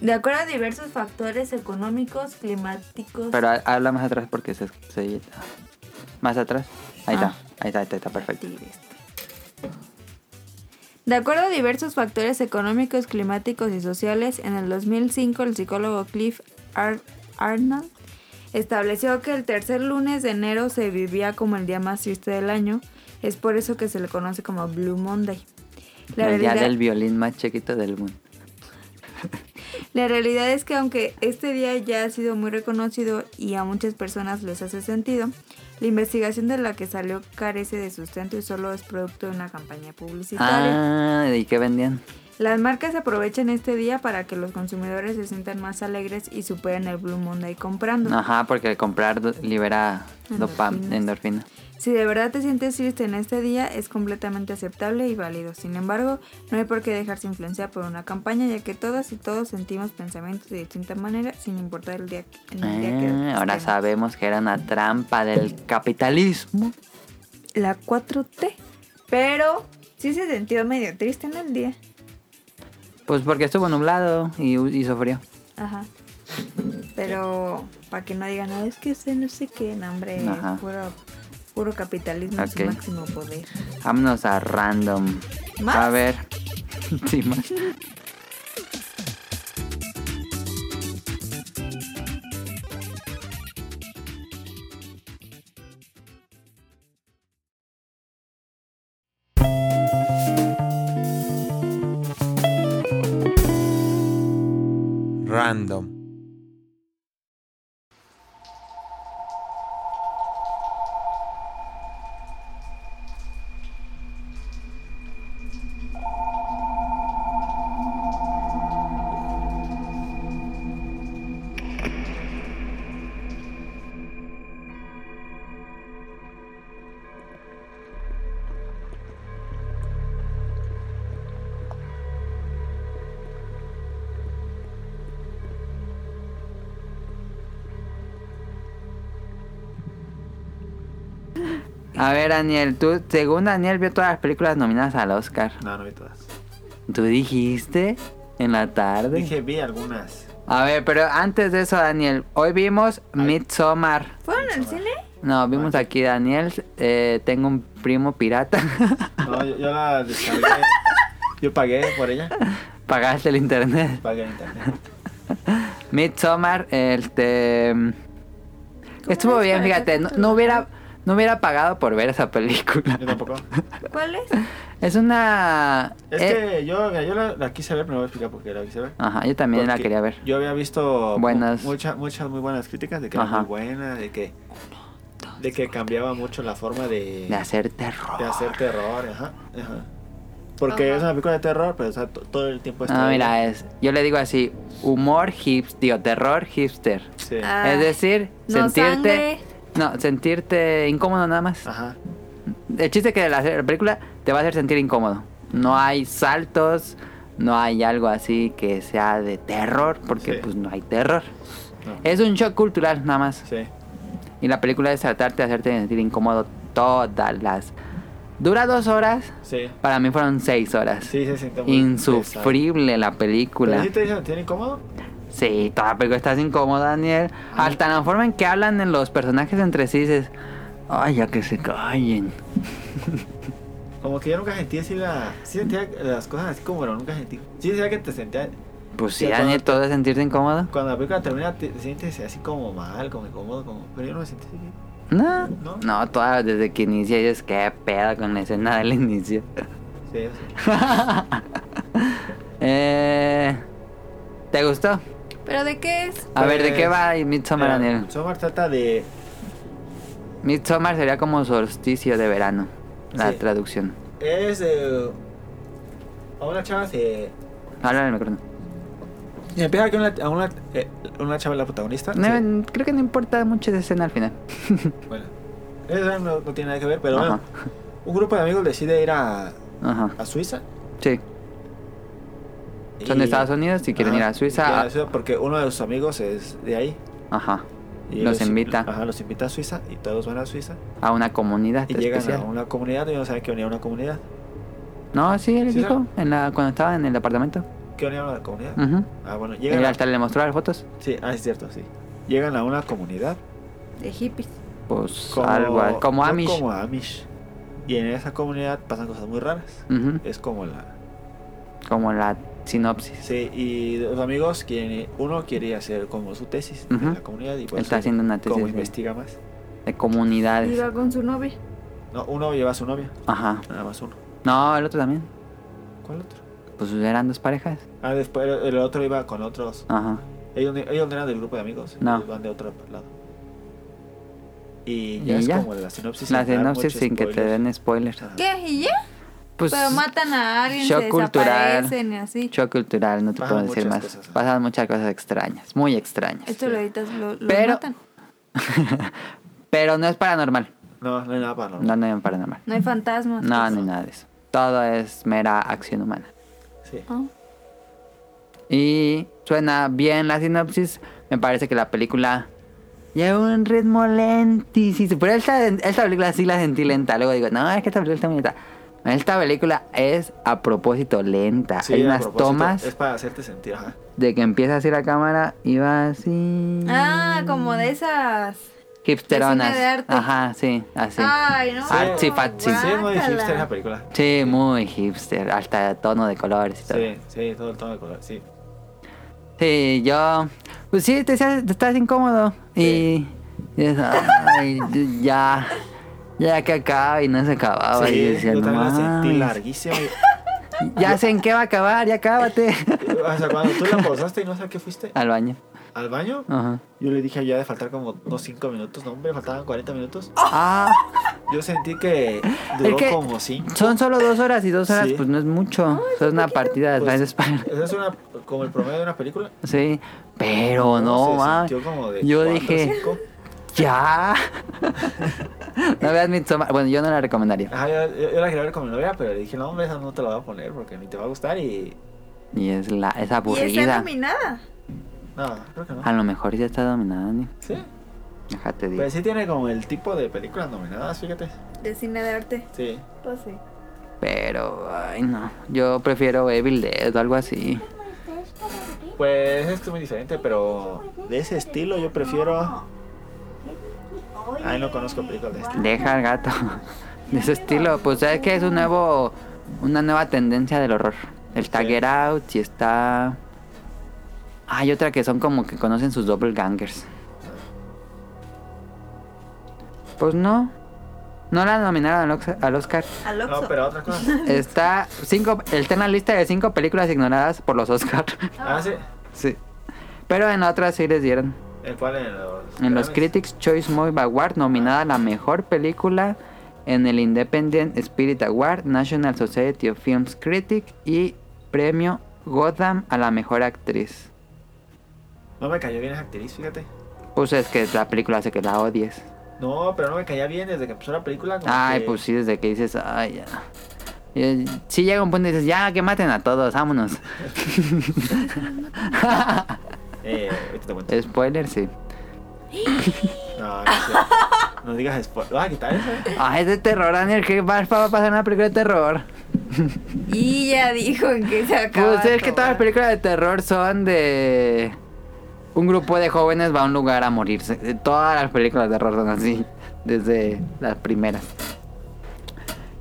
Speaker 1: de acuerdo a diversos factores económicos, climáticos,
Speaker 2: Pero ha- habla más atrás porque se... se- más atrás. Ahí
Speaker 1: Ah.
Speaker 2: está. Ahí está, ahí está, está perfecto.
Speaker 1: partir este. De acuerdo a diversos factores económicos, climáticos y sociales, en el 2005 el psicólogo Cliff Ar- Arnold estableció que el tercer lunes de enero se vivía como el día más triste del año. Es por eso que se le conoce como Blue Monday. La
Speaker 2: el día
Speaker 1: realidad-
Speaker 2: del violín más chiquito del mundo.
Speaker 1: La realidad es que aunque este día ya ha sido muy reconocido y a muchas personas les hace sentido, la investigación de la que salió carece de sustento y solo es producto de una campaña publicitaria.
Speaker 2: Ah, ¿y qué vendían?
Speaker 1: Las marcas aprovechan este día para que los consumidores se sientan más alegres y superen el Blue Monday comprando.
Speaker 2: Ajá, porque el comprar do- libera dopam,
Speaker 1: Endorfinas.
Speaker 2: endorfina.
Speaker 1: Si de verdad te sientes triste en este día, es completamente aceptable y válido. Sin embargo, no hay por qué dejarse influenciar por una campaña, ya que todas y todos sentimos pensamientos de distinta manera, sin importar el día, que- en el día que
Speaker 2: Ah, ahora
Speaker 1: estemos.
Speaker 2: sabemos que era una trampa del capitalismo.
Speaker 1: la 4T. Pero sí se sintió medio triste en el día.
Speaker 2: Pues porque estuvo nublado y, y sufrió.
Speaker 1: Ajá. Pero para que no digan, "Ah, es que ese no sé qué, no, hombre,
Speaker 2: Ajá.
Speaker 1: puro, puro capitalismo en
Speaker 2: Ok.
Speaker 1: su máximo poder.
Speaker 2: Vámonos a random.
Speaker 1: ¿Más?
Speaker 2: A ver. *laughs* Sí, más.
Speaker 8: Random.
Speaker 2: A ver, Daniel, tú, según Daniel, vio todas las películas nominadas al Oscar.
Speaker 3: No, no vi todas.
Speaker 2: Tú dijiste en la tarde.
Speaker 3: Dije, vi algunas.
Speaker 2: A ver, pero antes de eso, Daniel, hoy vimos Midsommar.
Speaker 1: ¿Fueron al cine?
Speaker 2: No, vimos aquí Daniel, eh, tengo un primo pirata. *laughs*
Speaker 3: No, yo, yo la descargué. Yo pagué por ella.
Speaker 2: Pagaste el internet.
Speaker 3: Pagué en internet.
Speaker 2: Midsommar, este... Estuvo
Speaker 1: es
Speaker 2: bien,
Speaker 1: para
Speaker 2: fíjate,
Speaker 1: que
Speaker 2: no,
Speaker 1: tú
Speaker 2: no
Speaker 1: la-
Speaker 2: hubiera... No hubiera pagado por ver esa película. *laughs*
Speaker 3: Yo tampoco.
Speaker 1: ¿Cuál es?
Speaker 2: Es una...
Speaker 3: Es
Speaker 2: eh,
Speaker 3: que yo, mira, yo la, la quise ver, pero no voy a explicar por qué la quise ver.
Speaker 2: Ajá, yo también la
Speaker 3: Porque
Speaker 2: quería ver.
Speaker 3: Yo había visto
Speaker 2: Buenas.
Speaker 3: muchas, muchas muy buenas críticas de que
Speaker 2: Ajá.
Speaker 3: era muy buena, de que, de que cambiaba mucho la forma de,
Speaker 2: De hacer terror.
Speaker 3: de hacer terror. Ajá, ajá. Porque es una película de terror, pero o sea, to- todo el tiempo está.
Speaker 2: No,
Speaker 3: ahí.
Speaker 2: Ah, mira, es, yo le digo así, humor hipster, digo, terror hipster.
Speaker 3: Sí.
Speaker 1: Ah.
Speaker 2: es decir,
Speaker 1: no
Speaker 2: sentirte...
Speaker 1: sangre.
Speaker 2: No, sentirte incómodo nada más.
Speaker 3: Ajá.
Speaker 2: El chiste es que la, la película te va a hacer sentir incómodo. No hay saltos, no hay algo así que sea de terror, porque
Speaker 3: Sí.
Speaker 2: pues no hay terror.
Speaker 3: No.
Speaker 2: Es un shock cultural nada más.
Speaker 3: Sí.
Speaker 2: Y la película es tratarte de hacerte sentir incómodo todas las... Dura dos horas,
Speaker 3: Sí.
Speaker 2: para mí fueron seis horas.
Speaker 3: Sí, se siente muy
Speaker 2: Insufrible la
Speaker 3: pesado. ¿Pero
Speaker 2: película.
Speaker 3: sí te dicen, ¿tiene incómodo?
Speaker 2: Sí, toda la película estás incómoda, Daniel. Hasta la forma en que hablan en los personajes entre sí dices, ay, ya que se callen.
Speaker 3: Como que yo nunca sentí así la... Sí sentía las cosas así como, pero nunca sentí... Sí sentía que te sentía...
Speaker 2: Pues sí,
Speaker 3: Sí,
Speaker 2: Daniel,
Speaker 3: cuando-
Speaker 2: todo es sentirse incómodo.
Speaker 3: Cuando la película termina te, te sientes así como mal, como incómodo, como... Pero yo no me sentí así.
Speaker 2: No,
Speaker 3: ¿No?
Speaker 2: no, toda, desde que inicia dices, qué pedo con la escena del *laughs* inicio.
Speaker 3: Sí, yo sí.
Speaker 2: Eh, ¿Te gustó?
Speaker 1: ¿Pero de qué es?
Speaker 2: A ver, ¿de qué
Speaker 3: Pues,
Speaker 2: va Midsommar,
Speaker 3: Mira,
Speaker 2: Daniel?
Speaker 3: Midsommar trata de...
Speaker 2: Midsommar sería como solsticio de verano, la
Speaker 3: Sí.
Speaker 2: traducción.
Speaker 3: Es de... A una chava se...
Speaker 2: Habla en el micrófono.
Speaker 3: Y empieza que una, a una, eh, una chava es la protagonista. sí.
Speaker 2: No, Creo que no importa mucho esa escena al final.
Speaker 3: Bueno, eso no, no tiene nada que ver, pero
Speaker 2: Ajá.
Speaker 3: bueno. Un grupo de amigos decide ir a,
Speaker 2: Ajá,
Speaker 3: a Suiza.
Speaker 2: sí. Son
Speaker 3: y-
Speaker 2: de Estados Unidos y quieren
Speaker 3: Ajá,
Speaker 2: ir a Suiza.
Speaker 3: quieren ir a Suiza porque uno de sus amigos es de ahí.
Speaker 2: Ajá,
Speaker 3: y
Speaker 2: Los invita.
Speaker 3: Ajá, los invita a Suiza y todos van a Suiza.
Speaker 2: a una comunidad
Speaker 3: Y llegan
Speaker 2: Ah, especial.
Speaker 3: a una comunidad y no saben que venía una comunidad.
Speaker 2: No, sí, él
Speaker 3: Sí,
Speaker 2: dijo en la, cuando estaba en el apartamento.
Speaker 3: ¿Qué venía una comunidad?
Speaker 2: Ujú.
Speaker 3: Ah, bueno,
Speaker 2: Y
Speaker 3: llegan a,
Speaker 2: hasta le mostró las fotos.
Speaker 3: Sí, ah, es cierto, sí. Llegan a una comunidad.
Speaker 1: De hippies.
Speaker 2: Pues algo así, como
Speaker 3: no
Speaker 2: Amish.
Speaker 3: Como Amish. Y en esa comunidad pasan cosas muy raras.
Speaker 2: Ujú,
Speaker 3: Es como la...
Speaker 2: Como la sinopsis.
Speaker 3: Sí, y los amigos, quieren, uno quiere hacer como su tesis
Speaker 2: Ujú.
Speaker 3: en la comunidad y por
Speaker 2: Está
Speaker 3: eso
Speaker 2: haciendo una tesis
Speaker 3: Pues como
Speaker 2: de-
Speaker 3: investiga más.
Speaker 2: de comunidades.
Speaker 1: Iba con su novia.
Speaker 3: No, uno lleva a su novia,
Speaker 2: Ajá.
Speaker 3: nada más uno.
Speaker 2: No, el otro también.
Speaker 3: ¿Cuál otro?
Speaker 2: Pues eran dos parejas.
Speaker 3: Ah, después el el otro iba con otros.
Speaker 2: Ajá.
Speaker 3: Ellos, no- ellos no eran del grupo de amigos,
Speaker 2: No.
Speaker 3: ellos van de otro lado. Y
Speaker 2: ¿Y
Speaker 3: ya es
Speaker 2: ya?
Speaker 3: como la sinopsis.
Speaker 2: la
Speaker 3: sin dar
Speaker 2: sinopsis
Speaker 3: mucho
Speaker 2: sin que te
Speaker 3: spoiler.
Speaker 2: den spoilers.
Speaker 3: Ajá.
Speaker 1: ¿Qué? ¿Y ya?
Speaker 2: Pues
Speaker 1: Pero matan a alguien,
Speaker 2: shock
Speaker 1: se
Speaker 2: cultural.
Speaker 1: desaparecen y así.
Speaker 2: shock cultural, no te
Speaker 3: Pasan
Speaker 2: puedo decir
Speaker 3: muchas
Speaker 2: más.
Speaker 3: cosas.
Speaker 2: Pasan muchas cosas extrañas, muy extrañas.
Speaker 1: Esto lo editas, lo, lo
Speaker 2: Pero-
Speaker 1: matan.
Speaker 2: *laughs* Pero no es paranormal.
Speaker 3: No, no hay nada para
Speaker 2: No, no es paranormal.
Speaker 1: No hay fantasmas.
Speaker 2: No, no hay nada de eso. Todo es mera acción humana.
Speaker 3: Sí.
Speaker 1: Ah.
Speaker 2: Y suena bien la sinopsis. Me parece que la película lleva un ritmo lentísimo. Pero esta, esta película sí la sentí lenta. Luego digo, no, es que esta película está muy lenta. Esta película es a propósito lenta.
Speaker 3: Sí,
Speaker 2: Hay
Speaker 3: a
Speaker 2: unas
Speaker 3: propósito,
Speaker 2: tomas
Speaker 3: Es para hacerte sentir, ajá.
Speaker 2: de que empieza así la cámara y va así.
Speaker 1: Ah, como de esas.
Speaker 2: Hipsteronas.
Speaker 1: de cine de arte. Ah.
Speaker 2: Ajá, sí, Ah, así.
Speaker 1: Ay, no.
Speaker 2: Artsy fatsy.
Speaker 3: Sí, sí, es muy
Speaker 1: guácala.
Speaker 3: hipster esa película.
Speaker 2: Sí, muy hipster. Hasta tono de colores y todo.
Speaker 3: Sí, sí, todo el tono de color, sí.
Speaker 2: Sí, yo. Pues sí, te, sientes- te estás incómodo. Y. y dices, "Ay, ya. Ya que acaba y no se acababa. y
Speaker 3: Sí,
Speaker 2: yo decía,
Speaker 3: yo
Speaker 2: Ah, no
Speaker 3: también la sentí
Speaker 2: mames,
Speaker 3: larguísima. y-
Speaker 2: Ya sé en qué va a acabar, ya acábate. *laughs*
Speaker 3: O sea, cuando tú la pausaste y no sé a qué fuiste,
Speaker 2: Al baño.
Speaker 3: al baño,
Speaker 2: Ajá.
Speaker 3: yo le dije ya de faltar como unos 5 minutos, no hombre, faltaban 40 minutos.
Speaker 2: Ah,
Speaker 3: Yo sentí que duró
Speaker 2: Es que-
Speaker 3: como 5.
Speaker 2: son solo dos horas y dos horas,
Speaker 3: Sí. Pues
Speaker 2: pues no es mucho. es una partida de Slides Spire.
Speaker 3: Esa es una, como el promedio de una película.
Speaker 2: *laughs* Sí, pero no,
Speaker 3: se
Speaker 2: mames.
Speaker 3: sintió como de
Speaker 2: Yo
Speaker 3: cuatro,
Speaker 2: dije,
Speaker 3: cinco. *laughs*
Speaker 2: ya. no veas Midsommar. Bueno, yo no la recomendaría.
Speaker 3: Ajá, yo, yo- yo la quería ver con mi novia, pero le dije, no, hombre, esa no te la voy a poner porque ni te va a gustar y.
Speaker 2: Y es, la, es
Speaker 1: Y está
Speaker 2: aburrida.
Speaker 1: nominada.
Speaker 3: No, creo que no.
Speaker 2: Ah, A lo mejor ya está dominada, Dani.
Speaker 3: Sí.
Speaker 2: Ajá, te digo.
Speaker 3: Pues sí tiene como el tipo de películas nominadas, fíjate.
Speaker 1: De cine de arte.
Speaker 3: Sí.
Speaker 1: Pues sí.
Speaker 2: Pero, ay, no. Yo prefiero Evil Dead o algo así.
Speaker 3: Pues es que es muy diferente, pero de ese estilo yo prefiero. Ay, no conozco películas de este.
Speaker 2: Deja al gato. *laughs* De ese estilo. Pues sabes que es un nuevo. Una nueva tendencia del horror. El tag
Speaker 3: Sí.
Speaker 2: It Out y está. Hay otra que son como que conocen sus doppelgangers. Pues no. No la nominaron al Ox- al Oscar.
Speaker 1: Al Oxxo.
Speaker 3: No, pero
Speaker 2: *laughs*
Speaker 3: otra cosa.
Speaker 2: Está cinco, está en la lista de cinco películas ignoradas por los Oscars.
Speaker 3: Ah, sí.
Speaker 2: *laughs* Sí. Pero en otras sí les dieron.
Speaker 3: ¿En cuál? En los,
Speaker 2: En los
Speaker 3: Grammys?
Speaker 2: Critics Choice Movie Award, nominada a la mejor película en el Independent Spirit Award, National Society of Films Critic y premio Gotham a la mejor actriz.
Speaker 3: No me cayó bien esa actriz, fíjate.
Speaker 2: Pues es que la película hace que la odies.
Speaker 3: No, pero no me caía bien desde que empezó la película. como
Speaker 2: Ay,
Speaker 3: que-
Speaker 2: pues sí, desde que dices, ay, ya. Eh, Sí llega un punto y dices, ya, que maten a todos, vámonos.
Speaker 3: Eh, ahorita te cuento.
Speaker 2: Spoiler, sí.
Speaker 3: No, no, es
Speaker 2: *laughs*
Speaker 3: cierto. no digas spoiler. Vas a quitar eso. eh?
Speaker 2: Ay, es de terror, Daniel, que va va a pasar una película de terror.
Speaker 1: Y ya dijo en que se acaba.
Speaker 2: Pues es que todas las
Speaker 1: todo.
Speaker 2: películas de terror son de... Un grupo de jóvenes va a un lugar a morirse. Eh, Todas las películas de terror son así, *laughs* desde las primeras.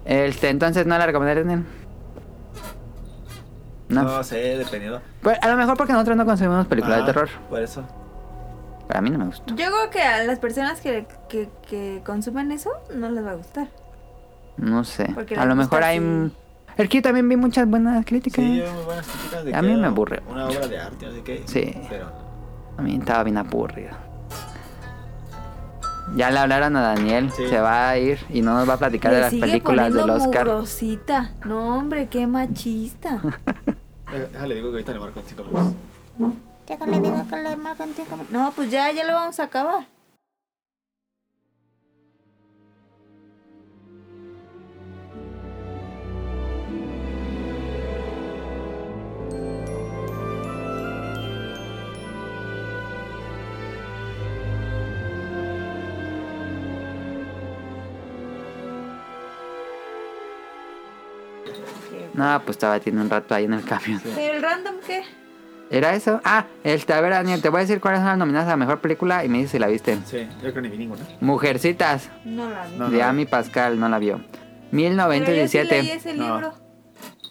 Speaker 2: Este, entonces, ¿no la recomendarías, Daniel? No.
Speaker 3: No sé, dependiendo.
Speaker 2: Pues, a lo mejor porque nosotros no consumimos películas
Speaker 3: Ajá,
Speaker 2: de terror.
Speaker 3: Por eso.
Speaker 2: Para mí no me gustó.
Speaker 1: Yo creo que a las personas que, que, que consumen eso no les va a gustar.
Speaker 2: No sé.
Speaker 1: Porque
Speaker 2: A
Speaker 1: les
Speaker 2: lo
Speaker 1: gusta
Speaker 2: mejor hay...
Speaker 1: así.
Speaker 2: m- Es que yo también vi muchas buenas críticas.
Speaker 3: Sí, yo muy buenas críticas de
Speaker 2: A
Speaker 3: que
Speaker 2: mí me
Speaker 3: era
Speaker 2: aburre
Speaker 3: Una
Speaker 2: mucho.
Speaker 3: obra de arte, no sé qué.
Speaker 2: Sí.
Speaker 3: Pero
Speaker 2: A mí estaba bien aburrido. Ya le hablaron a Daniel,
Speaker 3: Sí.
Speaker 2: se va a ir y no nos va a platicar de
Speaker 1: Le
Speaker 2: las
Speaker 1: sigue
Speaker 2: películas del
Speaker 1: poniendo
Speaker 2: Oscar.
Speaker 1: mugrosita. No, hombre, qué machista.
Speaker 2: *laughs*
Speaker 3: eh, déjale, digo que ahorita le marco en cinco minutos.
Speaker 1: No, pues ya, ya lo vamos a acabar.
Speaker 2: No, pues estaba tiene un rato ahí en el camión.
Speaker 1: ¿Pero el random qué?
Speaker 2: ¿Era eso? Ah, este, a ver, Daniel, te voy a decir cuáles son las nominadas a la mejor película y me dices si la viste.
Speaker 3: Sí, yo creo que ni vi ninguna.
Speaker 2: Mujercitas,
Speaker 1: No la vi.
Speaker 3: No,
Speaker 2: de
Speaker 3: no.
Speaker 2: Amy Pascal, no la vio.
Speaker 1: Pero yo sí
Speaker 2: 1917.
Speaker 1: leí ese
Speaker 3: No.
Speaker 1: libro.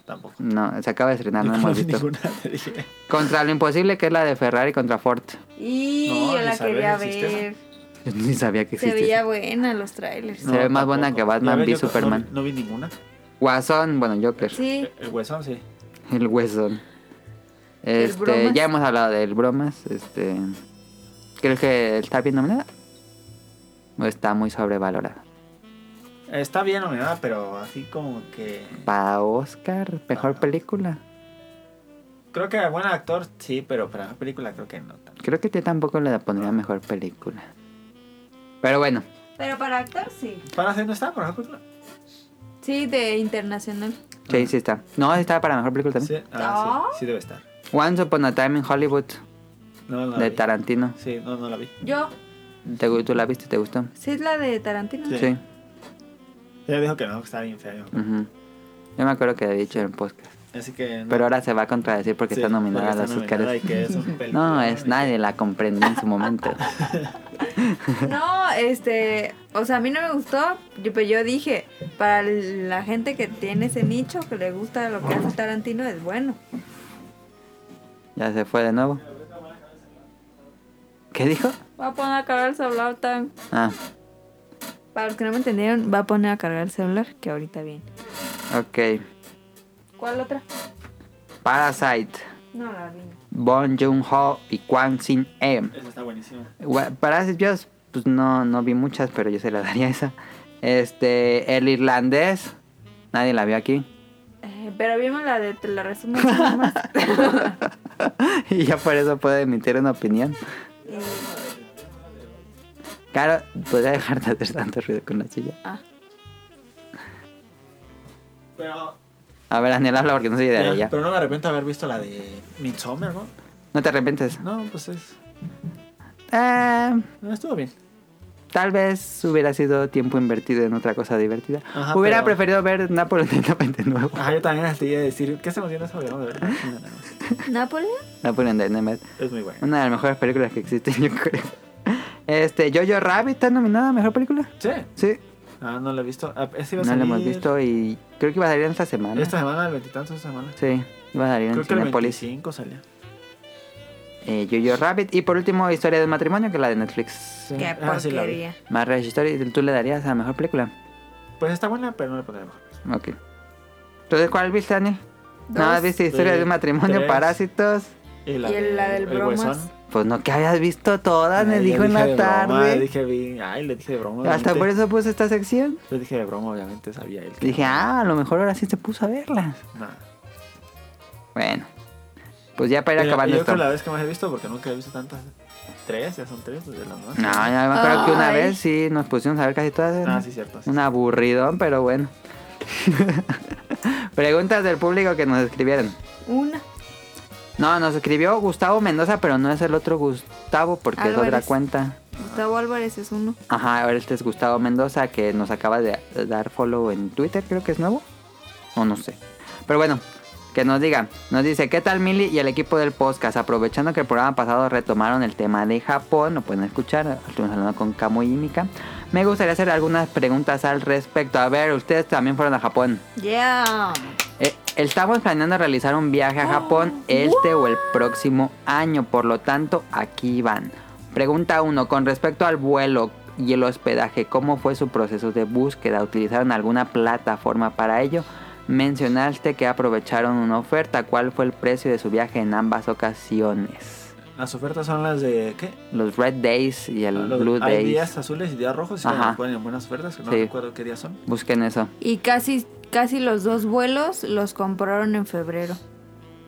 Speaker 3: Tampoco.
Speaker 2: No, se acaba de estrenar,
Speaker 3: Yo
Speaker 2: Ah, no
Speaker 3: *laughs* no
Speaker 2: hemos
Speaker 3: vi
Speaker 2: visto.
Speaker 3: ninguna, te dije.
Speaker 2: Contra lo imposible, que es la de Ferrari contra Ford. *laughs*
Speaker 1: Y
Speaker 3: No,
Speaker 1: yo
Speaker 3: ni
Speaker 1: la
Speaker 3: saber
Speaker 1: quería
Speaker 3: si existe
Speaker 1: ver.
Speaker 2: Yo ni sabía que
Speaker 1: Se veía
Speaker 2: existía.
Speaker 1: buena los trailers.
Speaker 2: Se ve más buena que Batman
Speaker 3: Ya ves,
Speaker 2: v
Speaker 3: yo no-
Speaker 2: Superman.
Speaker 3: No, vi ninguna.
Speaker 2: Guasón, bueno, Joker.
Speaker 1: Sí,
Speaker 3: El huesón, sí.
Speaker 2: El huesón.
Speaker 1: El
Speaker 2: Este,
Speaker 1: bromas.
Speaker 2: ya hemos hablado del bromas. Este, ¿Crees que está bien nominada? ¿O está muy sobrevalorada?
Speaker 3: Está bien nominada, pero así como que.
Speaker 2: Para Oscar, mejor
Speaker 3: Ajá.
Speaker 2: película.
Speaker 3: Creo que buen actor, sí, pero para la película creo que no tanto.
Speaker 2: Creo que yo tampoco le pondría mejor película. Pero bueno,
Speaker 1: pero para actor sí.
Speaker 3: Para hacer no está, por ejemplo.
Speaker 1: Sí, de internacional.
Speaker 2: sí, sí está. No, sí está para mejor película también.
Speaker 3: Sí, ah,
Speaker 1: Ah.
Speaker 3: sí, sí debe estar.
Speaker 2: Once Upon a Time in Hollywood,
Speaker 3: No, no la
Speaker 2: de
Speaker 3: vi.
Speaker 2: Tarantino.
Speaker 3: Sí, no, no la vi.
Speaker 1: Yo,
Speaker 2: ¿Te, gu- ¿Tú la viste? ¿Te gustó?
Speaker 1: sí es la de Tarantino.
Speaker 3: Sí.
Speaker 2: Sí.
Speaker 3: Ella dijo que no, que estaba bien feo.
Speaker 2: Ujú. Yo me acuerdo que había dicho en el podcast.
Speaker 3: Así que. no-
Speaker 2: Pero ahora se va a contradecir porque
Speaker 3: sí,
Speaker 2: está nominada
Speaker 3: porque
Speaker 2: a los
Speaker 3: está nominada
Speaker 2: Oscars.
Speaker 3: y que es un
Speaker 2: *laughs* No,
Speaker 3: peliculón
Speaker 2: es
Speaker 3: y-
Speaker 2: nadie la comprendió en su momento.
Speaker 1: No, este, o sea, a mí no me gustó, yo- pero yo dije, para la gente que tiene ese nicho, que le gusta lo que hace Tarantino, es bueno.
Speaker 2: Ya se fue de nuevo. ¿Qué dijo?
Speaker 1: Va a poner a cargar el celular tan...
Speaker 2: Ah,
Speaker 1: Para los que no me entendieron, va a poner a cargar el celular, que ahorita viene.
Speaker 2: ok.
Speaker 1: ¿Cuál otra?
Speaker 2: Parasite,
Speaker 1: No la vi.
Speaker 2: Bon Joon-ho y Kwan Sin E.
Speaker 3: Eso está buenísimo.
Speaker 2: Gua- Parasite, yo pues no, no vi muchas, pero yo se la daría esa. Este, El Irlandés, nadie la vio aquí. *laughs*
Speaker 1: Eh, pero vimos la de, te la resumo nada *laughs* más.
Speaker 2: y ya por eso puedo emitir una opinión. Claro, podría dejar de hacer tanto ruido con la silla.
Speaker 3: Pero,
Speaker 2: A ver, Daniel, habla porque no soy de ella.
Speaker 3: pero no me arrepiento de haber visto la de Midsommar, ¿no?
Speaker 2: No te arrepientes.
Speaker 3: No, pues es.
Speaker 2: Ah,
Speaker 3: No, estuvo bien.
Speaker 2: tal vez hubiera sido tiempo invertido en otra cosa divertida.
Speaker 3: Ajá,
Speaker 2: hubiera
Speaker 3: pero-
Speaker 2: preferido ver Nápoles de nuevo. *laughs*
Speaker 3: *laughs* Ajá, yo también hasta iba a decir, ¿qué se emociona esa no, verdad? *laughs* No, no, no.
Speaker 1: ¿Nápoles?
Speaker 2: Napoleon Dynamite.
Speaker 3: Es muy bueno.
Speaker 2: Una de las mejores películas que existen, *laughs* yo creo. Este, Jojo Rabbit está nominada a mejor película.
Speaker 3: Sí.
Speaker 2: Sí,
Speaker 3: Ah, no la he visto. Ah, ese iba a
Speaker 2: no la
Speaker 3: salir
Speaker 2: hemos visto y creo que iba a salir esta semana.
Speaker 3: Esta semana, el veintitantos de semana.
Speaker 2: Sí, iba a salir en
Speaker 3: Creo que el
Speaker 2: Cinepolis.
Speaker 3: 25 salía.
Speaker 2: Eh, Jojo Rabbit. Y por último, Historia del Matrimonio, que es la de Netflix.
Speaker 3: Sí.
Speaker 1: Qué
Speaker 3: Ah, sí la vi.
Speaker 1: porquería.
Speaker 2: Marriage Story, ¿tú le darías a la mejor película?
Speaker 3: Pues está buena, pero no la pondré mejor.
Speaker 2: Ok. Entonces, ¿cuál viste, Daniel? Nada, viste Historia
Speaker 3: tres,
Speaker 2: del Matrimonio,
Speaker 3: tres.
Speaker 2: Parásitos.
Speaker 1: Y el- la del bromas.
Speaker 2: Pues no, que habías visto todas, Ah, me
Speaker 3: Ay, le
Speaker 2: dijo en
Speaker 3: dije
Speaker 2: la
Speaker 3: de broma, le
Speaker 2: tarde.
Speaker 3: dije, vi- ay, le dije de broma.
Speaker 2: Hasta
Speaker 3: obviamente.
Speaker 2: por eso puse esta sección.
Speaker 3: Le dije de broma, obviamente, sabía él. que-
Speaker 2: Dije, ah, a lo mejor ahora sí se puso a verlas.
Speaker 3: Nah.
Speaker 2: Bueno, pues ya para ir
Speaker 3: Mira,
Speaker 2: acabando
Speaker 3: yo
Speaker 2: esto.
Speaker 3: creo la vez que más he visto, porque nunca he visto tantas. Tres, ya son tres, desde las más.
Speaker 2: No, ya me acuerdo que una
Speaker 1: Ay.
Speaker 2: vez sí nos pusimos a ver casi todas. ¿no?
Speaker 3: Ah, sí, cierto. sí.
Speaker 2: Un aburridón, pero bueno. *laughs* Preguntas del público que nos escribieron.
Speaker 1: Una.
Speaker 2: No, nos escribió Gustavo Mendoza, pero no es el otro Gustavo porque es otra
Speaker 1: Álvarez.
Speaker 2: cuenta.
Speaker 1: Gustavo Álvarez es uno.
Speaker 2: Ajá, ahora este es Gustavo Mendoza que nos acaba de dar follow en Twitter, creo que es nuevo. O no sé. Pero bueno, que nos diga. Nos dice, ¿qué tal Mili y el equipo del podcast? Aprovechando que el programa pasado retomaron el tema de Japón, lo pueden escuchar, estuvimos hablando con Kamo y Mika. Me gustaría hacer algunas preguntas al respecto. A ver, ustedes también fueron a Japón.
Speaker 1: Yeah.
Speaker 2: Eh, estamos planeando realizar un viaje a Japón este o el próximo año, por lo tanto, aquí van. Pregunta 1. Con respecto al vuelo y el hospedaje, ¿cómo fue su proceso de búsqueda? ¿Utilizaron alguna plataforma para ello? Mencionaste que aprovecharon una oferta. ¿Cuál fue el precio de su viaje en ambas ocasiones?
Speaker 3: Las ofertas son las de. ¿Qué?
Speaker 2: Los Red Days y el
Speaker 3: Ah, los-
Speaker 2: Blue
Speaker 3: Hay
Speaker 2: Days.
Speaker 3: días azules y días rojos. Y
Speaker 2: Ajá.
Speaker 3: nos ponen buenas ofertas, que no
Speaker 2: Sí.
Speaker 3: recuerdo qué días son.
Speaker 2: Busquen eso.
Speaker 1: Y casi, casi los dos vuelos los compraron en febrero.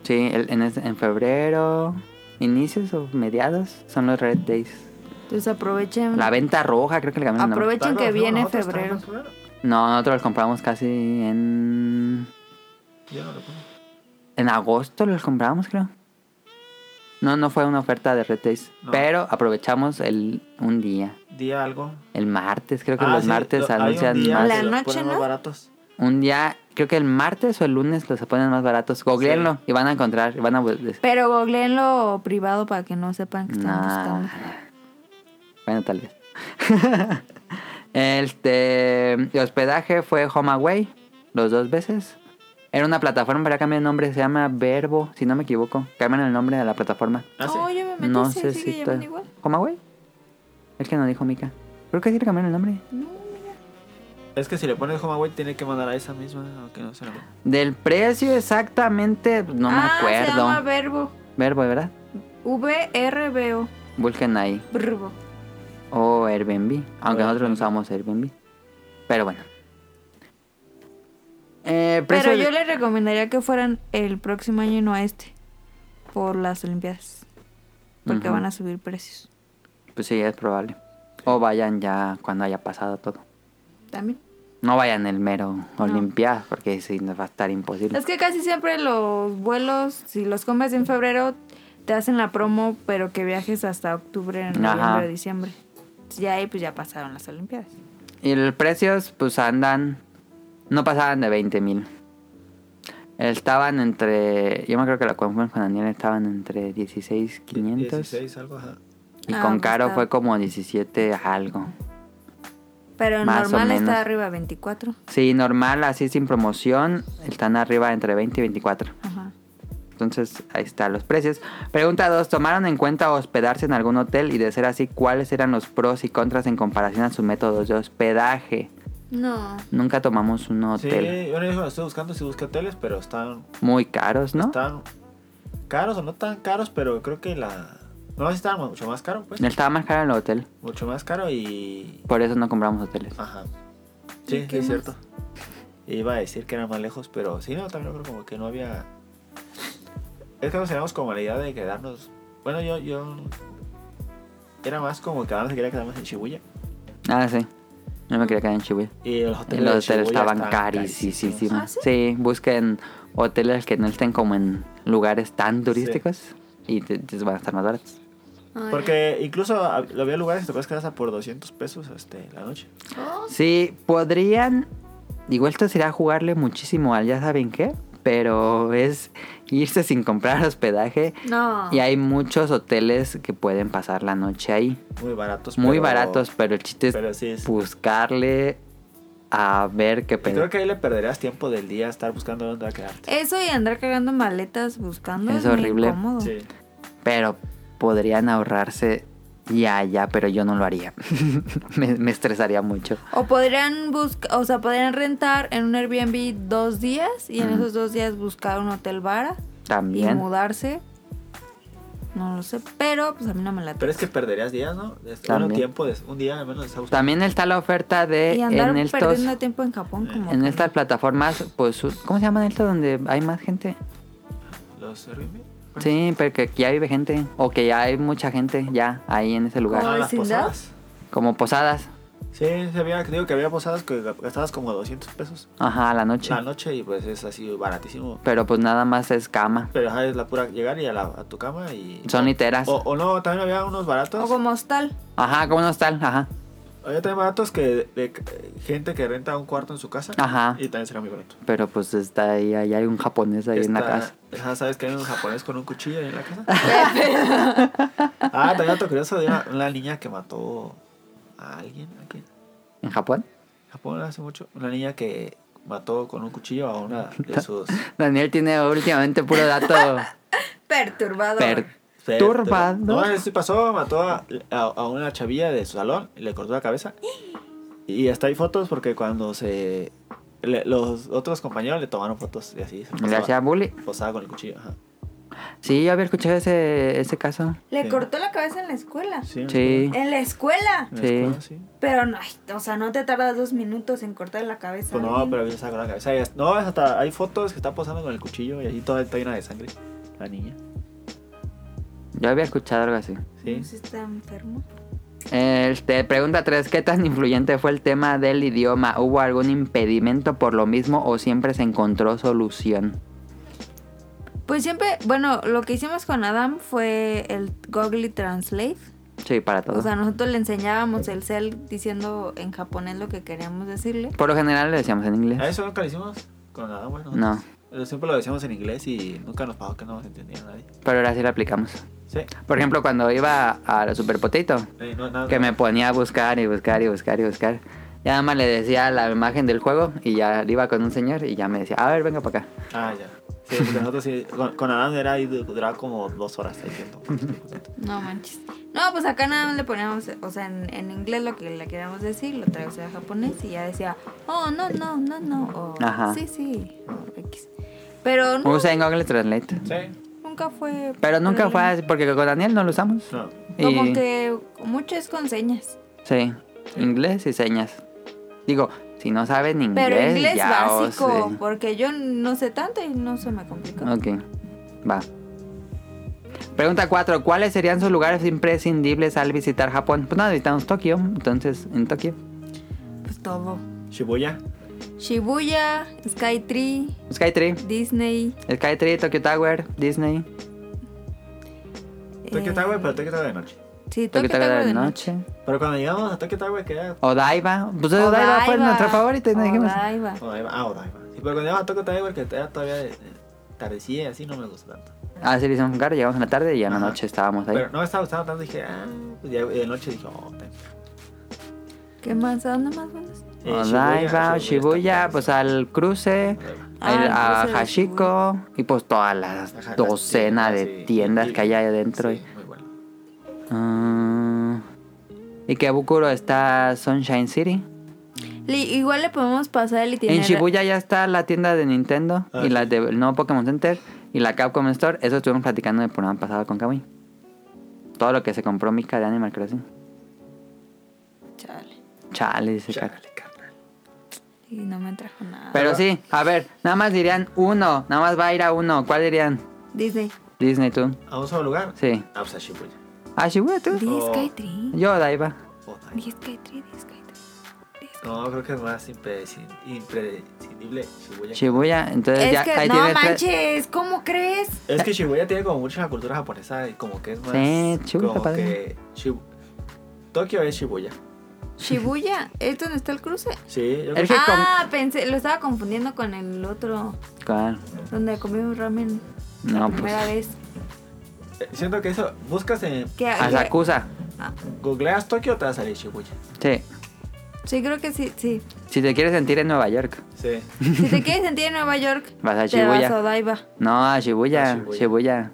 Speaker 2: Sí, el- en, es- en febrero, inicios o mediados, son los Red Days.
Speaker 1: Entonces aprovechen.
Speaker 2: La venta roja, creo que le cambiaron el nombre.
Speaker 1: Aprovechen
Speaker 3: Claro,
Speaker 1: que
Speaker 3: no,
Speaker 1: viene
Speaker 3: nosotros
Speaker 1: febrero.
Speaker 3: estamos en febrero.
Speaker 2: No, nosotros los compramos casi en.
Speaker 3: Yo no recuerdo.
Speaker 2: En agosto los compramos, creo. No, no fue una oferta de Red Days,
Speaker 3: No.
Speaker 2: Pero aprovechamos el un día.
Speaker 3: Día algo.
Speaker 2: El martes, creo que
Speaker 3: Ah,
Speaker 2: los
Speaker 3: sí,
Speaker 2: martes
Speaker 3: lo- hay un
Speaker 2: anuncian
Speaker 3: día
Speaker 2: más.
Speaker 1: La
Speaker 3: que los
Speaker 1: noche,
Speaker 3: ponen más
Speaker 1: ¿no?
Speaker 3: baratos.
Speaker 2: Un día, creo que el martes o el lunes los ponen más baratos. Googleenlo y van a encontrar. y Van a. bu-
Speaker 1: Pero googleenlo privado para que no sepan que están
Speaker 2: Nah.
Speaker 1: buscando.
Speaker 2: Bueno, tal vez. *laughs* este. El hospedaje fue Home Away, los dos veces. Era una plataforma, pero ya cambió de nombre, se llama Verbo, si no me equivoco. Cambian el nombre de la plataforma.
Speaker 3: Ah, sí.
Speaker 1: Oh, ya me metí,
Speaker 2: No
Speaker 1: se
Speaker 2: sé
Speaker 1: sigue
Speaker 2: si.
Speaker 1: llamando
Speaker 2: to-
Speaker 1: igual.
Speaker 2: ¿Home Away? Es que no dijo Mika. Creo que sí le cambiaron el nombre.
Speaker 3: Es que si le pones Homaway, tiene que mandar a esa misma, aunque no se la ponga.
Speaker 2: Del precio exactamente, no me
Speaker 1: ah,
Speaker 2: acuerdo.
Speaker 1: se llama Verbo.
Speaker 2: Verbo, ¿verdad?
Speaker 1: V-R-B-O.
Speaker 2: Busquen ahí.
Speaker 1: Verbo.
Speaker 2: O Airbnb. Aunque
Speaker 3: O
Speaker 2: nosotros no usamos Airbnb. Pero bueno. Eh, precio
Speaker 1: Pero
Speaker 2: de-
Speaker 1: yo les recomendaría que fueran el próximo año y no a este. Por las Olimpiadas. Porque
Speaker 2: Ujú.
Speaker 1: van a subir precios.
Speaker 2: Pues sí, es probable. O vayan ya cuando haya pasado todo.
Speaker 1: También.
Speaker 2: No vayan el mero Olimpiadas, porque sí, nos va a estar imposible.
Speaker 1: Es que casi siempre los vuelos, si los compras en febrero, te hacen la promo, pero que viajes hasta octubre, noviembre,
Speaker 2: Ajá.
Speaker 1: diciembre. Ya ahí pues ya pasaron las Olimpiadas.
Speaker 2: Y los precios, pues andan. No pasaban de 20 mil. Estaban entre. Yo me creo que la confusión con Daniel estaban entre 16, 500.
Speaker 3: 16, algo, ajá.
Speaker 2: Y
Speaker 1: Ah,
Speaker 2: con
Speaker 1: pues
Speaker 2: Caro
Speaker 1: está.
Speaker 2: fue como 17 algo.
Speaker 1: Pero el
Speaker 2: Más o
Speaker 1: normal
Speaker 2: menos.
Speaker 1: está arriba 24.
Speaker 2: Sí, normal, así sin promoción, están arriba entre 20 y 24.
Speaker 1: Ajá.
Speaker 2: Entonces, ahí están los precios. Pregunta 2. ¿Tomaron en cuenta hospedarse en algún hotel? Y de ser así, ¿cuáles eran los pros y contras en comparación a sus métodos de hospedaje?
Speaker 1: No.
Speaker 2: Nunca tomamos un
Speaker 3: Sí,
Speaker 2: hotel.
Speaker 3: yo le dije, estoy buscando si busqué hoteles, pero están,
Speaker 2: Muy caros, ¿no?
Speaker 3: están caros o no tan caros, pero creo que la. No, sí estaban mucho más caro, pues.
Speaker 2: Estaba más caro el hotel.
Speaker 3: Mucho más caro y.
Speaker 2: Por eso no compramos hoteles.
Speaker 3: Ajá. Sí, sí,
Speaker 1: qué
Speaker 3: es
Speaker 1: más?
Speaker 3: cierto. Iba a decir que era más lejos, pero sí, no, también creo como que no había. Es que nos teníamos como la idea de quedarnos. Bueno, yo. yo Era más como que ahora se quería quedarnos en Shibuya.
Speaker 2: Ah, sí. No me quería quedar en Chihuahua.
Speaker 3: Y los
Speaker 2: Y
Speaker 3: hoteles,
Speaker 2: los
Speaker 3: de
Speaker 2: hoteles
Speaker 3: Shibuya
Speaker 2: estaban carísimos.
Speaker 1: ¿Ah, sí?
Speaker 2: busquen hoteles que no estén como en lugares tan turísticos y te, te van a estar más baratos.
Speaker 1: Ay,
Speaker 3: Porque incluso hab- había lugares que te puedes quedar hasta por 200 pesos este, la noche.
Speaker 2: Sí, podrían. Igual esto sería jugarle muchísimo al ya saben qué, pero es irse sin comprar hospedaje.
Speaker 1: No.
Speaker 2: Y hay muchos hoteles que pueden pasar la noche ahí.
Speaker 3: Muy baratos.
Speaker 2: Muy
Speaker 3: pero-
Speaker 2: baratos, pero el chiste es
Speaker 3: Pero sí es.
Speaker 2: buscarle a ver qué
Speaker 3: Y
Speaker 2: pedo.
Speaker 3: creo que ahí le perderías tiempo del día a estar buscando dónde va a
Speaker 2: Eh,
Speaker 3: quedarte.
Speaker 1: Eso y andar cargando maletas buscando
Speaker 2: Es
Speaker 1: es, muy
Speaker 2: horrible.
Speaker 1: incómodo.
Speaker 3: Sí.
Speaker 2: Pero podrían ahorrarse ya, ya, pero yo no lo haría. *laughs* me, me estresaría mucho.
Speaker 1: O podrían buscar, o sea, podrían rentar en un Airbnb dos días y en
Speaker 2: Ujú.
Speaker 1: esos dos días buscar un hotel vara y
Speaker 2: También.
Speaker 1: mudarse. No lo sé, pero pues a mí no me late.
Speaker 3: Pero es que perderías días, ¿no? Es-
Speaker 2: También.
Speaker 3: Un tiempo, de- un día al menos de estar buscando.
Speaker 2: También está la oferta de
Speaker 1: y andar
Speaker 2: en estos
Speaker 1: perdiendo tiempo en
Speaker 3: Eh,
Speaker 1: Japón como
Speaker 2: en
Speaker 1: que-
Speaker 2: estas plataformas, pues ¿cómo se llaman estas donde hay más gente?
Speaker 3: ¿Los Airbnb?
Speaker 2: Sí, pero que ya vive gente o que ya hay mucha gente ya ahí en ese lugar,
Speaker 1: ¿Cómo?
Speaker 3: Ah, las
Speaker 1: vecindad?
Speaker 3: posadas.
Speaker 2: como posadas,
Speaker 3: Sí, se había, digo que había posadas que gastabas como 200 pesos
Speaker 2: ajá, a la noche.
Speaker 3: la noche y pues es así baratísimo.
Speaker 2: Pero pues nada más es cama.
Speaker 3: Pero ajá, es la pura llegar y a, la- a tu cama y...
Speaker 2: Son literas.
Speaker 3: O, o no, también había unos baratos.
Speaker 1: o como hostal.
Speaker 2: Ajá, como no está, ajá.
Speaker 3: Había también baratos que de, de gente que renta un cuarto en su casa.
Speaker 2: Ajá.
Speaker 3: Y también será muy barato.
Speaker 2: Pero pues está ahí, ahí hay un japonés ahí en la
Speaker 3: Está-
Speaker 2: casa.
Speaker 3: ajá, ¿Sabes que hay un japonés con un cuchillo ahí en la casa? ah, también otro curioso de una, una niña que mató a alguien aquí en
Speaker 2: ¿En Japón?
Speaker 3: Japón hace mucho. Una niña que mató con un cuchillo a una de sus...
Speaker 2: Daniel tiene últimamente puro dato
Speaker 1: Perturbador.
Speaker 2: perturbado.
Speaker 3: No, esto pasó, mató a, a- a una chavilla de su salón, y le cortó la cabeza. Y hasta hay fotos porque cuando se... le- los otros compañeros le tomaron fotos y así. Se
Speaker 2: Le hacía
Speaker 3: posaba,
Speaker 2: bully.
Speaker 3: posaba con el cuchillo. Ajá.
Speaker 2: Sí, yo había escuchado ese, ese caso.
Speaker 1: Le
Speaker 3: Sí.
Speaker 1: cortó la cabeza en la escuela.
Speaker 3: Sí.
Speaker 2: Sí.
Speaker 1: En la escuela.
Speaker 3: en la
Speaker 2: Sí.
Speaker 3: escuela, sí.
Speaker 1: Pero no, ay, o sea, no te tardas dos minutos en cortar la cabeza.
Speaker 3: Pues
Speaker 1: a
Speaker 3: no,
Speaker 1: alguien.
Speaker 3: pero bien sacó la cabeza. Y hasta- No, es hasta hay fotos que está posando con el cuchillo y así toda está llena de sangre. La niña.
Speaker 2: Yo había escuchado algo así.
Speaker 3: Sí.
Speaker 1: Sí está enfermo.
Speaker 2: Este, pregunta 3. ¿Qué tan influyente fue el tema del idioma? ¿Hubo algún impedimento por lo mismo o siempre se encontró solución?
Speaker 1: Pues siempre, bueno, lo que hicimos con Adam fue el Google Translate.
Speaker 2: Sí, para todo.
Speaker 1: O
Speaker 3: Ah.
Speaker 1: sea, nosotros le enseñábamos el cel diciendo en japonés lo que queríamos decirle.
Speaker 2: por lo general le decíamos en
Speaker 3: ¿A
Speaker 2: inglés.
Speaker 3: eso nunca lo hicimos? Con nada bueno.
Speaker 2: No,
Speaker 3: Siempre lo decíamos en inglés y nunca nos pagó que no nos entendiera nadie.
Speaker 2: pero ahora sí lo aplicamos.
Speaker 3: Sí.
Speaker 2: Por ejemplo, cuando iba a la Super Potato,
Speaker 3: Eh, no, nada.
Speaker 2: que me ponía a buscar y buscar y buscar y buscar. Ya nada más le decía la imagen del juego y ya iba con un señor y ya me decía, a ver, venga para acá.
Speaker 3: Ah, ya. Sí, porque nosotros sí. Con, con Adán era ahí, duraba como dos horas ahí
Speaker 2: *laughs*
Speaker 3: viendo.
Speaker 1: No manches. No, pues acá nada más le poníamos, o sea, en, en inglés lo que le queríamos decir, lo traducía a japonés y ya decía, oh, no, no, no, no. O,
Speaker 2: Ajá.
Speaker 1: Sí, sí. o X. Pero no,
Speaker 2: Usa en Google Translate.
Speaker 3: Sí.
Speaker 1: nunca fue.
Speaker 2: Pero nunca fue
Speaker 1: problema.
Speaker 2: así, porque con Daniel no lo usamos.
Speaker 3: No.
Speaker 1: Como
Speaker 2: Y-
Speaker 1: que mucho es con señas.
Speaker 2: Sí, inglés y señas. Digo, si no saben inglés,
Speaker 1: Pero inglés
Speaker 2: ya o
Speaker 1: básico,
Speaker 2: sea.
Speaker 1: porque yo no sé tanto y no se me complicó.
Speaker 2: Ok, va. Pregunta 4. ¿Cuáles serían sus lugares imprescindibles al visitar Japón? Pues nada, visitamos Tokio, entonces en Tokio.
Speaker 1: Pues todo.
Speaker 3: Shibuya.
Speaker 1: Shibuya, Skytree,
Speaker 2: Skytree,
Speaker 1: Disney.
Speaker 2: Skytree, Tokyo Tower, Disney,
Speaker 3: Tokyo
Speaker 1: eh,
Speaker 3: Tower, pero Tokyo Tower de noche.
Speaker 1: Sí,
Speaker 2: Tokyo Tower de
Speaker 1: noche.
Speaker 2: noche.
Speaker 3: Pero cuando llegamos a Tokyo Tower, que era.
Speaker 2: Odaiba, pues
Speaker 1: Oh,
Speaker 2: Odaiba fue
Speaker 1: Odaiba.
Speaker 2: nuestra favorita y
Speaker 1: Oh,
Speaker 2: nos dijimos.
Speaker 1: Odaiba.
Speaker 3: Odaiba. Ah, Odaiba. Sí, pero cuando llegamos a Tokyo Tower, que era todavía de, de tardecilla y así, no me gusta tanto.
Speaker 2: Ah, sí, le hicimos un carro, llegamos en la tarde y ya en la
Speaker 3: Ajá.
Speaker 2: noche estábamos ahí.
Speaker 3: Pero no me estaba gustando tanto, dije, ah, pues ya de noche dije, oh, ten-
Speaker 1: ¿Qué más? ¿A dónde más buenas?
Speaker 3: Eh,
Speaker 2: Odaiba, Pues Ah, Shibuya,
Speaker 3: está-
Speaker 2: pues al cruce.
Speaker 3: Odaiba.
Speaker 1: Ah,
Speaker 2: El-
Speaker 1: el
Speaker 2: a
Speaker 1: cruce de
Speaker 2: Hashiko y pues todas las
Speaker 3: Ajá, las
Speaker 2: docena
Speaker 3: tiendas,
Speaker 2: de
Speaker 3: sí,
Speaker 2: tiendas
Speaker 3: y-
Speaker 2: que hay ahí adentro.
Speaker 3: Sí,
Speaker 2: Y,
Speaker 3: muy bueno.
Speaker 2: Ah, y que a Bukuro está Sunshine City.
Speaker 1: Li- igual le podemos pasar el
Speaker 2: En
Speaker 1: itinerario.
Speaker 2: Shibuya ya está la tienda de Nintendo
Speaker 3: Ah,
Speaker 2: y la
Speaker 3: sí.
Speaker 2: del nuevo Pokémon Center y la Capcom Store. Eso estuvimos platicando en el programa pasado con Kamui. Todo lo que se compró Mika de Animal Crossing.
Speaker 1: Chale.
Speaker 2: Chale, dice Kak.
Speaker 3: Chale, carnal.
Speaker 1: Y no me trajo nada.
Speaker 2: Pero sí, a ver, nada más dirían uno, nada más va a ir a uno. ¿Cuál dirían?
Speaker 1: Disney.
Speaker 2: Disney, tú.
Speaker 3: ¿A un solo lugar?
Speaker 2: Sí.
Speaker 3: Ah, pues a Shibuya.
Speaker 2: Ah, Shibuya, tú.
Speaker 1: Di
Speaker 3: Oh.
Speaker 1: Skytree.
Speaker 2: Yo, Daiba.
Speaker 3: Odaiba.
Speaker 1: Di Skytree, di Skytree. di Skytree.
Speaker 3: No, creo que es más impredecin- imprescindible Shibuya.
Speaker 2: Shibuya, entonces
Speaker 1: es
Speaker 2: Eh, ya
Speaker 1: que,
Speaker 2: ahí
Speaker 1: no
Speaker 2: tiene tres-
Speaker 1: manches, ¿cómo crees?
Speaker 3: es que Shibuya tiene como mucha cultura japonesa y como que es más.
Speaker 2: Sí, chulo,
Speaker 3: como
Speaker 2: padre.
Speaker 3: que Shibu- Tokio es Shibuya.
Speaker 1: Shibuya, ¿es donde está el cruce?
Speaker 3: Sí, yo
Speaker 2: El
Speaker 3: creo
Speaker 2: que
Speaker 1: Ah, pensé, lo estaba confundiendo con el otro,
Speaker 2: ¿Cuál?
Speaker 1: donde comimos ramen la
Speaker 2: No, pues.
Speaker 1: primera vez.
Speaker 3: que- siento que eso. Buscas en.
Speaker 1: Que- que-
Speaker 2: Asakusa.
Speaker 3: Googleas Tokio, te va a salir Shibuya.
Speaker 2: Sí.
Speaker 1: sí, creo que sí, sí.
Speaker 2: *laughs* Si te quieres sentir en Nueva York, *laughs*
Speaker 3: Sí.
Speaker 1: Si te quieres sentir en Nueva York,
Speaker 2: vas a
Speaker 1: te vas a
Speaker 2: Shibuya.
Speaker 1: Odaiba.
Speaker 2: No, a Shibuya,
Speaker 3: A Shibuya.
Speaker 2: Shibuya.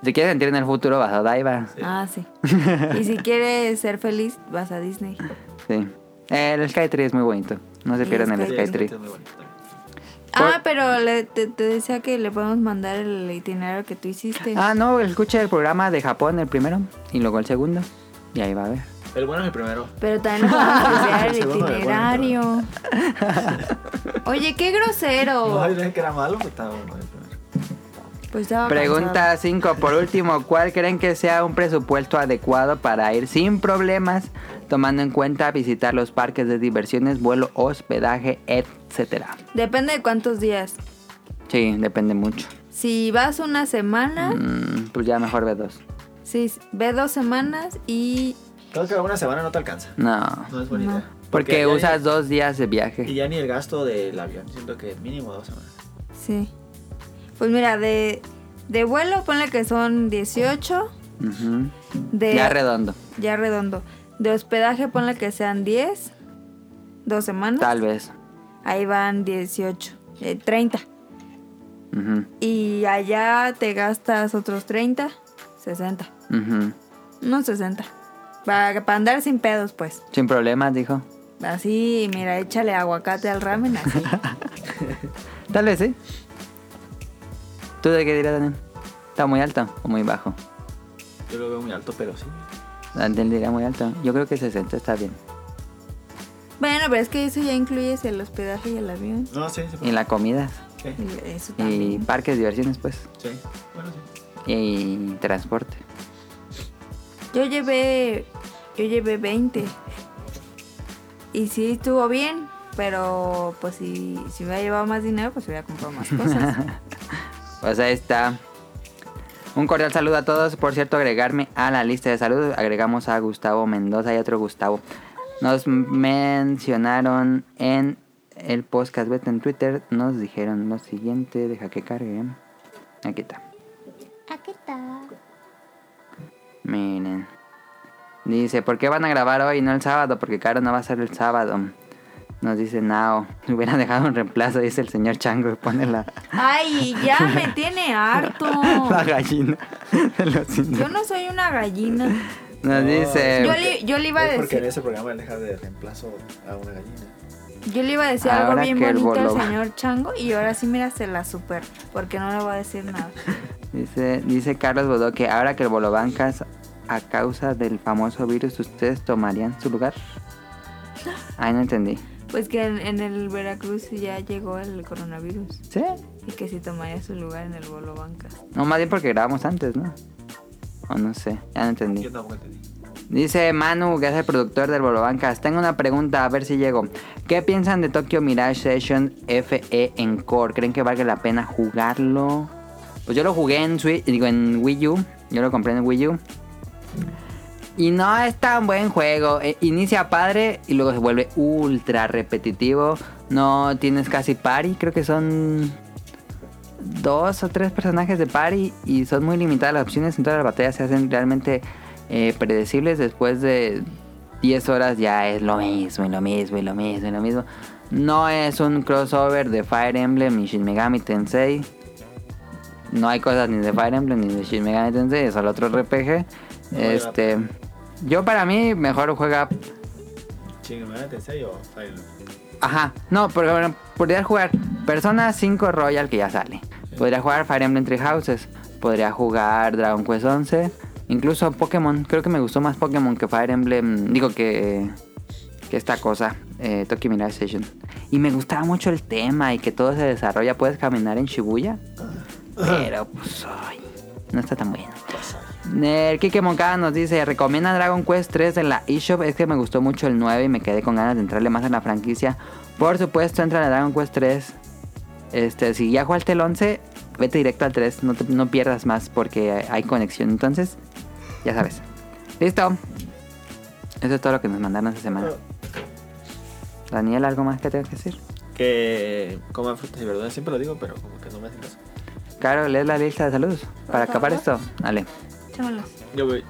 Speaker 2: Si te quieres sentir en el futuro, vas a Odaiba.
Speaker 3: Sí.
Speaker 1: Ah,
Speaker 2: *laughs*
Speaker 1: sí. Y si quieres ser feliz, vas a Disney.
Speaker 2: Sí. El Skytree es muy bonito. No se
Speaker 1: Sí,
Speaker 2: pierdan el
Speaker 1: Skytree.
Speaker 3: Sí,
Speaker 2: Skytree.
Speaker 3: es muy bonito también.
Speaker 1: Ah, pero le- te, te decía que le podemos mandar el itinerario que tú hiciste.
Speaker 2: Ah, no, escucha el programa de Japón, el primero, y luego el segundo. Y ahí va a ver.
Speaker 3: El bueno es el primero.
Speaker 1: Pero también nos
Speaker 2: *laughs*
Speaker 1: podemos enviar el
Speaker 3: El segundo de cuarenta.
Speaker 1: itinerario. Oye, qué
Speaker 3: No, yo
Speaker 1: grosero.
Speaker 3: dije que era malo, pues estaba bueno el primero.
Speaker 1: Pues estaba cansado.
Speaker 2: Pregunta 5. Por último, ¿cuál creen que sea un presupuesto adecuado para ir sin problemas, tomando en cuenta visitar los parques de diversiones, vuelo, hospedaje, etcétera?
Speaker 1: Depende de cuántos días.
Speaker 2: Sí, depende mucho.
Speaker 1: Si vas una semana,
Speaker 2: Mm, pues ya mejor ve dos.
Speaker 1: sí, ve dos semanas y
Speaker 3: Creo que una semana no te alcanza.
Speaker 2: No,
Speaker 3: No es buena
Speaker 1: No.
Speaker 3: idea.
Speaker 2: porque
Speaker 3: ya ni-
Speaker 2: usas dos días de
Speaker 3: Y
Speaker 2: viaje.
Speaker 3: ya ni el gasto del avión. Siento que mínimo dos semanas.
Speaker 1: sí. Pues mira, de, de vuelo ponle que son 18.
Speaker 2: Ujú.
Speaker 1: De,
Speaker 2: Ya redondo,
Speaker 1: ya redondo. De hospedaje ponle que sean 10. Dos semanas.
Speaker 2: tal vez.
Speaker 1: Ahí van 18. eh, 30.
Speaker 2: Ujú,
Speaker 1: Y allá te gastas otros 30. 60.
Speaker 2: ujú.
Speaker 1: No 60. Para, andar sin pedos, pues.
Speaker 2: Sin problemas, dijo.
Speaker 1: Así, mira, échale aguacate al ramen
Speaker 2: *laughs*
Speaker 1: así.
Speaker 2: Tal vez sí. ¿Tú de qué dirás, Daniel? ¿Está muy alto o muy bajo?
Speaker 3: Yo lo veo muy alto, pero sí.
Speaker 2: Daniel dirá muy alto. Yo creo que 60 está bien.
Speaker 1: bueno, pero es que eso ya incluyes el hospedaje y el avión.
Speaker 3: No, sí, sí.
Speaker 2: Y la comida.
Speaker 3: Sí,
Speaker 1: Y Eso
Speaker 2: Y
Speaker 1: también.
Speaker 2: parques, diversiones, pues.
Speaker 3: sí. Bueno, sí.
Speaker 2: Y transporte.
Speaker 1: Yo llevé. Yo llevé 20. Y sí, estuvo bien. Pero pues si, si hubiera llevado más dinero, pues hubiera comprado más
Speaker 2: *laughs*
Speaker 1: cosas.
Speaker 2: Pues ahí está. Un cordial saludo a todos. Por cierto, agregarme a la lista de saludos. Agregamos a Gustavo Mendoza y otro Gustavo. Nos mencionaron en el podcast beta en Twitter. Nos dijeron lo siguiente. Deja que cargue. Aquí está. Miren. Dice, ¿por qué van a grabar hoy y no el sábado? Porque Caro no va a ser el sábado. Nos dice Nao. Hubiera dejado un reemplazo, dice el señor Chango. y Pone la,
Speaker 1: Ay, ya me tiene
Speaker 2: *laughs*
Speaker 1: harto.
Speaker 2: la gallina de los indios.
Speaker 1: Yo no soy una gallina.
Speaker 2: Nos
Speaker 3: No,
Speaker 2: dice.
Speaker 1: Yo le, yo le iba a
Speaker 3: Es porque en
Speaker 1: decir,
Speaker 3: ese programa deja de reemplazo a una gallina.
Speaker 1: yo le iba a decir algo
Speaker 2: Ahora
Speaker 1: bien
Speaker 2: que el
Speaker 1: bonito al
Speaker 2: bolo va.
Speaker 1: señor Chango y ahora sí mira se la super, porque no le voy a decir nada.
Speaker 2: Dice, dice Carlos Bodoque, ahora que el Bolobancas a causa del famoso virus, ¿ustedes tomarían su lugar? Ay, no entendí.
Speaker 1: Pues que en, en el Veracruz ya llegó el coronavirus
Speaker 2: ¿Sí?
Speaker 1: y que si tomaría su lugar en el bolo banca.
Speaker 2: No, más bien porque grabamos antes, ¿no? O no sé, ya no entendí.
Speaker 3: Yo tampoco entendí.
Speaker 2: Dice Manu, que es el productor del Bolobancas. Tengo una pregunta, a ver si llego. ¿Qué piensan de Tokyo Mirage Session FE Encore? ¿Creen que valga la pena jugarlo? Pues yo lo jugué en, Swi- digo, en Wii U. Yo lo compré en Wii U. Y no es tan buen juego. Eh, Inicia padre y luego se vuelve ultra repetitivo. No tienes casi party. Creo que son dos o tres personajes de party y son muy limitadas las opciones. En todas las batallas se hacen realmente eh, predecibles. Después de 10 horas ya es lo mismo, y lo mismo, y lo mismo, y lo mismo. No es un crossover de Fire Emblem ni Shin Megami Tensei. No hay cosas ni de Fire Emblem ni de Shin Megami Tensei, es solo otro RPG.
Speaker 3: vale la
Speaker 2: Este, yo para mí mejor juega
Speaker 3: Chingue, ¿me van a serio?
Speaker 2: Ajá, no, por ejemplo, podría jugar Persona 5 Royal que ya sale. Podría jugar Fire Emblem Three Houses. Podría jugar Dragon Quest 11. Incluso Pokémon. Creo que me gustó más Pokémon que Fire Emblem. Digo que. que esta cosa. Eh, Tokyo Mirage Station. Y me gustaba mucho el tema y que todo se desarrolla. Puedes caminar en Shibuya. Pero pues hoy. No está tan bueno. El Kike Moncada nos dice, recomienda Dragon Quest 3 en la eShop. Es que me gustó mucho el 9 y me quedé con ganas de entrarle más a la franquicia. Por supuesto, entra a Dragon Quest 3. Este, si ya jugaste el 11, vete directo al 3. No, te- no pierdas más porque hay conexión. Entonces, ya sabes. Listo. Eso es todo lo que nos mandaron esta semana. Daniel, ¿algo más que tengas que decir?
Speaker 3: Que coman frutas y verduras, siempre lo digo, pero como que no me hacen caso.
Speaker 2: Claro, lees la lista de saludos. Para acabar esto, dale.
Speaker 1: Chámalos.
Speaker 3: Yo voy.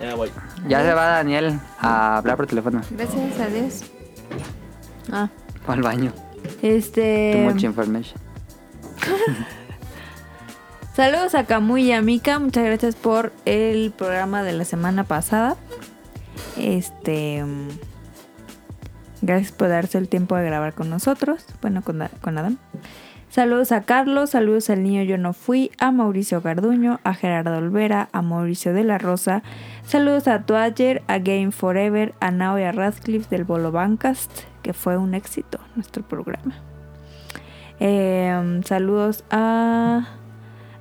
Speaker 3: Ya voy.
Speaker 2: Ya se va Daniel a hablar por teléfono. *laughs*
Speaker 1: Gracias a Dios. Ah,
Speaker 2: O al baño. Too
Speaker 1: este.
Speaker 2: much information.
Speaker 1: Saludos a Camuy y a Mika. Muchas gracias por el programa de la semana pasada. Este. mm, Gracias por darse el tiempo de grabar con nosotros. Bueno, con, Da- con Adam. Saludos a Carlos, saludos al niño Yo No Fui, a Mauricio Garduño, a Gerardo Olvera, a Mauricio de la Rosa. Saludos a Toager, a Game Forever, a Nao y a Radcliffe del Bolo Bancast, que fue un éxito nuestro programa. Eh, saludos a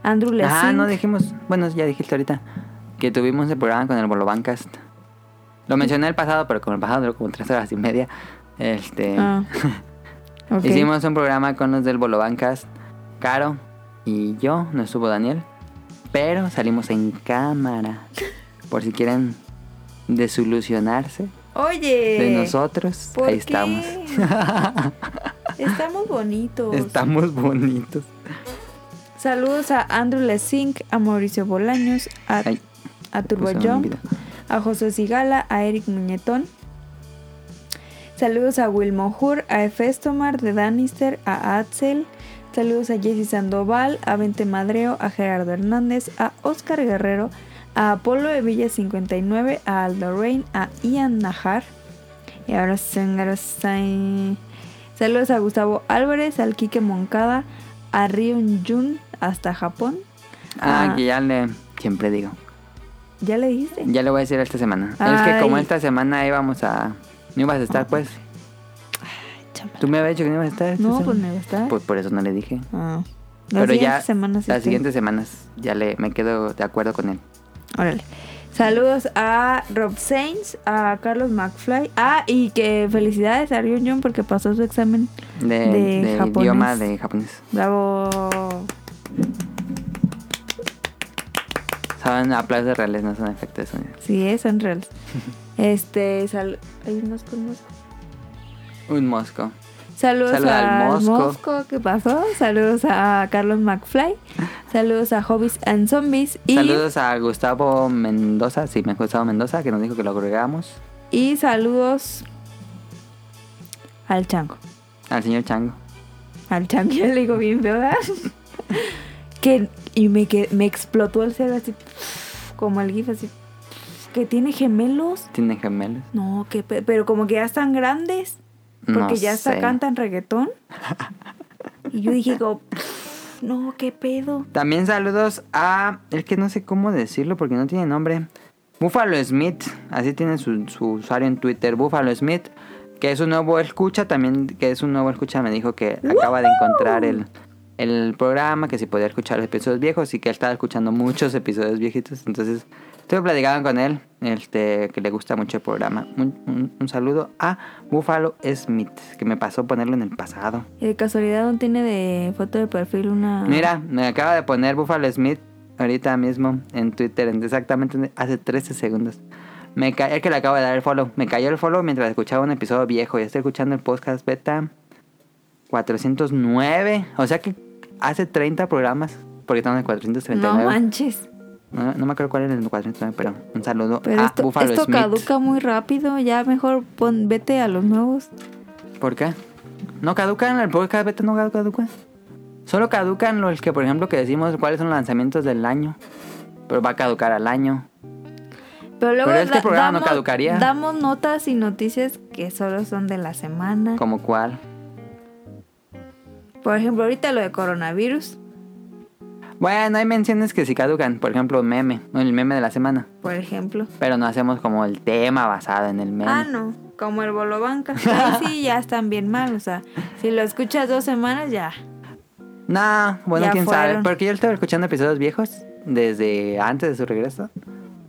Speaker 1: Andrew Lessing.
Speaker 2: Ah, no dijimos. Bueno, ya dijiste ahorita que tuvimos el programa con el Bolobancast. Lo mencioné el pasado, pero con el pasado duró como tres horas y media. Este.
Speaker 1: Ah, ok.
Speaker 2: *laughs* Hicimos un programa con los del Bolobancast. Caro y yo, no estuvo Daniel. Pero salimos en cámara. Por si quieren desilusionarse
Speaker 1: Oye.
Speaker 2: de nosotros,
Speaker 1: Eh, ¿por
Speaker 2: ahí
Speaker 1: qué?
Speaker 2: estamos. *laughs*
Speaker 1: Estamos bonitos.
Speaker 2: estamos bonitos.
Speaker 1: Saludos a Andrew Lessing, a Mauricio Bolaños, a,
Speaker 2: Ay, pues
Speaker 1: a Turbo
Speaker 2: puse un
Speaker 1: Jump,
Speaker 2: video.
Speaker 1: a José Sigala, a Eric Muñetón. Saludos a Wilmo Hur, a Efestomar de Danister, a Axel. Saludos a Jesse Sandoval, a Vente Madreo, a Gerardo Hernández, a Oscar Guerrero, a Apolo de Villa 59, a Aldo Rain, a Ian Najar. Y ahora sí, ahora sí. Saludos a Gustavo Álvarez, al Quique Moncada, a Ryun Jun hasta Japón.
Speaker 2: Ah,
Speaker 1: Ah.
Speaker 2: que ya le. Siempre digo.
Speaker 1: ¿Ya le dijiste?
Speaker 2: Ya lo voy a decir esta semana. Es que
Speaker 1: Ay.
Speaker 2: como esta semana íbamos a. No ibas a estar, pues.
Speaker 1: Chama.
Speaker 2: Tú me habías dicho que no ibas a estar. esta
Speaker 1: No,
Speaker 2: semana.
Speaker 1: pues me gusta.
Speaker 2: Pues por eso no le dije.
Speaker 1: Ah. Las
Speaker 2: Pero ya.
Speaker 1: siguientes semanas
Speaker 2: las
Speaker 1: estoy.
Speaker 2: siguientes semanas. Ya le me quedo de acuerdo con él.
Speaker 1: Órale. Saludos a Rob Sainz, a Carlos McFly. Ah, y que felicidades a Ryun Jun porque pasó su examen.
Speaker 2: De,
Speaker 1: De
Speaker 2: de
Speaker 1: japonés.
Speaker 2: idioma de japonés.
Speaker 1: Bravo.
Speaker 2: Saben aplausos reales, no son efectos de sonido.
Speaker 1: Sí, eh, son
Speaker 2: *laughs*
Speaker 1: reales. Este, sal hay unos con unos-
Speaker 2: Un mosco.
Speaker 1: Saludos
Speaker 2: Saluda
Speaker 1: a
Speaker 2: al Mosco.
Speaker 1: ¿qué pasó? Saludos a Carlos
Speaker 2: *laughs*
Speaker 1: McFly. Saludos a Hobbies and Zombies. Y
Speaker 2: Saludos a Gustavo Mendoza. Sí, me Gustavo Mendoza, que nos dijo que lo agregamos.
Speaker 1: Y saludos al chango.
Speaker 2: Al señor Chango.
Speaker 1: Al chango yo le digo bien feo, ¿verdad? que, y me, que, me explotó el cerebro así, como el gif así, que tiene gemelos.
Speaker 2: Tiene gemelos.
Speaker 1: No, que, pe- pero como que ya están grandes, porque
Speaker 2: No
Speaker 1: ya hasta
Speaker 2: sé.
Speaker 1: cantan reggaetón. y yo dije, como, no, qué pedo.
Speaker 2: También saludos a. Es que no sé cómo decirlo porque no tiene nombre. Buffalo Smith, así tiene su, su usuario en Twitter, Buffalo Smith, que es un nuevo escucha, también que es un nuevo escucha, me dijo que acaba de encontrar el, el programa, que si podía escuchar los episodios viejos y que él estaba escuchando muchos episodios viejitos, entonces estuve platicando con él, este, que le gusta mucho el programa. Un, un- un saludo a Buffalo Smith, que me pasó ponerlo en el pasado.
Speaker 1: Y de casualidad no tiene de foto de perfil una...
Speaker 2: Mira, me acaba de poner Buffalo Smith ahorita mismo en Twitter, en- exactamente hace 13 segundos. Me ca- el que le acabo de dar el follow. Me cayó el follow mientras escuchaba un episodio viejo. Ya estoy escuchando el podcast beta 409. O sea que hace 30 programas. Porque estamos en
Speaker 1: No
Speaker 2: 439.
Speaker 1: manches.
Speaker 2: No, no me acuerdo cuál era el 439, pero un saludo
Speaker 1: Pero
Speaker 2: a
Speaker 1: esto,
Speaker 2: Ah, Buffalo
Speaker 1: esto
Speaker 2: Smith.
Speaker 1: caduca muy rápido. Ya mejor pon- vete a los nuevos.
Speaker 2: ¿Por qué? No caducan, el podcast beta no caduca. Solo caducan los que, por ejemplo, que decimos cuáles son los lanzamientos del año. Pero va a caducar al año.
Speaker 1: Pero luego
Speaker 2: Pero este
Speaker 1: da-
Speaker 2: programa no
Speaker 1: damos-
Speaker 2: caducaría.
Speaker 1: Damos notas y noticias que solo son de la semana.
Speaker 2: Como cuál.
Speaker 1: Por ejemplo, ahorita lo de coronavirus,
Speaker 2: Bueno, hay menciones que sí caducan. Por ejemplo, meme. El meme de la semana.
Speaker 1: por ejemplo.
Speaker 2: Pero no hacemos como el tema basado en el meme.
Speaker 1: Ah, no, como el bolobanca. Ahí
Speaker 2: *laughs*
Speaker 1: sí ya están bien mal, o sea, si lo escuchas dos semanas ya.
Speaker 2: No, bueno,
Speaker 1: Ya
Speaker 2: quién sabe.
Speaker 1: fueron.
Speaker 2: Porque yo estaba escuchando episodios viejos. desde antes de su regreso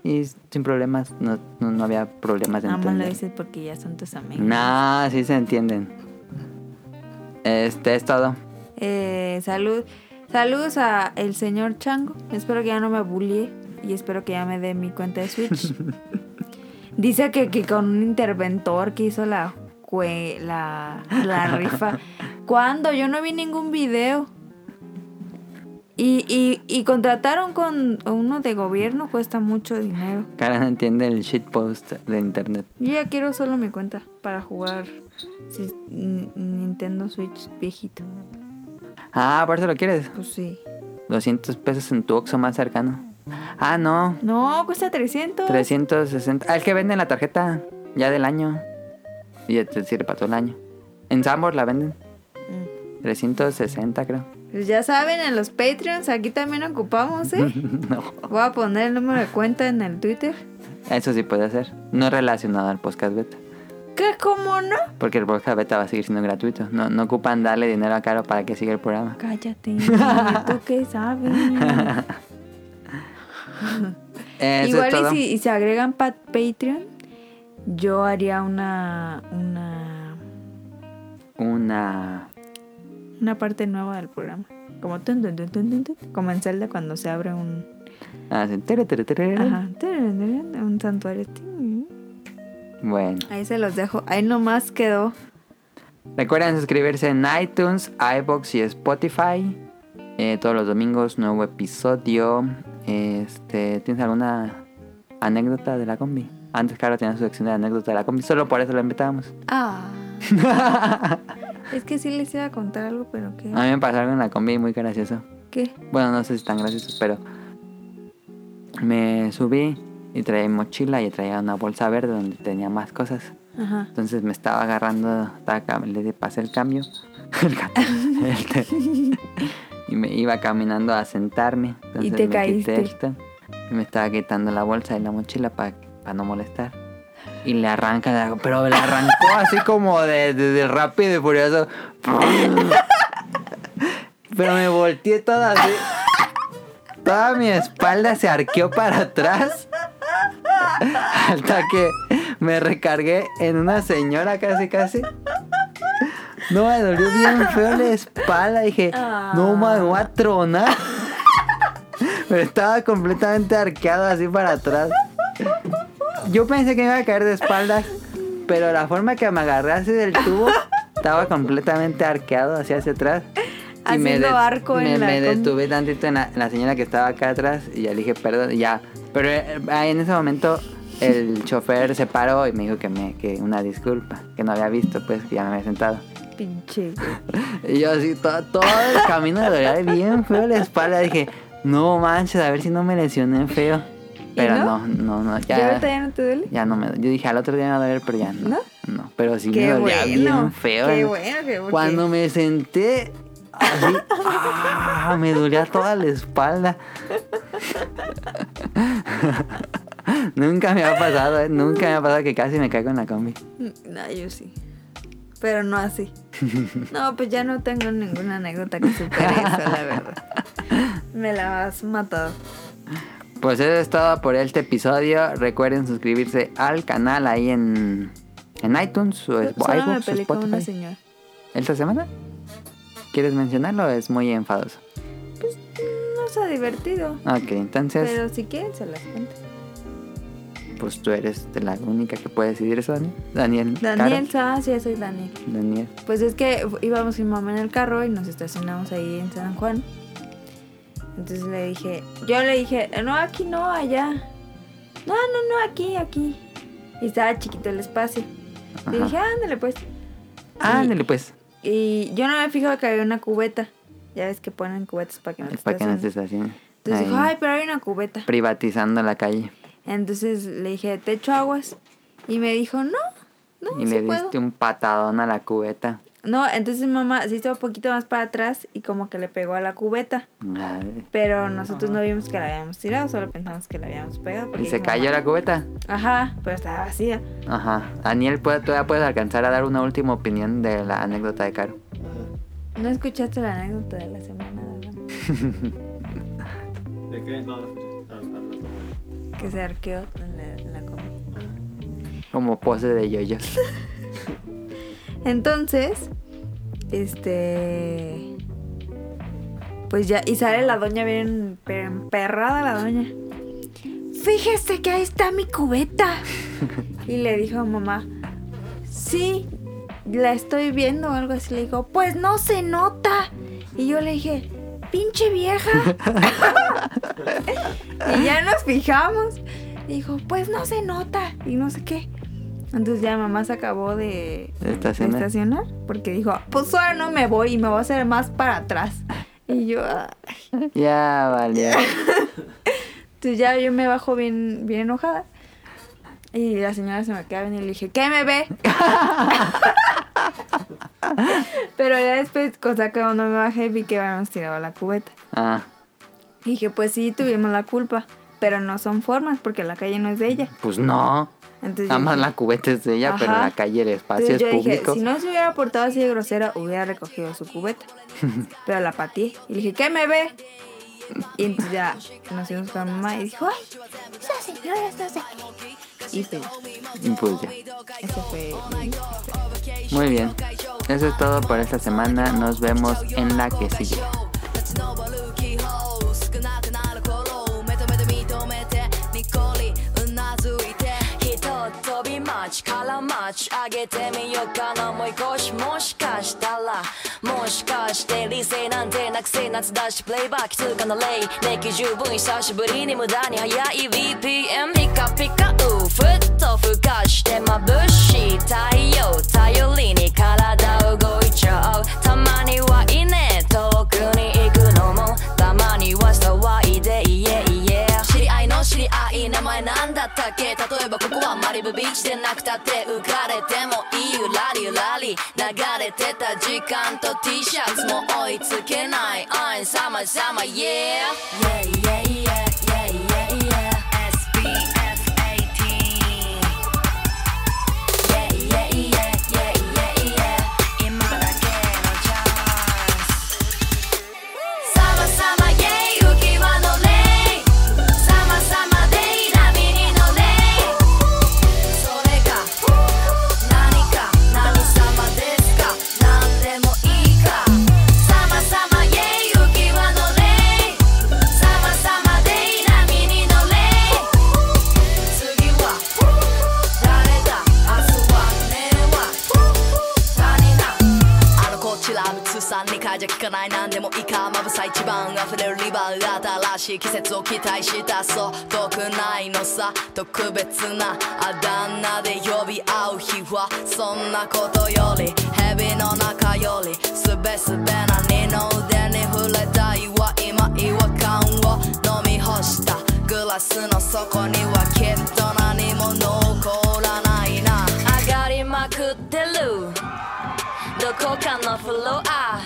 Speaker 2: y sin problemas, no, no, no había problemas de
Speaker 1: Nada más lo
Speaker 2: entender.
Speaker 1: dices porque ya son tus amigos.
Speaker 2: No, sí se entienden. Este es todo.
Speaker 1: Eh, salud. Saludos a el señor Chango. Espero que ya no me bullie y espero que ya me dé mi cuenta de Switch. Dice que, que con un interventor que hizo la, cue- la, la rifa. ¿Cuándo? Yo no vi ningún video. Y, y, y contrataron con uno de gobierno, cuesta mucho dinero.
Speaker 2: Cara no entiende el shitpost de internet.
Speaker 1: Yo ya quiero solo mi cuenta para jugar si- n- Nintendo Switch viejito.
Speaker 2: Ah, por eso lo quieres.
Speaker 1: Pues sí.
Speaker 2: 200 pesos en tu Oxxo más cercano. Ah, no.
Speaker 1: No, cuesta 300.
Speaker 2: 360. Ah, es que venden la tarjeta ya del año. Y ya te sirve para todo el año. En Sambor la venden.
Speaker 1: Mm.
Speaker 2: 360 creo.
Speaker 1: Pues ya saben, en los Patreons aquí también ocupamos, ¿eh?
Speaker 2: *laughs* no.
Speaker 1: Voy a poner el número de cuenta en el Twitter.
Speaker 2: Eso sí puede ser. No relacionado al podcast beta.
Speaker 1: ¿Qué? ¿Cómo no?
Speaker 2: Porque el podcast beta va a seguir siendo gratuito. No, no ocupan darle dinero a Caro para que siga el programa.
Speaker 1: Cállate, ¿tú qué
Speaker 2: *laughs*
Speaker 1: sabes?
Speaker 2: Eso es
Speaker 1: Igual
Speaker 2: todo.
Speaker 1: y si, y si agregan pa- Patreon, yo haría una, una,
Speaker 2: Una.
Speaker 1: una parte nueva del programa. Como, tun, tun, tun, tun, tun, tun, como en Zelda cuando se abre un...
Speaker 2: Así, Ah, tere, tere, tere.
Speaker 1: Ajá, tararán, un santuario.
Speaker 2: Bueno.
Speaker 1: Ahí se los dejo. Ahí nomás quedó.
Speaker 2: Recuerden suscribirse en iTunes, iBox y Spotify. Eh, todos los domingos, nuevo episodio. Este, ¿Tienes alguna anécdota de la combi? Antes, Caro tenía su sección de anécdota de la combi. Solo por eso la invitábamos.
Speaker 1: *laughs* Ah. es que sí les iba a contar algo, pero ¿qué?
Speaker 2: A mí me pasó algo en la combi muy gracioso.
Speaker 1: ¿Qué?
Speaker 2: Bueno, no sé si tan gracioso, pero me subí y traía mi mochila y traía una bolsa verde donde tenía más cosas.
Speaker 1: Ajá.
Speaker 2: Entonces me estaba agarrando, estaba cam- le pasé el cambio. *laughs* el ca- el te- y me iba caminando a sentarme. Entonces
Speaker 1: te
Speaker 2: me
Speaker 1: caíste.
Speaker 2: Quité esto, y me estaba quitando la bolsa y la mochila para no molestar. Y le arranca, la- pero
Speaker 1: *laughs*
Speaker 2: le arrancó así como de, de- de rápido y furioso. Pero me volteé toda así. Toda mi espalda se arqueó para atrás. Hasta que me recargué en una señora casi casi. No, me dolió bien feo la espalda. Dije,
Speaker 1: Ah.
Speaker 2: no, ma, me voy a
Speaker 1: *laughs*
Speaker 2: tronar. Pero estaba completamente arqueado así para atrás. Yo pensé que me iba a caer de espaldas, pero la forma que me agarré así del tubo estaba completamente arqueado así hacia atrás.
Speaker 1: Haciendo
Speaker 2: de-
Speaker 1: arco en
Speaker 2: me-
Speaker 1: la
Speaker 2: me
Speaker 1: com-
Speaker 2: detuve tantito en la, en la señora que estaba acá atrás y ya le dije, perdón, y ya. Pero eh, ah, en ese momento el chofer se paró y me dijo que me que una disculpa, que no había visto, pues que ya me había sentado.
Speaker 1: Pinche.
Speaker 2: Y yo así, todo, todo el camino de dolía bien feo la espalda. Dije, no manches, a ver si no me lesioné feo. Pero
Speaker 1: no?
Speaker 2: no, no, no,
Speaker 1: ¿Ya,
Speaker 2: ya.
Speaker 1: ahorita ya no te duele?
Speaker 2: Ya no me Yo dije, al otro día me va a doler, pero ya no.
Speaker 1: ¿No?
Speaker 2: No, pero sí me
Speaker 1: Qué
Speaker 2: dolía
Speaker 1: bueno,
Speaker 2: bien feo.
Speaker 1: qué bueno, qué bueno.
Speaker 2: Cuando me senté, así, ¡ah! me dolía toda la espalda. *laughs* nunca me ha pasado, ¿eh? Nunca me ha pasado que casi me caigo en la combi.
Speaker 1: No, Mm, yo sí. Pero no *laughs* así. No, pues ya no tengo ninguna anécdota que supere eso, la verdad. *laughs* Me la has matado.
Speaker 2: Pues eso es todo por este episodio. Recuerden suscribirse al canal ahí en, en iTunes o Sp-
Speaker 1: Solo me
Speaker 2: iVoox o
Speaker 1: peleé con una
Speaker 2: Spotify.
Speaker 1: señora.
Speaker 2: ¿Esta semana? ¿Quieres mencionarlo? Es muy enfadoso.
Speaker 1: Pues, No se ha divertido.
Speaker 2: Ok, entonces,
Speaker 1: Pero si quieren, se las cuento.
Speaker 2: pues tú eres de la única que puede decidir eso, Dani. Daniel. Caro.
Speaker 1: Daniel, ah, sí, soy Daniel.
Speaker 2: Daniel.
Speaker 1: Pues es que íbamos mi mamá en el carro y nos estacionamos ahí en San Juan. Entonces le dije, yo le dije, no, aquí no, allá. No, no, no, aquí, aquí. Y estaba chiquito el espacio. Le
Speaker 2: Ajá.
Speaker 1: dije, ándale pues.
Speaker 2: Ándale, pues.
Speaker 1: Y yo no me fijaba que había una cubeta. Ya ves que ponen cubetas para que no te
Speaker 2: Para que no te
Speaker 1: estaciones.
Speaker 2: estaciones.
Speaker 1: Ah, Entonces dijo,
Speaker 2: Ahí,
Speaker 1: ay, pero hay una cubeta.
Speaker 2: Privatizando la calle.
Speaker 1: Entonces le dije, te echo aguas. Y me dijo, no, no,
Speaker 2: y
Speaker 1: sí
Speaker 2: le
Speaker 1: puedo.
Speaker 2: diste un patadón a la cubeta.
Speaker 1: No, entonces mamá se hizo un poquito más para atrás y como que le pegó a la cubeta.
Speaker 2: Ay.
Speaker 1: Pero nosotros no vimos que la habíamos tirado, solo pensamos que la habíamos pegado.
Speaker 2: Y
Speaker 1: porque
Speaker 2: se
Speaker 1: mi
Speaker 2: cayó
Speaker 1: mamá-
Speaker 2: la cubeta.
Speaker 1: Ajá, pero estaba vacía.
Speaker 2: Ajá. Daniel, ¿puedo- todavía puedes alcanzar a dar una última opinión de la anécdota de Caro.
Speaker 1: No escuchaste la anécdota de la semana, ¿verdad?
Speaker 3: ¿De qué? No, no escuché. Ah, ah, no, no.
Speaker 1: Que se arqueó en la, en la comida.
Speaker 2: Como pose
Speaker 1: *laughs*
Speaker 2: de yoyos.
Speaker 1: Entonces, este. Pues ya, y sale la doña bien pe- emperrada, la doña. Fíjese que ahí está mi cubeta. *laughs* Y le dijo a mamá, sí, la estoy viendo o algo así. Le dijo, pues no se nota. Y yo le dije, pinche vieja. *laughs* y ya nos fijamos. Dijo, pues no se nota. Y no sé qué. Entonces ya mamá se acabó de,
Speaker 2: De estacionar.
Speaker 1: de estacionar, porque dijo, pues ahora no me voy y me voy a hacer más para atrás. Y yo, ah.
Speaker 2: Ya, vale.
Speaker 1: entonces ya yo me bajo bien, bien enojada. Y la señora se me queda viendo y le dije, ¿qué me
Speaker 2: *laughs*
Speaker 1: ve? Pero ya después, cosa que cuando me bajé, vi que habíamos tirado la cubeta.
Speaker 2: Ah,
Speaker 1: Y dije, pues sí, tuvimos la culpa, pero no son formas porque la calle no es de ella.
Speaker 2: pues no.
Speaker 1: Entonces
Speaker 2: Nada
Speaker 1: yo
Speaker 2: más
Speaker 1: dije-
Speaker 2: la cubeta es de ella, pero
Speaker 1: Ajá.
Speaker 2: la calle, el espacio
Speaker 1: Entonces
Speaker 2: es
Speaker 1: yo dije,
Speaker 2: público.
Speaker 1: si no se hubiera portado así de grosera, hubiera recogido su cubeta. Pero la pateé. Y le dije, ¿qué me ve? Y entonces ya nos fuimos con mamá y dijo, ¡ay! Esa señora no sé qué". Y pues,
Speaker 2: Y pues ya.
Speaker 1: eso fue.
Speaker 2: Muy bien. Eso es todo por esta semana. Nos vemos en la que sigue.
Speaker 6: 立ち上る気泡少なくなる頃目と目で認めてにっこりうなずいて
Speaker 5: ひとっ飛び待ちから待ち上げてみようかなもう少しもしかしたらもしかして理性なんてなくせ夏だしプレイバック通過の例歴十分久しぶりに無駄に早い VPN ピカピカウふっとふかして眩しい太陽頼りに体動いちゃうたまにはいいね遠くに行くのもたまには騒いでいえいえ知り合いの知り合い名前なんだったっけ例えばここはマリブビーチでなくたって浮かれてもいいゆらりゆらり流れてた時間と T シャツも追いつけないあんさまざま Yeah Yeah yeah yeah yeah yeah yeah SBF18 Yeah yeah yeah yeah yeah yeah 今だけのチャンスさまさまイェイ浮き輪のレイさまさまで波に乗れそれが何か何様ですか何でもいいかさまさまイェイ浮き輪のレイさまさまで波に乗れ次は誰だ明日は根は何なあのこちらの通算2回じゃ聞かないなんでもいいかまぶさ一番溢れるリバーが新しい季節を期待したそう遠くないのさ特別なあだ名で呼び合う日はそんなことより蛇の中よりすべすべな二の腕に触れたいわ今違和感を飲み干したグラスの底にはきっと何も残らないな上がりまくってるどこかのフロア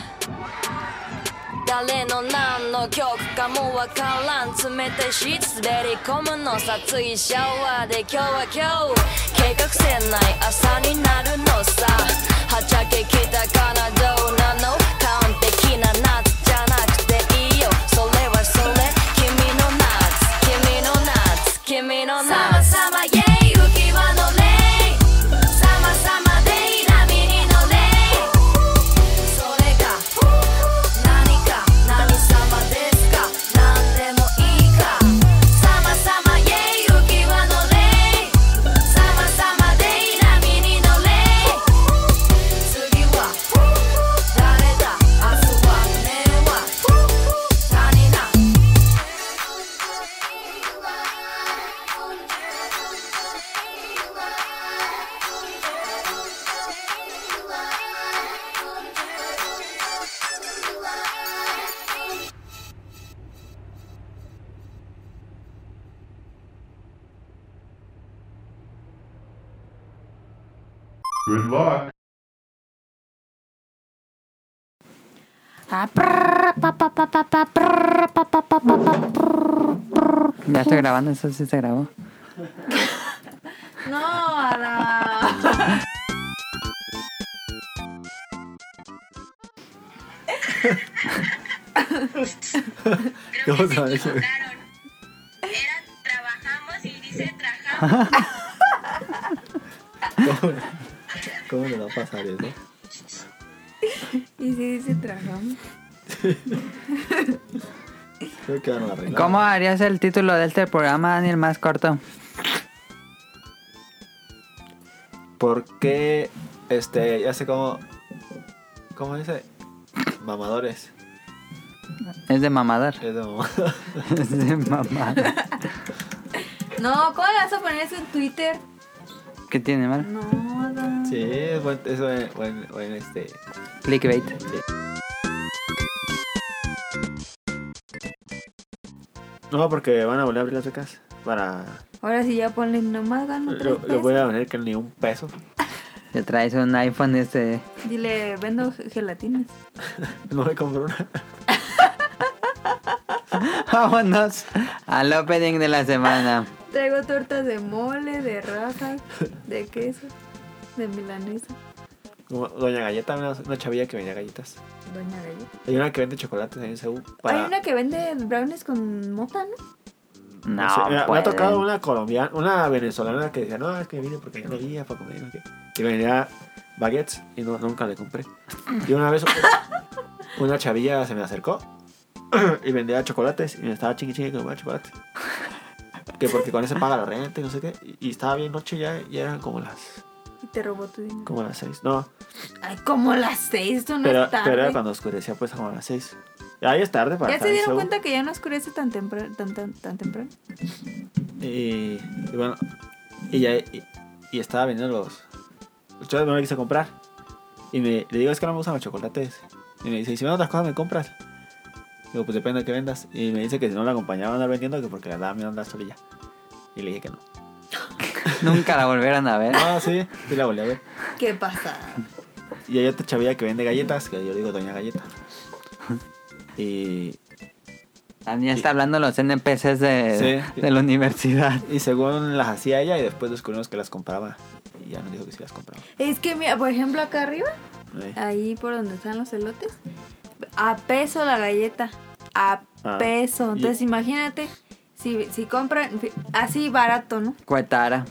Speaker 5: 誰の何の曲かもわからん冷てし滑り込むのさついシャワーで今日は今日計画せない朝になるのさはっちゃけきたかなどうなの完璧な夏じゃなくていいよそれはそれ君の夏君の夏君の夏さまさまイェイ浮き輪のレイさまさまで波に乗れそれが何か何様ですか何でもいいかさまさまイェイ浮き輪のレイさまさまで波に乗れ次は誰だ明日は根は何な
Speaker 2: ¿Ya está grabando? Eso sí se grabó.
Speaker 1: No, a la.
Speaker 3: ¿Qué pasa? ¿Cómo, *laughs* cómo me va a pasar eso?
Speaker 1: Y si dice trajón.
Speaker 3: Creo que van a arreglar.
Speaker 2: ¿Cómo harías el título de este programa, Daniel, más corto?
Speaker 3: Porque, este, ya sé cómo. ¿Cómo dice? Mamadores.
Speaker 2: Es de mamador.
Speaker 3: Es de mamador.
Speaker 2: *laughs* Es de mamador.
Speaker 1: No, ¿cómo le vas a poner eso en Twitter?
Speaker 2: *laughs* ¿Qué tiene mal?
Speaker 1: No, no.
Speaker 3: *laughs* Sí, es buen, es buen, buen, buen, este.
Speaker 2: Clickbait.
Speaker 3: No, porque van a volver a abrir las becas. Para.
Speaker 1: Ahora sí ya ponle nomás gano tres
Speaker 3: Lo, lo voy a poner que ni un peso.
Speaker 2: Te traes un iPhone este.
Speaker 1: pesos. Dile, vendo ge- gelatinas.
Speaker 3: *laughs* No me compro una.
Speaker 2: *laughs* Vámonos al opening de la semana.
Speaker 1: Traigo tortas de mole, de rajas, de queso, de milanesa,
Speaker 3: Como Doña Galleta, una, una chavilla que vendía galletas.
Speaker 1: doña galleta.
Speaker 3: Hay una que vende chocolates ahí en Seúl.
Speaker 1: Hay una que vende brownies con mota, ¿no?
Speaker 2: No,
Speaker 3: Sí, me, ha- me
Speaker 2: pueden.
Speaker 3: ha tocado una colombiana, una venezolana que decía, no, es que vine porque ya no había para comer. no sé qué". Y venía baguettes y no, nunca le compré. Y una vez *laughs* una chavilla se me acercó *clears throat* y vendía chocolates y me estaba chingue chingue que comprara chocolate. Que porque con eso paga la renta y no sé qué. Y, y estaba bien noche ya, y eran como las,
Speaker 1: Y te robó tu dinero.
Speaker 3: como las seis. No,
Speaker 1: Ay, como las seis, esto no
Speaker 3: pero,
Speaker 1: es tarde.
Speaker 3: pero era cuando oscurecía pues como las seis. Ahí es tarde para
Speaker 1: ¿Ya
Speaker 3: estar
Speaker 1: se
Speaker 3: en
Speaker 1: dieron
Speaker 3: Seúl.
Speaker 1: cuenta que ya no oscurece tan temprano? Tan, tan, tan temprano?
Speaker 3: Y, y bueno, y ya y, y estaba vendiendo los. Los chocolates no los quise comprar. Y me, le digo, es que no me gustan los chocolates. Y me dice, y si ven otras cosas, me compras. Digo, pues depende de qué vendas. Y me dice que si no la acompañaba a andar vendiendo, que porque la daba miedo andar solilla. Y le dije que no.
Speaker 2: *laughs* Nunca la volvieron a ver.
Speaker 3: Ah, sí, sí la volví a ver.
Speaker 1: ¿Qué pasa?
Speaker 3: Y hay otra chavilla que vende galletas, que yo le digo Doña Galleta. Y,
Speaker 2: Daniel está hablando de los NPCs de,
Speaker 3: Sí.
Speaker 2: de la universidad.
Speaker 3: *laughs* y según las hacía ella, y después descubrimos que las compraba. Y ya nos dijo que sí las compraba.
Speaker 1: *laughs* Es que, mira, por ejemplo, acá arriba,
Speaker 3: Eh,
Speaker 1: ahí por donde están los elotes, a peso la galleta. A
Speaker 3: Ah.
Speaker 1: peso. Entonces,
Speaker 3: Y-
Speaker 1: imagínate, si, si compran fi- así barato, ¿no?
Speaker 2: Cuetara.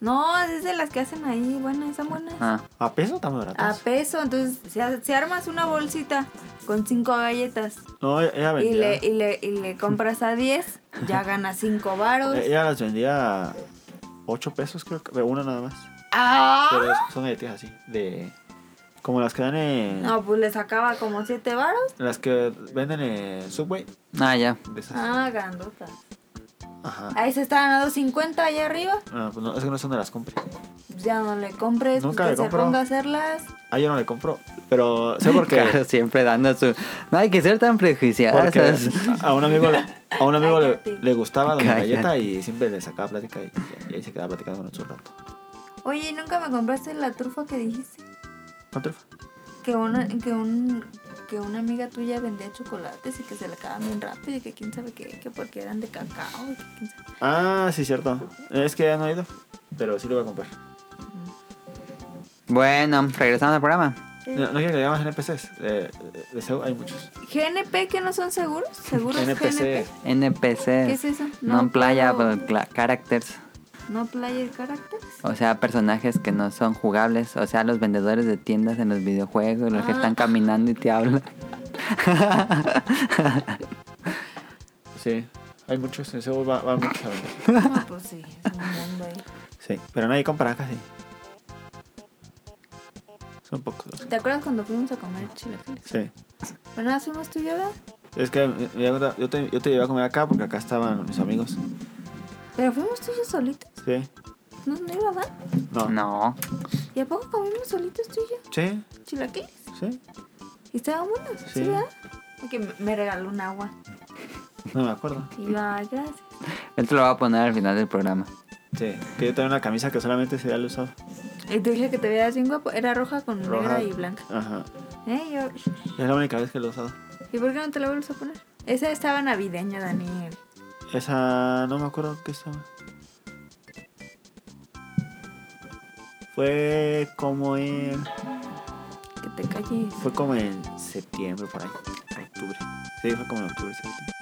Speaker 1: No, es de las que hacen ahí, buenas, están buenas.
Speaker 2: Ah.
Speaker 3: ¿A peso tan baratas?
Speaker 1: A peso, entonces si, ha- si armas una bolsita con cinco galletas
Speaker 3: No, e-, ella
Speaker 1: y
Speaker 3: vendía.
Speaker 1: le, y, le, y le compras a 10, ya ganas cinco varos.
Speaker 3: Ella las vendía a 8 pesos, creo que. Una nada más.
Speaker 1: ¡Ah!
Speaker 3: Pero es- son galletas así. De. Como las que dan en.
Speaker 1: No, pues le sacaba como siete varos.
Speaker 3: Las que venden en Subway.
Speaker 2: Ah, ya.
Speaker 3: De esas.
Speaker 1: Ah, grandota.
Speaker 3: Ajá.
Speaker 1: Ahí se está ganando 50 allá arriba.
Speaker 3: No, pues no, es que no son de las compré.
Speaker 1: Ya no le compres,
Speaker 3: Nunca
Speaker 1: pues
Speaker 3: le
Speaker 1: que se
Speaker 3: compro.
Speaker 1: ponga a hacerlas.
Speaker 3: Ah, yo no le compro. Pero sé
Speaker 1: *laughs*
Speaker 3: por
Speaker 2: Claro,
Speaker 3: qué.
Speaker 2: siempre dando su. No hay que ser tan prejuiciadas.
Speaker 3: Porque a un amigo, le- a un amigo le,
Speaker 1: Cállate.
Speaker 3: le gustaba la
Speaker 2: Cállate.
Speaker 3: galleta y siempre le sacaba plática y, y ahí se quedaba platicando con nosotros un rato.
Speaker 1: Oye, ¿y nunca me compraste la trufa que dijiste?
Speaker 3: ¿Cuánto fue?
Speaker 1: Que una, que un, que una amiga tuya vendía chocolates y que se le acaban bien rápido y que quién sabe qué, que porque eran de cacao y que quién sabe.
Speaker 3: Ah, sí, cierto. Es que ya no he ido. Pero sí lo voy a comprar.
Speaker 2: Bueno, regresamos al programa.
Speaker 3: No, no quiero que le llamas NPCs. De, Eh, de, de Seúl hay muchos.
Speaker 1: GNP que no son seguros, seguros
Speaker 3: NPC.
Speaker 1: GNP.
Speaker 2: NPCs.
Speaker 1: ¿Qué es eso?
Speaker 2: No,
Speaker 1: No
Speaker 2: playa pues.
Speaker 1: puedo.
Speaker 2: cla- characters.
Speaker 1: No player characters.
Speaker 2: O sea, personajes que no son jugables. O sea, los vendedores de tiendas en los videojuegos, los que
Speaker 1: Ah.
Speaker 2: están caminando y
Speaker 1: *laughs*
Speaker 2: te hablan.
Speaker 3: Sí, hay muchos, en Seúl va, va muchos a vender.
Speaker 1: No, pues sí, es un mundo ahí.
Speaker 3: Sí, pero nadie compra casi. Son pocos. los-
Speaker 1: ¿Te acuerdas cuando fuimos a comer chilaquiles?
Speaker 3: Sí.
Speaker 1: Bueno, ¿nos fuimos tú y yo, ¿verdad?
Speaker 3: Es que me- me di cuenta, yo te, yo te llevé a comer acá porque acá estaban mis amigos.
Speaker 1: Pero fuimos tú y yo solitos.
Speaker 3: Sí.
Speaker 1: ¿No, no iba a dar?
Speaker 3: No.
Speaker 2: No.
Speaker 1: ¿Y a poco comimos solitos tú y yo?
Speaker 3: Sí,
Speaker 1: ¿Chilaquiles?
Speaker 3: sí.
Speaker 1: ¿Y estaban buenos? ¿Sí,
Speaker 3: Sí.
Speaker 1: verdad? Porque me- me regaló un agua.
Speaker 3: No me acuerdo.
Speaker 1: Y yo, "Ay, gracias.
Speaker 2: Esto lo voy a poner al final del programa.
Speaker 3: Sí. Que yo tenía una camisa que solamente se había usado.
Speaker 1: Y te dije que te veías bien guapo. Era roja con negra y blanca.
Speaker 3: Ajá.
Speaker 1: ¿Eh? Yo,
Speaker 3: Es la única vez que lo he usado.
Speaker 1: ¿Y por qué no te la vuelves a poner? Esa estaba navideña, Daniel.
Speaker 3: Esa no me acuerdo qué estaba. Fue como en.
Speaker 1: Que te calles.
Speaker 3: Fue como en septiembre por ahí. Octubre. Sí, fue como en octubre, septiembre.